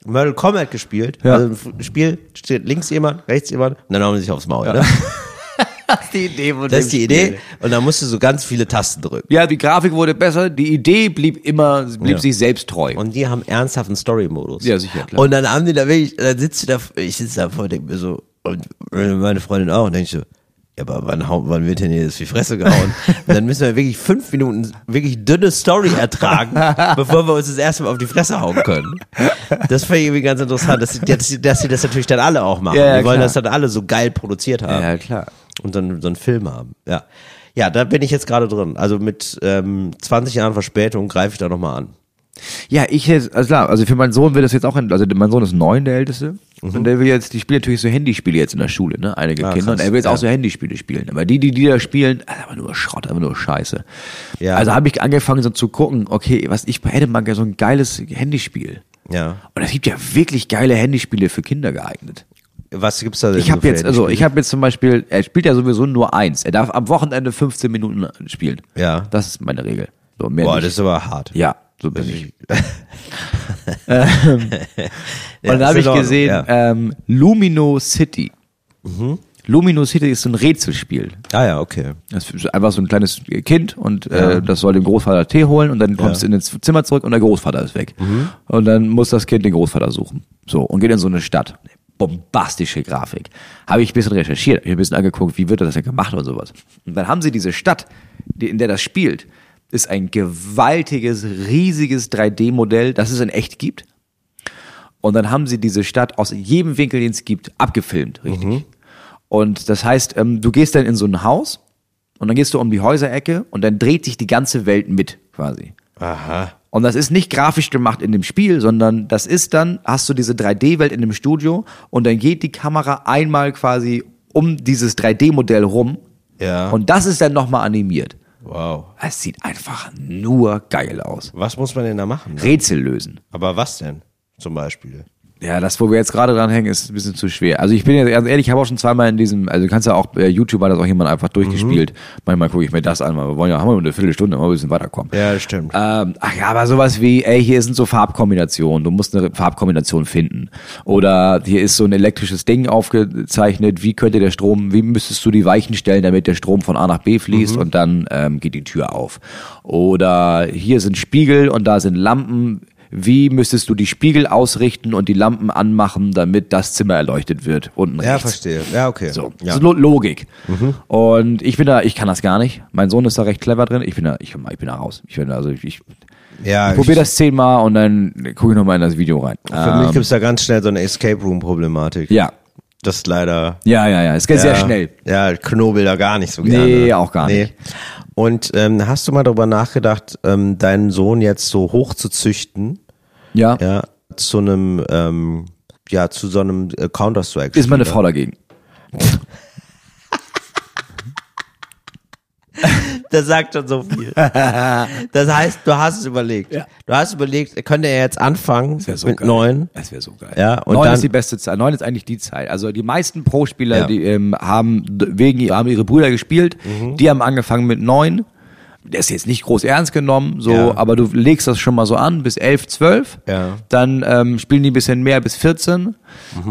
[SPEAKER 3] Mortal Kombat gespielt.
[SPEAKER 2] Ja.
[SPEAKER 3] Also im F- Spiel steht links jemand, rechts jemand und dann hauen sie sich aufs Maul. Ne?
[SPEAKER 2] Das ist die Idee von
[SPEAKER 3] Das
[SPEAKER 2] dem
[SPEAKER 3] ist die
[SPEAKER 2] Spiel.
[SPEAKER 3] Idee. Und dann musst du so ganz viele Tasten drücken.
[SPEAKER 2] Ja, die Grafik wurde besser, die Idee blieb immer, blieb sich selbst treu.
[SPEAKER 3] Und die haben ernsthaften Story-Modus.
[SPEAKER 2] Ja, sicher, klar.
[SPEAKER 3] Und dann haben die da wirklich, dann sitzt du da, ich sitze da vor, denk mir so, und meine Freundin auch, und denk ich so, ja, aber wann, hau- wann wird denn hier das die Fresse gehauen? Und dann müssen wir wirklich fünf Minuten wirklich dünne Story ertragen, bevor wir uns das erste Mal auf die Fresse hauen können. Das fand ich irgendwie ganz interessant, dass sie, dass sie, dass sie das natürlich dann alle auch machen.
[SPEAKER 2] Ja, ja,
[SPEAKER 3] die wollen
[SPEAKER 2] klar.
[SPEAKER 3] das dann alle so geil produziert haben
[SPEAKER 2] Ja, klar.
[SPEAKER 3] und dann so einen Film haben. Ja, ja da bin ich jetzt gerade drin. Also mit ähm, 20 Jahren Verspätung greife ich da nochmal an.
[SPEAKER 2] Ja, ich jetzt, also klar, also für meinen Sohn wird das jetzt auch, ein- also mein Sohn ist neun, der Älteste. Und der will jetzt, die spielen natürlich so Handyspiele jetzt in der Schule, ne? Einige
[SPEAKER 3] Mhm. Ah,
[SPEAKER 2] Kinder. Und
[SPEAKER 3] krass,
[SPEAKER 2] er will jetzt
[SPEAKER 3] ja.
[SPEAKER 2] auch so Handyspiele spielen. Aber die, die, die da spielen, also aber nur Schrott, aber nur Scheiße.
[SPEAKER 3] Ja.
[SPEAKER 2] Also habe ich angefangen so zu gucken, okay, was ich hätte mal gerne so ein geiles Handyspiel.
[SPEAKER 3] Ja.
[SPEAKER 2] Und es gibt ja wirklich geile Handyspiele für Kinder geeignet.
[SPEAKER 3] Was gibt's da denn?
[SPEAKER 2] Ich habe jetzt, also ich habe jetzt zum Beispiel, er spielt ja sowieso nur eins. Er darf am Wochenende 15 Minuten spielen.
[SPEAKER 3] Ja.
[SPEAKER 2] Das ist meine Regel. So, mehr
[SPEAKER 3] Boah,
[SPEAKER 2] nicht.
[SPEAKER 3] das ist aber hart.
[SPEAKER 2] ja, so bin ich. Ähm,
[SPEAKER 3] Ja,
[SPEAKER 2] und
[SPEAKER 3] ist
[SPEAKER 2] da habe
[SPEAKER 3] in
[SPEAKER 2] ich
[SPEAKER 3] Ordnung,
[SPEAKER 2] gesehen,
[SPEAKER 3] ja. Mhm.
[SPEAKER 2] ähm, Lumino City. Lumino City ist so ein Rätselspiel.
[SPEAKER 3] Ah ja, okay.
[SPEAKER 2] Das ist einfach so ein kleines Kind und äh, das soll dem Großvater Tee holen und dann kommt es in ins Zimmer zurück und der Großvater ist weg. Und dann muss das Kind den Großvater suchen. So, und geht in so eine Stadt. Bombastische Grafik. Habe ich ein bisschen recherchiert, habe ich ein bisschen angeguckt, wie wird das denn gemacht und sowas. Und dann haben sie diese Stadt, die, in der das spielt, ist ein gewaltiges, riesiges 3D-Modell, das es in echt gibt. Und dann haben sie diese Stadt aus jedem Winkel, den es gibt, abgefilmt, richtig.
[SPEAKER 3] Mhm.
[SPEAKER 2] Und das heißt, ähm, du gehst dann in so ein Haus und dann gehst du um die Häuserecke und dann dreht sich die ganze Welt mit, quasi.
[SPEAKER 3] Aha.
[SPEAKER 2] Und das ist nicht grafisch gemacht in dem Spiel, sondern das ist dann, hast du diese 3D-Welt in dem Studio und dann geht die Kamera einmal quasi um dieses 3D-Modell rum.
[SPEAKER 3] Ja.
[SPEAKER 2] Und das ist dann nochmal animiert.
[SPEAKER 3] Wow.
[SPEAKER 2] Es sieht einfach nur geil aus.
[SPEAKER 3] Was muss man denn da machen?
[SPEAKER 2] Rätsel lösen.
[SPEAKER 3] Aber was denn? Zum Beispiel.
[SPEAKER 2] Ja, das, wo wir jetzt gerade dran hängen, ist ein bisschen zu schwer. Also ich bin jetzt ganz ehrlich, ich habe auch schon zweimal in diesem, also du kannst ja auch, äh, YouTube hat das auch jemand einfach durchgespielt. Manchmal gucke ich mir das an, weil wir wollen ja, haben wir nur eine Viertelstunde, mal ein bisschen weiterkommen.
[SPEAKER 3] Ja, stimmt.
[SPEAKER 2] Ähm, ach ja, aber sowas wie, ey, hier sind so Farbkombinationen, du musst eine Farbkombination finden. Oder hier ist so ein elektrisches Ding aufgezeichnet, wie könnte der Strom, wie müsstest du die Weichen stellen, damit der Strom von A nach B fließt
[SPEAKER 3] Mhm.
[SPEAKER 2] und dann ähm, geht die Tür auf. Oder hier sind Spiegel und da sind Lampen. Wie müsstest du die Spiegel ausrichten und die Lampen anmachen, damit das Zimmer erleuchtet wird? Unten
[SPEAKER 3] Ja,
[SPEAKER 2] rechts.
[SPEAKER 3] verstehe. Ja, okay.
[SPEAKER 2] So, das
[SPEAKER 3] Ja. Mhm.
[SPEAKER 2] ist Lo- Logik. Und ich bin da, ich kann das gar nicht. Mein Sohn ist da recht clever drin. Ich bin da, ich, ich bin da raus. Ich bin da, also ich, ich
[SPEAKER 3] ja,
[SPEAKER 2] Ah, ich probier das zehnmal und dann gucke ich nochmal in das Video rein.
[SPEAKER 3] Für mich ähm, gibt's da ganz schnell so eine Escape Room-Problematik.
[SPEAKER 2] Ja.
[SPEAKER 3] Das ist leider.
[SPEAKER 2] Ja, ja, ja. Es geht sehr
[SPEAKER 3] ja,
[SPEAKER 2] schnell.
[SPEAKER 3] Ja, Knobel da gar nicht so gerne.
[SPEAKER 2] Nee, auch gar nicht.
[SPEAKER 3] Und ähm, hast du mal darüber nachgedacht, ähm, deinen Sohn jetzt so hoch zu züchten?
[SPEAKER 2] Ja.
[SPEAKER 3] Ja, zu einem, ähm, ja, zu so einem äh, Counter-Strike.
[SPEAKER 2] Ist meine Frau dagegen.
[SPEAKER 3] Das sagt schon so viel. Das heißt, du hast es überlegt.
[SPEAKER 2] Ja.
[SPEAKER 3] Du hast überlegt, könnte er jetzt anfangen
[SPEAKER 2] Das wär so
[SPEAKER 3] mit
[SPEAKER 2] geil.
[SPEAKER 3] neun?
[SPEAKER 2] Das wäre so geil.
[SPEAKER 3] Ja, und
[SPEAKER 2] neun
[SPEAKER 3] dann-
[SPEAKER 2] ist die beste Zeit. Neun ist eigentlich die Zeit. Also die meisten Pro-Spieler,
[SPEAKER 3] Ja.
[SPEAKER 2] die ähm, haben d- wegen ihr- haben ihre Brüder gespielt.
[SPEAKER 3] Mhm.
[SPEAKER 2] Die haben angefangen mit neun. Der ist jetzt nicht groß ernst genommen, so,
[SPEAKER 3] Ja.
[SPEAKER 2] aber du legst das schon mal so an bis elf, zwölf.
[SPEAKER 3] Ja. Mhm.
[SPEAKER 2] Dann ähm, spielen die ein bisschen mehr bis 14.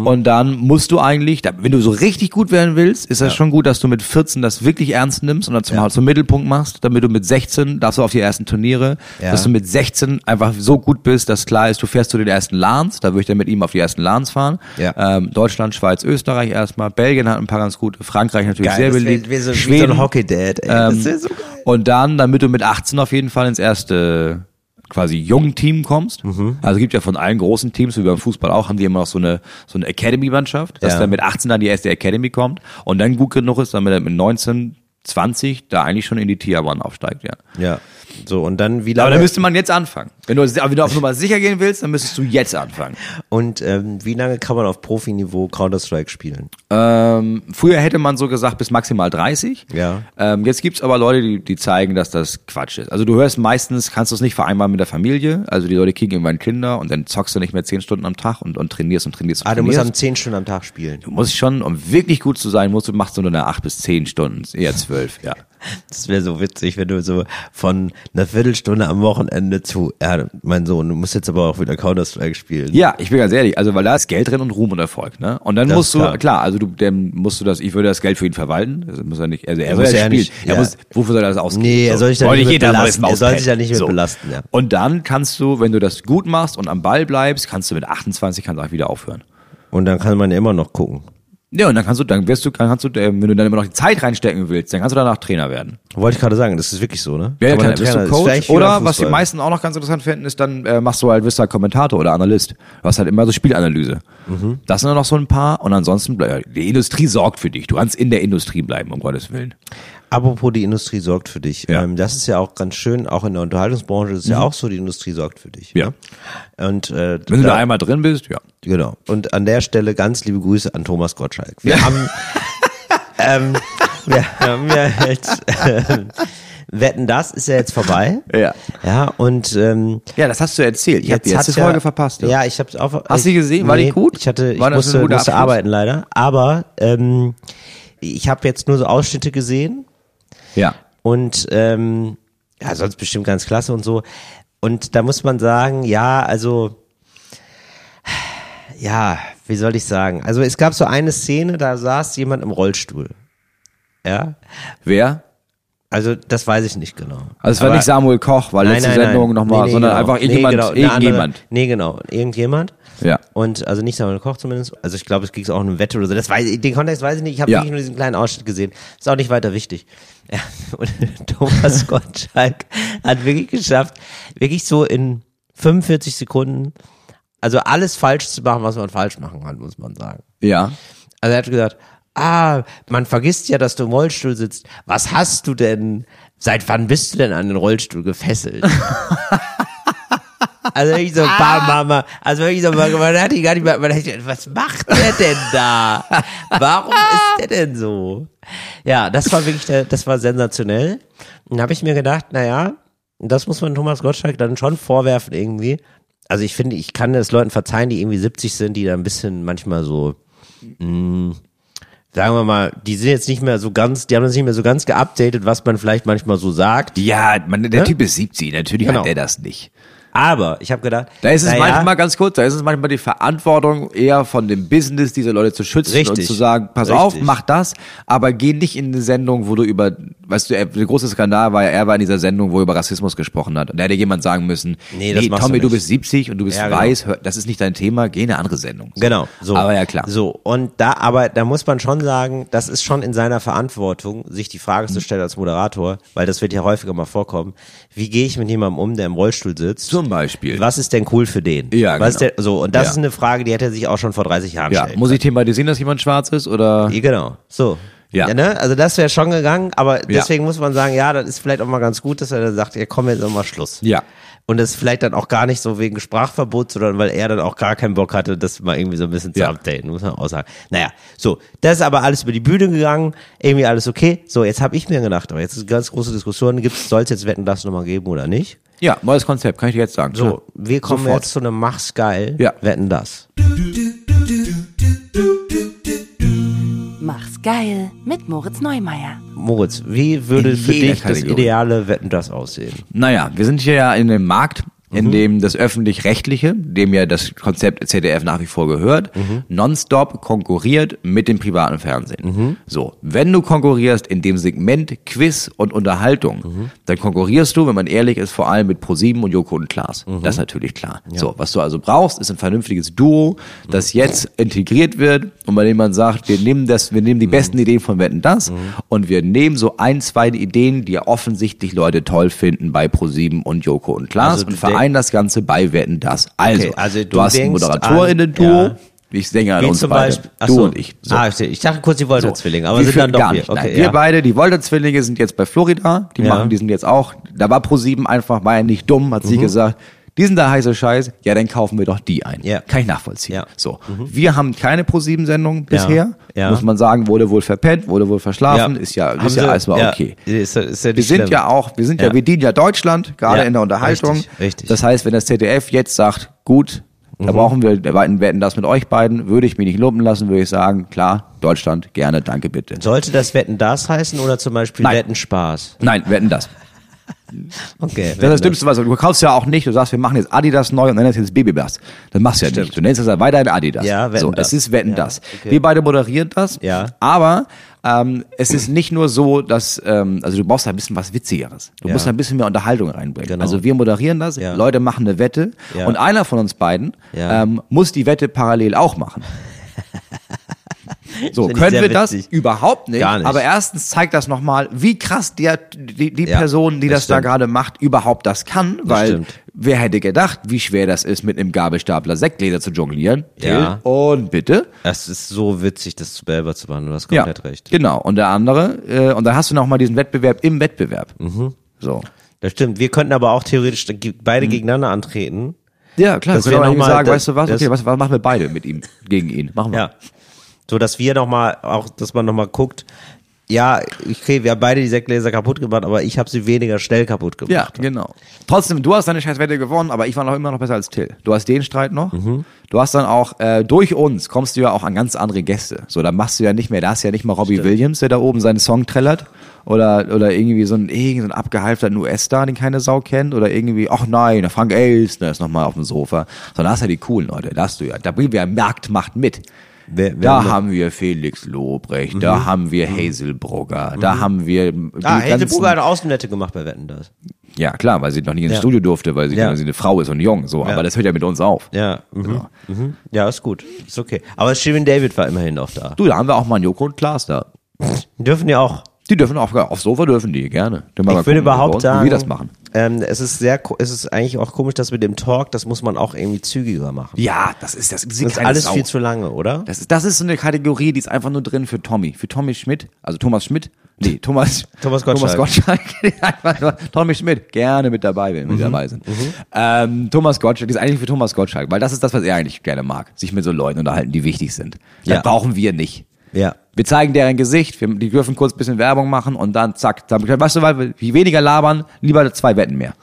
[SPEAKER 2] Und dann musst du eigentlich, da- wenn du so richtig gut werden willst, ist das schon gut, dass du mit 14 das wirklich ernst nimmst und dann zum, zum Mittelpunkt machst, damit du mit 16 darfst du auf die ersten Turniere,
[SPEAKER 3] Ja.
[SPEAKER 2] dass du mit 16 einfach so gut bist, dass klar ist, du fährst zu den ersten LANs, da würde ich dann mit ihm auf die ersten LANs fahren.
[SPEAKER 3] Ja.
[SPEAKER 2] Ähm, Deutschland, Schweiz, Österreich erstmal, Belgien hat ein paar ganz gute, Frankreich natürlich sehr
[SPEAKER 3] das wär-
[SPEAKER 2] beliebt,
[SPEAKER 3] wär so,
[SPEAKER 2] Schweden. Ähm,
[SPEAKER 3] Schweden. Wie so ein Hockey-Dad, ey. das wäre so geil.
[SPEAKER 2] Und dann, damit du mit 18 auf jeden Fall ins erste quasi jungen Team kommst.
[SPEAKER 3] Mhm.
[SPEAKER 2] Also gibt ja von allen großen Teams, wie beim Fußball auch, haben die immer noch so eine, so eine Academy-Mannschaft, dass
[SPEAKER 3] Ja.
[SPEAKER 2] dann mit 18 dann die erste Academy kommt und dann gut genug ist, damit er mit 19, 20 da eigentlich schon in die Tier 1 aufsteigt, ja.
[SPEAKER 3] Ja. So, und dann wie
[SPEAKER 2] Aber
[SPEAKER 3] lange,
[SPEAKER 2] dann müsste man jetzt anfangen. Wenn du, aber wenn du auf Nummer sicher gehen willst, dann müsstest du jetzt anfangen.
[SPEAKER 3] und, ähm, wie lange kann man auf Profiniveau Counter-Strike spielen?
[SPEAKER 2] Ähm, früher hätte man so gesagt bis maximal 30.
[SPEAKER 3] Ja.
[SPEAKER 2] Ähm, jetzt gibt's aber Leute, die, die zeigen, dass das Quatsch ist. Also du hörst meistens, kannst du es nicht vereinbaren mit der Familie. Also die Leute kriegen irgendwann Kinder und dann zockst du nicht mehr 10 Stunden am Tag und, und trainierst und trainierst und
[SPEAKER 3] Ah, du musst
[SPEAKER 2] trainierst.
[SPEAKER 3] am 10 Stunden am Tag spielen.
[SPEAKER 2] Du musst schon, um wirklich gut zu sein, musst du machst du nur eine 8 bis 10 Stunden, eher zwölf, ja.
[SPEAKER 3] Das wäre so witzig, wenn du so von einer Viertelstunde am Wochenende zu, ja, mein Sohn, du musst jetzt aber auch wieder Counter-Strike spielen.
[SPEAKER 2] Ja, ich bin ganz ehrlich, also weil da ist Geld drin und Ruhm und Erfolg, ne? Und dann
[SPEAKER 3] Das
[SPEAKER 2] musst
[SPEAKER 3] ist
[SPEAKER 2] du, klar,
[SPEAKER 3] klar.
[SPEAKER 2] also du, dem musst du das, ich würde das Geld für ihn verwalten, das muss er nicht, also er
[SPEAKER 3] Muss
[SPEAKER 2] soll ja
[SPEAKER 3] er
[SPEAKER 2] spielen,
[SPEAKER 3] nicht,
[SPEAKER 2] er
[SPEAKER 3] ja.
[SPEAKER 2] muss, wofür soll er das ausgeben?
[SPEAKER 3] Nee, er soll sich da
[SPEAKER 2] Soll
[SPEAKER 3] nicht mit
[SPEAKER 2] jeder mal
[SPEAKER 3] belasten,
[SPEAKER 2] mit dem
[SPEAKER 3] er soll sich
[SPEAKER 2] Mausepad.
[SPEAKER 3] da nicht mit belasten, ja.
[SPEAKER 2] Und dann kannst du, wenn du das gut machst und am Ball bleibst, kannst du mit 28 kannst du auch wieder aufhören.
[SPEAKER 3] Und dann kann man ja immer noch gucken.
[SPEAKER 2] Ja, und dann kannst du, dann wirst du, dann kannst du, äh, wenn du dann immer noch die Zeit reinstecken willst, dann kannst du danach Trainer werden.
[SPEAKER 3] Wollte ich gerade sagen, das ist wirklich so, ne?
[SPEAKER 2] Ja, ja
[SPEAKER 3] Kann
[SPEAKER 2] klar,
[SPEAKER 3] man dann
[SPEAKER 2] wirst
[SPEAKER 3] Trainer-
[SPEAKER 2] du
[SPEAKER 3] ist vielleicht
[SPEAKER 2] Coach
[SPEAKER 3] wie
[SPEAKER 2] oder
[SPEAKER 3] beim
[SPEAKER 2] was die
[SPEAKER 3] Fußball.
[SPEAKER 2] meisten auch noch ganz interessant finden, ist dann äh, machst du halt, wirst halt Kommentator oder Analyst. Du hast halt immer so Spielanalyse.
[SPEAKER 3] Mhm.
[SPEAKER 2] Das sind dann noch so ein paar und ansonsten bleib, die Industrie sorgt für dich. Du kannst in der Industrie bleiben, um Gottes Willen.
[SPEAKER 3] Apropos, die Industrie sorgt für dich.
[SPEAKER 2] Ja. Mhm.
[SPEAKER 3] Ähm, das ist ja auch ganz schön, auch in der Unterhaltungsbranche ist es ja auch so, die Industrie sorgt für dich.
[SPEAKER 2] Ja.
[SPEAKER 3] Ne? Und, äh,
[SPEAKER 2] Wenn du da einmal drin bist, ja.
[SPEAKER 3] Genau. Und an der Stelle ganz liebe Grüße an Thomas Gottschalk. Wir haben, ähm, wir haben ja jetzt, ähm, Wetten, das ist ja jetzt vorbei.
[SPEAKER 2] Ja.
[SPEAKER 3] Ja, und, ähm,
[SPEAKER 2] Ja, das hast du erzählt. Ich habe die
[SPEAKER 3] jetzt
[SPEAKER 2] letzte
[SPEAKER 3] hat ja-
[SPEAKER 2] Folge verpasst.
[SPEAKER 3] Ja, ich hab's auch.
[SPEAKER 2] Hast du die gesehen? War die gut?
[SPEAKER 3] Ich hatte, ich
[SPEAKER 2] War das ein
[SPEAKER 3] musste,
[SPEAKER 2] guter
[SPEAKER 3] musste
[SPEAKER 2] Abschluss?
[SPEAKER 3] arbeiten leider. Aber, ähm, ich habe jetzt nur so Ausschnitte gesehen
[SPEAKER 2] ja.
[SPEAKER 3] und ähm, ja, sonst bestimmt ganz klasse und so. Und da muss man sagen, ja, also ja, wie soll ich sagen? Also es gab so eine Szene, da saß jemand im Rollstuhl. Ja,
[SPEAKER 2] Wer?
[SPEAKER 3] also das weiß ich nicht genau.
[SPEAKER 2] Also es war
[SPEAKER 3] Aber-
[SPEAKER 2] nicht Samuel Koch, weil letzte Sendung nochmal,
[SPEAKER 3] Nee, nee,
[SPEAKER 2] sondern
[SPEAKER 3] genau.
[SPEAKER 2] einfach
[SPEAKER 3] Nee,
[SPEAKER 2] irgendjemand.
[SPEAKER 3] genau. Eine
[SPEAKER 2] irgendjemand.
[SPEAKER 3] Andere, nee, genau, irgendjemand.
[SPEAKER 2] Ja.
[SPEAKER 3] Und also nicht Samuel Koch zumindest. Also ich glaube, es ging auch um eine Wette oder so. Das weiß ich, den Kontext weiß ich nicht. Ich habe
[SPEAKER 2] Ja.
[SPEAKER 3] wirklich nur diesen kleinen Ausschnitt gesehen. Ist auch nicht weiter wichtig. Ja. Und Thomas Gottschalk hat wirklich geschafft, wirklich so in 45 Sekunden, also alles falsch zu machen, was man falsch machen kann, muss man sagen.
[SPEAKER 2] Ja.
[SPEAKER 3] Also er hat gesagt, ah, man vergisst ja, dass du im Rollstuhl sitzt. Was hast du denn? Seit wann bist du denn an den Rollstuhl gefesselt? Also wirklich so ein paar Mama, also wirklich so ein paar, man hat ihn gar nicht mehr, man hat, gedacht, was macht der denn da? Warum ist der denn so? Ja, das war wirklich, der, das war sensationell. Und da habe ich mir gedacht, naja, das muss man Thomas Gottschalk dann schon vorwerfen irgendwie. Also ich finde, ich kann es Leuten verzeihen, die irgendwie 70 sind, die da ein bisschen manchmal so, sagen wir mal, die sind jetzt nicht mehr so ganz, die haben das nicht mehr so ganz geupdatet, was man vielleicht manchmal so sagt.
[SPEAKER 2] Ja, man, der
[SPEAKER 3] Ne?
[SPEAKER 2] Typ ist 70, natürlich
[SPEAKER 3] Genau.
[SPEAKER 2] hat er das nicht.
[SPEAKER 3] Aber ich habe gedacht,
[SPEAKER 2] Da ist es
[SPEAKER 3] naja,
[SPEAKER 2] manchmal ganz kurz, da ist es manchmal die Verantwortung eher von dem Business, diese Leute zu schützen und
[SPEAKER 3] Richtig.
[SPEAKER 2] zu sagen, pass
[SPEAKER 3] Richtig.
[SPEAKER 2] auf, mach das, aber geh nicht in eine Sendung, wo du über, weißt du, er- der große Skandal war ja, er war in dieser Sendung, wo über Rassismus gesprochen hat. Und da hätte jemand sagen müssen, nee,
[SPEAKER 3] Nee, das machst du
[SPEAKER 2] Tommy, du,
[SPEAKER 3] nicht.
[SPEAKER 2] bist 70 und du bist
[SPEAKER 3] Ja, genau.
[SPEAKER 2] weiß, hör, das ist nicht dein Thema, geh in eine andere Sendung. So.
[SPEAKER 3] Genau, so.
[SPEAKER 2] Aber ja, klar.
[SPEAKER 3] So, und da, aber da muss man schon sagen, das ist schon in seiner Verantwortung, sich die Frage zu stellen als Moderator, weil das wird ja häufiger mal vorkommen. Wie gehe ich mit jemandem um, der im Rollstuhl sitzt?
[SPEAKER 2] Zum Beispiel.
[SPEAKER 3] Was ist denn cool für den?
[SPEAKER 2] Ja,
[SPEAKER 3] Was
[SPEAKER 2] genau.
[SPEAKER 3] ist denn, so, und das
[SPEAKER 2] Ja.
[SPEAKER 3] ist eine Frage, die hätte er sich auch schon vor 30 Jahren
[SPEAKER 2] Ja,
[SPEAKER 3] stellen
[SPEAKER 2] muss ich thematisieren, dass jemand schwarz ist oder?
[SPEAKER 3] Ja, genau. So.
[SPEAKER 2] Ja.
[SPEAKER 3] ne? Also das wäre schon gegangen, aber deswegen muss man sagen, ja, das ist vielleicht auch mal ganz gut, dass er dann sagt, ja, komm, jetzt ist auch mal Schluss.
[SPEAKER 2] Ja.
[SPEAKER 3] Und das vielleicht dann auch gar nicht so wegen Sprachverbot, sondern weil er dann auch gar keinen Bock hatte, das mal irgendwie so ein bisschen
[SPEAKER 2] Ja.
[SPEAKER 3] zu updaten, muss man auch sagen. Naja, so, das ist aber alles über die Bühne gegangen, irgendwie alles okay. So, jetzt habe ich mir gedacht, aber jetzt ist eine ganz große Diskussion, soll es jetzt Wetten, das nochmal geben oder nicht?
[SPEAKER 2] Ja, neues Konzept, kann ich dir jetzt sagen.
[SPEAKER 3] So, wir kommen
[SPEAKER 2] Sofort.
[SPEAKER 3] jetzt zu einem Mach's geil,
[SPEAKER 2] Ja.
[SPEAKER 3] Wetten, das.
[SPEAKER 1] Mach's geil mit Moritz Neumeier.
[SPEAKER 3] Moritz, wie würde
[SPEAKER 2] In
[SPEAKER 3] für
[SPEAKER 2] jeder
[SPEAKER 3] dich das
[SPEAKER 2] Kategorie.
[SPEAKER 3] ideale Wetten, das aussehen?
[SPEAKER 2] Naja, wir sind hier ja in dem Markt, in dem das Öffentlich-Rechtliche, dem ja das Konzept ZDF nach wie vor gehört, nonstop konkurriert mit dem privaten Fernsehen. So, wenn du konkurrierst in dem Segment Quiz und Unterhaltung, dann konkurrierst du, wenn man ehrlich ist, vor allem mit ProSieben und Joko und Klaas.
[SPEAKER 3] Mhm.
[SPEAKER 2] Das ist natürlich klar. So, was du also brauchst, ist ein vernünftiges Duo,
[SPEAKER 3] Mhm.
[SPEAKER 2] das jetzt integriert wird und bei dem man sagt, wir nehmen das, wir nehmen
[SPEAKER 3] Mhm.
[SPEAKER 2] die besten Ideen von Wetten das und wir nehmen so ein, zwei Ideen, die ja offensichtlich Leute toll finden bei ProSieben und Joko und Klaas
[SPEAKER 3] Also du
[SPEAKER 2] und vereinen das Ganze bei Wetten das. Also,
[SPEAKER 3] Okay, also
[SPEAKER 2] du,
[SPEAKER 3] du
[SPEAKER 2] hast ein
[SPEAKER 3] denkst
[SPEAKER 2] ModeratorInnen-Duo,
[SPEAKER 3] an- ja.
[SPEAKER 2] ich denke an
[SPEAKER 3] Wie
[SPEAKER 2] uns
[SPEAKER 3] zum
[SPEAKER 2] beide,
[SPEAKER 3] Beispiel, ach
[SPEAKER 2] du
[SPEAKER 3] so.
[SPEAKER 2] und ich. So.
[SPEAKER 3] Ah, ich, ich dachte kurz, die wollten Zwillinge, aber
[SPEAKER 2] wir
[SPEAKER 3] sind dann
[SPEAKER 2] Also, führen
[SPEAKER 3] doch
[SPEAKER 2] gar
[SPEAKER 3] wir.
[SPEAKER 2] nicht.
[SPEAKER 3] Okay,
[SPEAKER 2] Nein,
[SPEAKER 3] ja.
[SPEAKER 2] Wir beide, die Wolter-Zwillinge sind jetzt bei Florida. Die
[SPEAKER 3] Ja.
[SPEAKER 2] machen, die sind jetzt auch. Da war ProSieben einfach, war ja nicht dumm, hat sie
[SPEAKER 3] Mhm.
[SPEAKER 2] gesagt. Die sind da heiße Scheiß. Ja, dann kaufen wir doch die ein.
[SPEAKER 3] Ja.
[SPEAKER 2] Kann ich nachvollziehen.
[SPEAKER 3] Ja. Mhm.
[SPEAKER 2] So. Wir haben keine ProSieben-Sendung bisher.
[SPEAKER 3] Ja.
[SPEAKER 2] Muss man sagen, wurde wohl verpennt, wurde wohl verschlafen. Ist ja,
[SPEAKER 3] Haben
[SPEAKER 2] ist ja
[SPEAKER 3] sie-
[SPEAKER 2] erstmal okay.
[SPEAKER 3] Ist, ist ja
[SPEAKER 2] Wir
[SPEAKER 3] nicht
[SPEAKER 2] sind
[SPEAKER 3] schlimm.
[SPEAKER 2] ja auch, wir sind ja,
[SPEAKER 3] Ja.
[SPEAKER 2] wir dienen ja Deutschland, gerade
[SPEAKER 3] Ja,
[SPEAKER 2] in der Unterhaltung.
[SPEAKER 3] richtig, richtig.
[SPEAKER 2] Das heißt, wenn das ZDF jetzt sagt, gut, Da brauchen wir weiten Wetten das mit euch beiden. Würde ich mich nicht lumpen lassen, würde ich sagen, klar, Deutschland, gerne, danke bitte.
[SPEAKER 3] Sollte das Wetten das heißen oder zum Beispiel
[SPEAKER 2] Nein.
[SPEAKER 3] Wetten Spaß?
[SPEAKER 2] Nein, wetten das.
[SPEAKER 3] Okay.
[SPEAKER 2] Das ist das Dümmste, was du kaufst ja auch nicht. Du sagst, wir machen jetzt Adidas neu und dann ist jetzt Babybass. Das machst du ja nicht. Du nennst das ja weiterhin Adidas.
[SPEAKER 3] Ja, Wetten,
[SPEAKER 2] so,
[SPEAKER 3] das.
[SPEAKER 2] das ist Wetten das.
[SPEAKER 3] okay.
[SPEAKER 2] Wir beide moderieren das.
[SPEAKER 3] Ja.
[SPEAKER 2] Aber ähm, es ist nicht nur so, dass ähm, also du brauchst da ein bisschen was Witzigeres. Du
[SPEAKER 3] Ja.
[SPEAKER 2] musst da ein bisschen mehr Unterhaltung reinbringen.
[SPEAKER 3] Genau.
[SPEAKER 2] Also wir moderieren das.
[SPEAKER 3] Ja.
[SPEAKER 2] Leute machen eine Wette
[SPEAKER 3] Ja.
[SPEAKER 2] und einer von uns beiden
[SPEAKER 3] Ja.
[SPEAKER 2] ähm, muss die Wette parallel auch machen. So,
[SPEAKER 3] Finde ich
[SPEAKER 2] können
[SPEAKER 3] sehr
[SPEAKER 2] wir das
[SPEAKER 3] witzig.
[SPEAKER 2] überhaupt nicht,
[SPEAKER 3] Gar nicht.
[SPEAKER 2] aber erstens zeigt das nochmal, wie krass der, die, die
[SPEAKER 3] Ja,
[SPEAKER 2] Person, die
[SPEAKER 3] das
[SPEAKER 2] das, da
[SPEAKER 3] stimmt.
[SPEAKER 2] gerade macht, überhaupt das kann, weil
[SPEAKER 3] stimmt.
[SPEAKER 2] wer hätte gedacht, wie schwer das ist, mit einem Gabelstapler Sektgläser zu jonglieren.
[SPEAKER 3] Ja.
[SPEAKER 2] Till, Und bitte.
[SPEAKER 3] Das ist so witzig, das selber zu machen. Du hast komplett recht.
[SPEAKER 2] genau. Und der andere, äh, und dann hast du nochmal diesen Wettbewerb im Wettbewerb. So.
[SPEAKER 3] Das stimmt. Wir könnten aber auch theoretisch ge-
[SPEAKER 2] Mhm.
[SPEAKER 3] beide gegeneinander antreten.
[SPEAKER 2] Ja, klar.
[SPEAKER 3] Das
[SPEAKER 2] Das wir
[SPEAKER 3] wäre
[SPEAKER 2] können
[SPEAKER 3] noch
[SPEAKER 2] auch
[SPEAKER 3] mal-
[SPEAKER 2] sagen,
[SPEAKER 3] das-
[SPEAKER 2] weißt du was,
[SPEAKER 3] das-
[SPEAKER 2] okay, was, was machen wir beide mit ihm, gegen ihn? Machen wir.
[SPEAKER 3] Ja. So dass wir nochmal, auch, dass man nochmal guckt, ja, okay, wir haben beide die Sektgläser kaputt gemacht, aber ich habe sie weniger schnell kaputt gemacht.
[SPEAKER 2] Ja, genau. Trotzdem, du hast deine Scheißwette gewonnen, aber ich war noch immer noch besser als Till. Du hast den Streit noch. Du hast dann auch, äh, durch uns kommst du ja auch an ganz andere Gäste. So, da machst du ja nicht mehr, da ist ja nicht mal Robbie Williams, der da oben seinen Song trällert. Oder, oder irgendwie so ein, irgend so ein abgehalfterten US-Star, den keine Sau kennt. Oder irgendwie, ach nein, der Frank Elstner ist nochmal auf dem Sofa. Sondern da hast du ja die coolen Leute, da hast du ja. Da bringen wir ja Marktmacht mit.
[SPEAKER 3] Wer- wer
[SPEAKER 2] da
[SPEAKER 3] noch?
[SPEAKER 2] haben wir Felix Lobrecht, da haben wir Hazelbrugger, da haben wir die
[SPEAKER 3] Ah, hätte
[SPEAKER 2] ganzen-
[SPEAKER 3] Buga eine Außenwette gemacht bei Wetten das.
[SPEAKER 2] ja, klar, weil sie noch nie ins
[SPEAKER 3] Ja.
[SPEAKER 2] Studio durfte, weil sie,
[SPEAKER 3] Ja.
[SPEAKER 2] weil sie eine Frau ist und jung, so.
[SPEAKER 3] Ja.
[SPEAKER 2] Aber das hört ja mit uns auf.
[SPEAKER 3] Ja, mhm.
[SPEAKER 2] Genau.
[SPEAKER 3] Mhm. ja, ist gut. Ist okay. Aber Steven David war immerhin auch da.
[SPEAKER 2] Du, da haben wir auch mal einen Joko und Klaas da.
[SPEAKER 3] Dürfen ja auch.
[SPEAKER 2] Die dürfen auch, aufs Sofa dürfen die, gerne. Dann mal
[SPEAKER 3] Ich würde
[SPEAKER 2] gucken, wie wir
[SPEAKER 3] überhaupt
[SPEAKER 2] uns-
[SPEAKER 3] sagen,
[SPEAKER 2] Wie wir das machen.
[SPEAKER 3] Ähm, es ist sehr, ko- es ist eigentlich auch komisch, dass mit dem Talk, das muss man auch irgendwie zügiger machen.
[SPEAKER 2] Ja, das ist, das,
[SPEAKER 3] Das ist alles viel zu lange, oder?
[SPEAKER 2] das ist, das ist so eine Kategorie, die ist einfach nur drin für Tommy. Für Tommy Schmidt, also Thomas Schmidt. Nee, Thomas,
[SPEAKER 3] Thomas Gottschalk.
[SPEAKER 2] Thomas Gottschalk. Die ist einfach nur- Tommy Schmidt, gerne mit dabei, wenn wir dabei sind. Ähm, Thomas Gottschalk, die ist eigentlich für Thomas Gottschalk, weil das ist das, was er eigentlich gerne mag. Sich mit so Leuten unterhalten, die wichtig sind. Das
[SPEAKER 3] Ja.
[SPEAKER 2] brauchen wir nicht.
[SPEAKER 3] Ja.
[SPEAKER 2] Wir zeigen deren Gesicht, wir, die dürfen kurz ein bisschen Werbung machen und dann zack. Dann, weißt du, weil wir je weniger labern, lieber zwei Wetten mehr.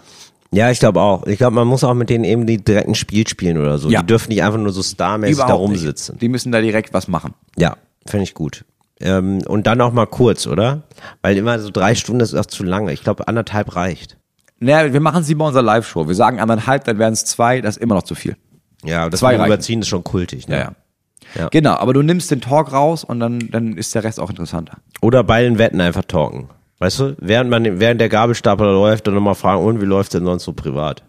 [SPEAKER 3] Ja, ich glaube auch. Ich glaube, man muss auch mit denen eben die direkten Spiel spielen oder so.
[SPEAKER 2] Ja.
[SPEAKER 3] Die dürfen nicht einfach nur so starmäßig da
[SPEAKER 2] nicht.
[SPEAKER 3] rumsitzen.
[SPEAKER 2] Die müssen da direkt was machen.
[SPEAKER 3] Ja, finde ich gut. Ähm, und dann auch mal kurz, oder? Weil immer so drei Stunden ist auch zu lange. Ich glaube, anderthalb reicht.
[SPEAKER 2] Naja, wir machen sie bei unserer Live-Show. Wir sagen anderthalb, dann wären es zwei, das ist immer noch zu viel.
[SPEAKER 3] Ja, das
[SPEAKER 2] Zwei
[SPEAKER 3] mit dem
[SPEAKER 2] reichen.
[SPEAKER 3] Überziehen ist schon kultig. Ne?
[SPEAKER 2] Ja, ja.
[SPEAKER 3] Ja.
[SPEAKER 2] Genau, aber du nimmst den Talk raus und dann, dann ist der Rest auch interessanter.
[SPEAKER 3] Oder bei den Wetten einfach talken. Weißt du, während man, während der Gabelstapler läuft, dann nochmal fragen, und wie läuft's denn sonst so privat?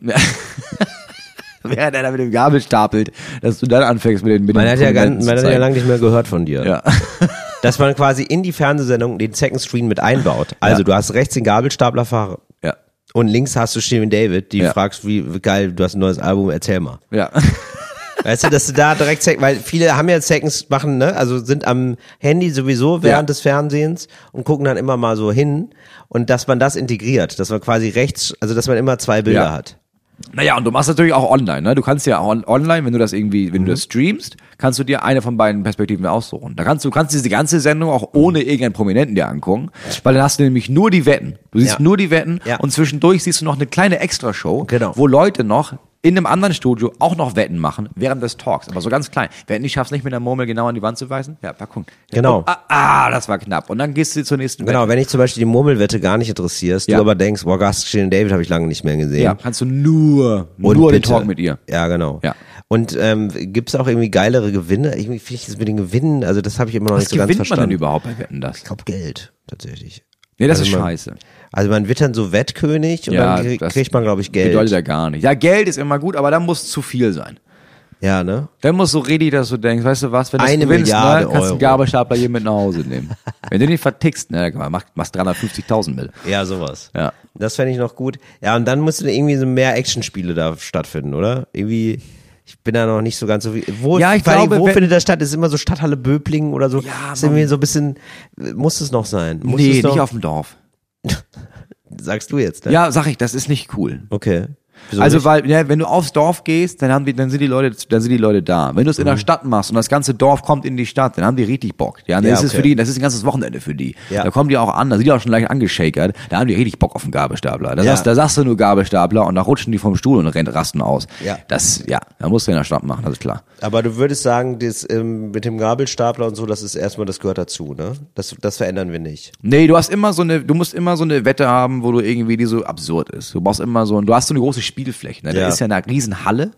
[SPEAKER 2] Während er da mit dem Gabel stapelt, dass du dann anfängst mit den mit
[SPEAKER 3] Man
[SPEAKER 2] den
[SPEAKER 3] hat ja,
[SPEAKER 2] Prominenten
[SPEAKER 3] ganz, man
[SPEAKER 2] um zu
[SPEAKER 3] hat ja
[SPEAKER 2] zeigen.
[SPEAKER 3] lange nicht mehr gehört von dir.
[SPEAKER 2] Ja.
[SPEAKER 3] Dass man quasi in die Fernsehsendung den Second Screen mit einbaut. Also
[SPEAKER 2] Ja.
[SPEAKER 3] du hast rechts den Gabelstaplerfahrer
[SPEAKER 2] ja.
[SPEAKER 3] und links hast du Steven David, die
[SPEAKER 2] Ja.
[SPEAKER 3] fragst, wie, wie geil, du hast ein neues Album, erzähl mal.
[SPEAKER 2] Ja.
[SPEAKER 3] Weißt du, dass du da direkt Second, weil viele haben ja Seconds machen, ne? Also sind am Handy sowieso
[SPEAKER 2] Ja.
[SPEAKER 3] während des Fernsehens und gucken dann immer mal so hin und dass man das integriert, dass man quasi rechts, also dass man immer zwei Bilder
[SPEAKER 2] Ja.
[SPEAKER 3] hat.
[SPEAKER 2] Naja, und du machst natürlich auch online, ne? Du kannst ja on online, wenn du das irgendwie,
[SPEAKER 3] Mhm.
[SPEAKER 2] wenn du das streamst, kannst du dir eine von beiden Perspektiven aussuchen. Da kannst du kannst diese ganze Sendung auch ohne irgendeinen Prominenten dir angucken, weil dann hast du nämlich nur die Wetten. Du siehst
[SPEAKER 3] Ja.
[SPEAKER 2] nur die Wetten
[SPEAKER 3] Ja.
[SPEAKER 2] und zwischendurch siehst du noch eine kleine Extrashow,
[SPEAKER 3] Genau.
[SPEAKER 2] wo Leute noch in einem anderen Studio auch noch Wetten machen während des Talks, aber so ganz klein. Wetten, ich schaff's nicht mit der Murmel genau an die Wand zu weisen. Ja, Packung.
[SPEAKER 3] Genau.
[SPEAKER 2] Ah, ah, das war knapp. Und dann gehst du zur nächsten
[SPEAKER 3] Genau, wenn ich zum Beispiel die Murmelwette gar nicht interessierst,
[SPEAKER 2] Ja.
[SPEAKER 3] du aber denkst, boah, Gast Steven David habe ich lange nicht mehr gesehen.
[SPEAKER 2] Wette. Ja, kannst du nur
[SPEAKER 3] Und
[SPEAKER 2] nur
[SPEAKER 3] bitte.
[SPEAKER 2] den Talk mit ihr.
[SPEAKER 3] Ja, genau.
[SPEAKER 2] Ja.
[SPEAKER 3] Und ähm, gibt's auch irgendwie geilere Gewinne? Irgendwie finde ich das mit den Gewinnen, also das habe ich immer noch
[SPEAKER 2] Was
[SPEAKER 3] nicht so ganz
[SPEAKER 2] gewinnt man denn
[SPEAKER 3] verstanden.
[SPEAKER 2] überhaupt bei Wetten das?
[SPEAKER 3] ich glaube Geld, tatsächlich.
[SPEAKER 2] Nee, das
[SPEAKER 3] Also
[SPEAKER 2] ist
[SPEAKER 3] man-
[SPEAKER 2] scheiße.
[SPEAKER 3] Also man wird dann so Wettkönig und
[SPEAKER 2] Ja,
[SPEAKER 3] dann krieg,
[SPEAKER 2] das
[SPEAKER 3] kriegt man, glaube ich, Geld.
[SPEAKER 2] Bedeutet ja gar nicht. Ja, Geld ist immer gut, aber dann muss zu viel sein.
[SPEAKER 3] Ja, ne?
[SPEAKER 2] Dann muss so richtig, dass du denkst, weißt du was, wenn du es
[SPEAKER 3] Eine
[SPEAKER 2] gewinnst, ne,
[SPEAKER 3] Milliarde
[SPEAKER 2] kannst du
[SPEAKER 3] Euro.
[SPEAKER 2] einen Gabelstapler hier mit nach Hause nehmen. wenn du den vertickst, ne, mach, machst 350.000 mit.
[SPEAKER 3] Ja, sowas.
[SPEAKER 2] Ja.
[SPEAKER 3] Das fände ich noch gut. Ja, und dann müssten irgendwie so mehr Actionspiele da stattfinden, oder? Irgendwie, ich bin da noch nicht so ganz so wie. Wo,
[SPEAKER 2] Ja, ich
[SPEAKER 3] vor allem,
[SPEAKER 2] glaube,
[SPEAKER 3] wo
[SPEAKER 2] wenn-
[SPEAKER 3] findet das statt? Ist immer so Stadthalle Böblingen oder so.
[SPEAKER 2] Ja,
[SPEAKER 3] ist irgendwie so ein bisschen, muss es noch sein? Muss
[SPEAKER 2] nee,
[SPEAKER 3] es noch,
[SPEAKER 2] nicht auf dem Dorf.
[SPEAKER 3] Sagst du jetzt, ne?
[SPEAKER 2] Ja, sag ich, das ist nicht cool.
[SPEAKER 3] Okay. Wieso
[SPEAKER 2] also
[SPEAKER 3] nicht?
[SPEAKER 2] weil, ja, wenn du aufs Dorf gehst, dann haben die, dann sind die Leute, dann sind die Leute da. Wenn du es in der
[SPEAKER 3] Mhm.
[SPEAKER 2] Stadt machst und das ganze Dorf kommt in die Stadt, dann haben die richtig Bock. Ja, dann
[SPEAKER 3] Ja,
[SPEAKER 2] ist es
[SPEAKER 3] okay.
[SPEAKER 2] für die, das ist ein ganzes Wochenende für die.
[SPEAKER 3] Ja.
[SPEAKER 2] Da kommen die auch an, da sind die auch schon leicht angeschakert, da haben die richtig Bock auf den Gabelstapler. Da,
[SPEAKER 3] Ja.
[SPEAKER 2] sagst, da sagst du nur Gabelstapler und da rutschen die vom Stuhl und rennt rasten aus.
[SPEAKER 3] Ja.
[SPEAKER 2] Das, ja, da musst du in der Stadt machen, das ist klar.
[SPEAKER 3] Aber du würdest sagen, das, ähm, mit dem Gabelstapler und so, das ist erstmal, das gehört dazu, ne? Das, das verändern wir nicht.
[SPEAKER 2] Nee, du hast immer so eine, du musst immer so eine Wette haben, wo du irgendwie die so absurd ist. Du brauchst immer so, ein- du hast so eine große Spielfläche. Ne? Da
[SPEAKER 3] Ja. Mhm.
[SPEAKER 2] ist ja eine riesen Halle,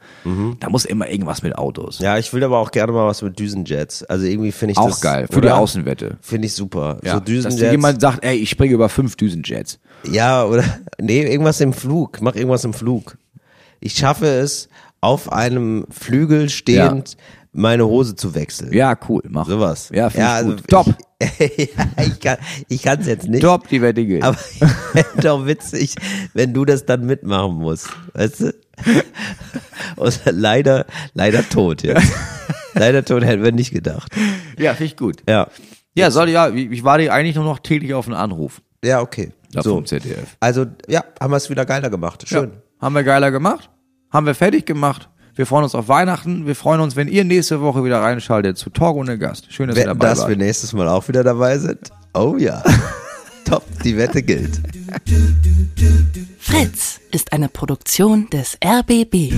[SPEAKER 2] da muss immer irgendwas mit Autos.
[SPEAKER 3] Ja, ich will aber auch gerne mal was mit Düsenjets. Also irgendwie finde ich
[SPEAKER 2] Auch
[SPEAKER 3] das.
[SPEAKER 2] geil, für die
[SPEAKER 3] oder?
[SPEAKER 2] Außenwette.
[SPEAKER 3] Finde ich super.
[SPEAKER 2] Ja,
[SPEAKER 3] so
[SPEAKER 2] dass
[SPEAKER 3] Düsenjets.
[SPEAKER 2] dir jemand sagt, ey, ich springe über fünf Düsenjets.
[SPEAKER 3] Ja, oder nee, irgendwas im Flug. Mach irgendwas im Flug. Ich schaffe es, auf einem Flügel stehend meine Hose zu wechseln.
[SPEAKER 2] Ja, cool, mach.
[SPEAKER 3] Sowas.
[SPEAKER 2] Ja, finde ich
[SPEAKER 3] also
[SPEAKER 2] gut. Top,
[SPEAKER 3] Ich, ja, ich kann ich kann's jetzt nicht.
[SPEAKER 2] top, die Wette gilt.
[SPEAKER 3] Aber wär doch witzig, wenn du das dann mitmachen musst. Weißt du? Und leider, leider tot jetzt. Leider tot hätten wir nicht gedacht.
[SPEAKER 2] Ja, finde ich gut.
[SPEAKER 3] Ja.
[SPEAKER 2] Ja, soll ja, ich ich warte eigentlich nur noch täglich auf einen Anruf.
[SPEAKER 3] Ja, okay.
[SPEAKER 2] Da
[SPEAKER 3] so.
[SPEAKER 2] vom ZDF.
[SPEAKER 3] Also, ja, haben wir es wieder geiler gemacht. Schön.
[SPEAKER 2] Ja. Haben wir geiler gemacht? Haben wir fertig gemacht? Wir freuen uns auf Weihnachten. Wir freuen uns, wenn ihr nächste Woche wieder reinschaltet zu Talk ohne Gast. Schön, dass ihr
[SPEAKER 3] Wetten,
[SPEAKER 2] dabei
[SPEAKER 3] dass
[SPEAKER 2] wart.
[SPEAKER 3] wir nächstes Mal auch wieder dabei sind? Oh ja. Top, die Wette gilt.
[SPEAKER 1] Fritz ist eine Produktion des RBB.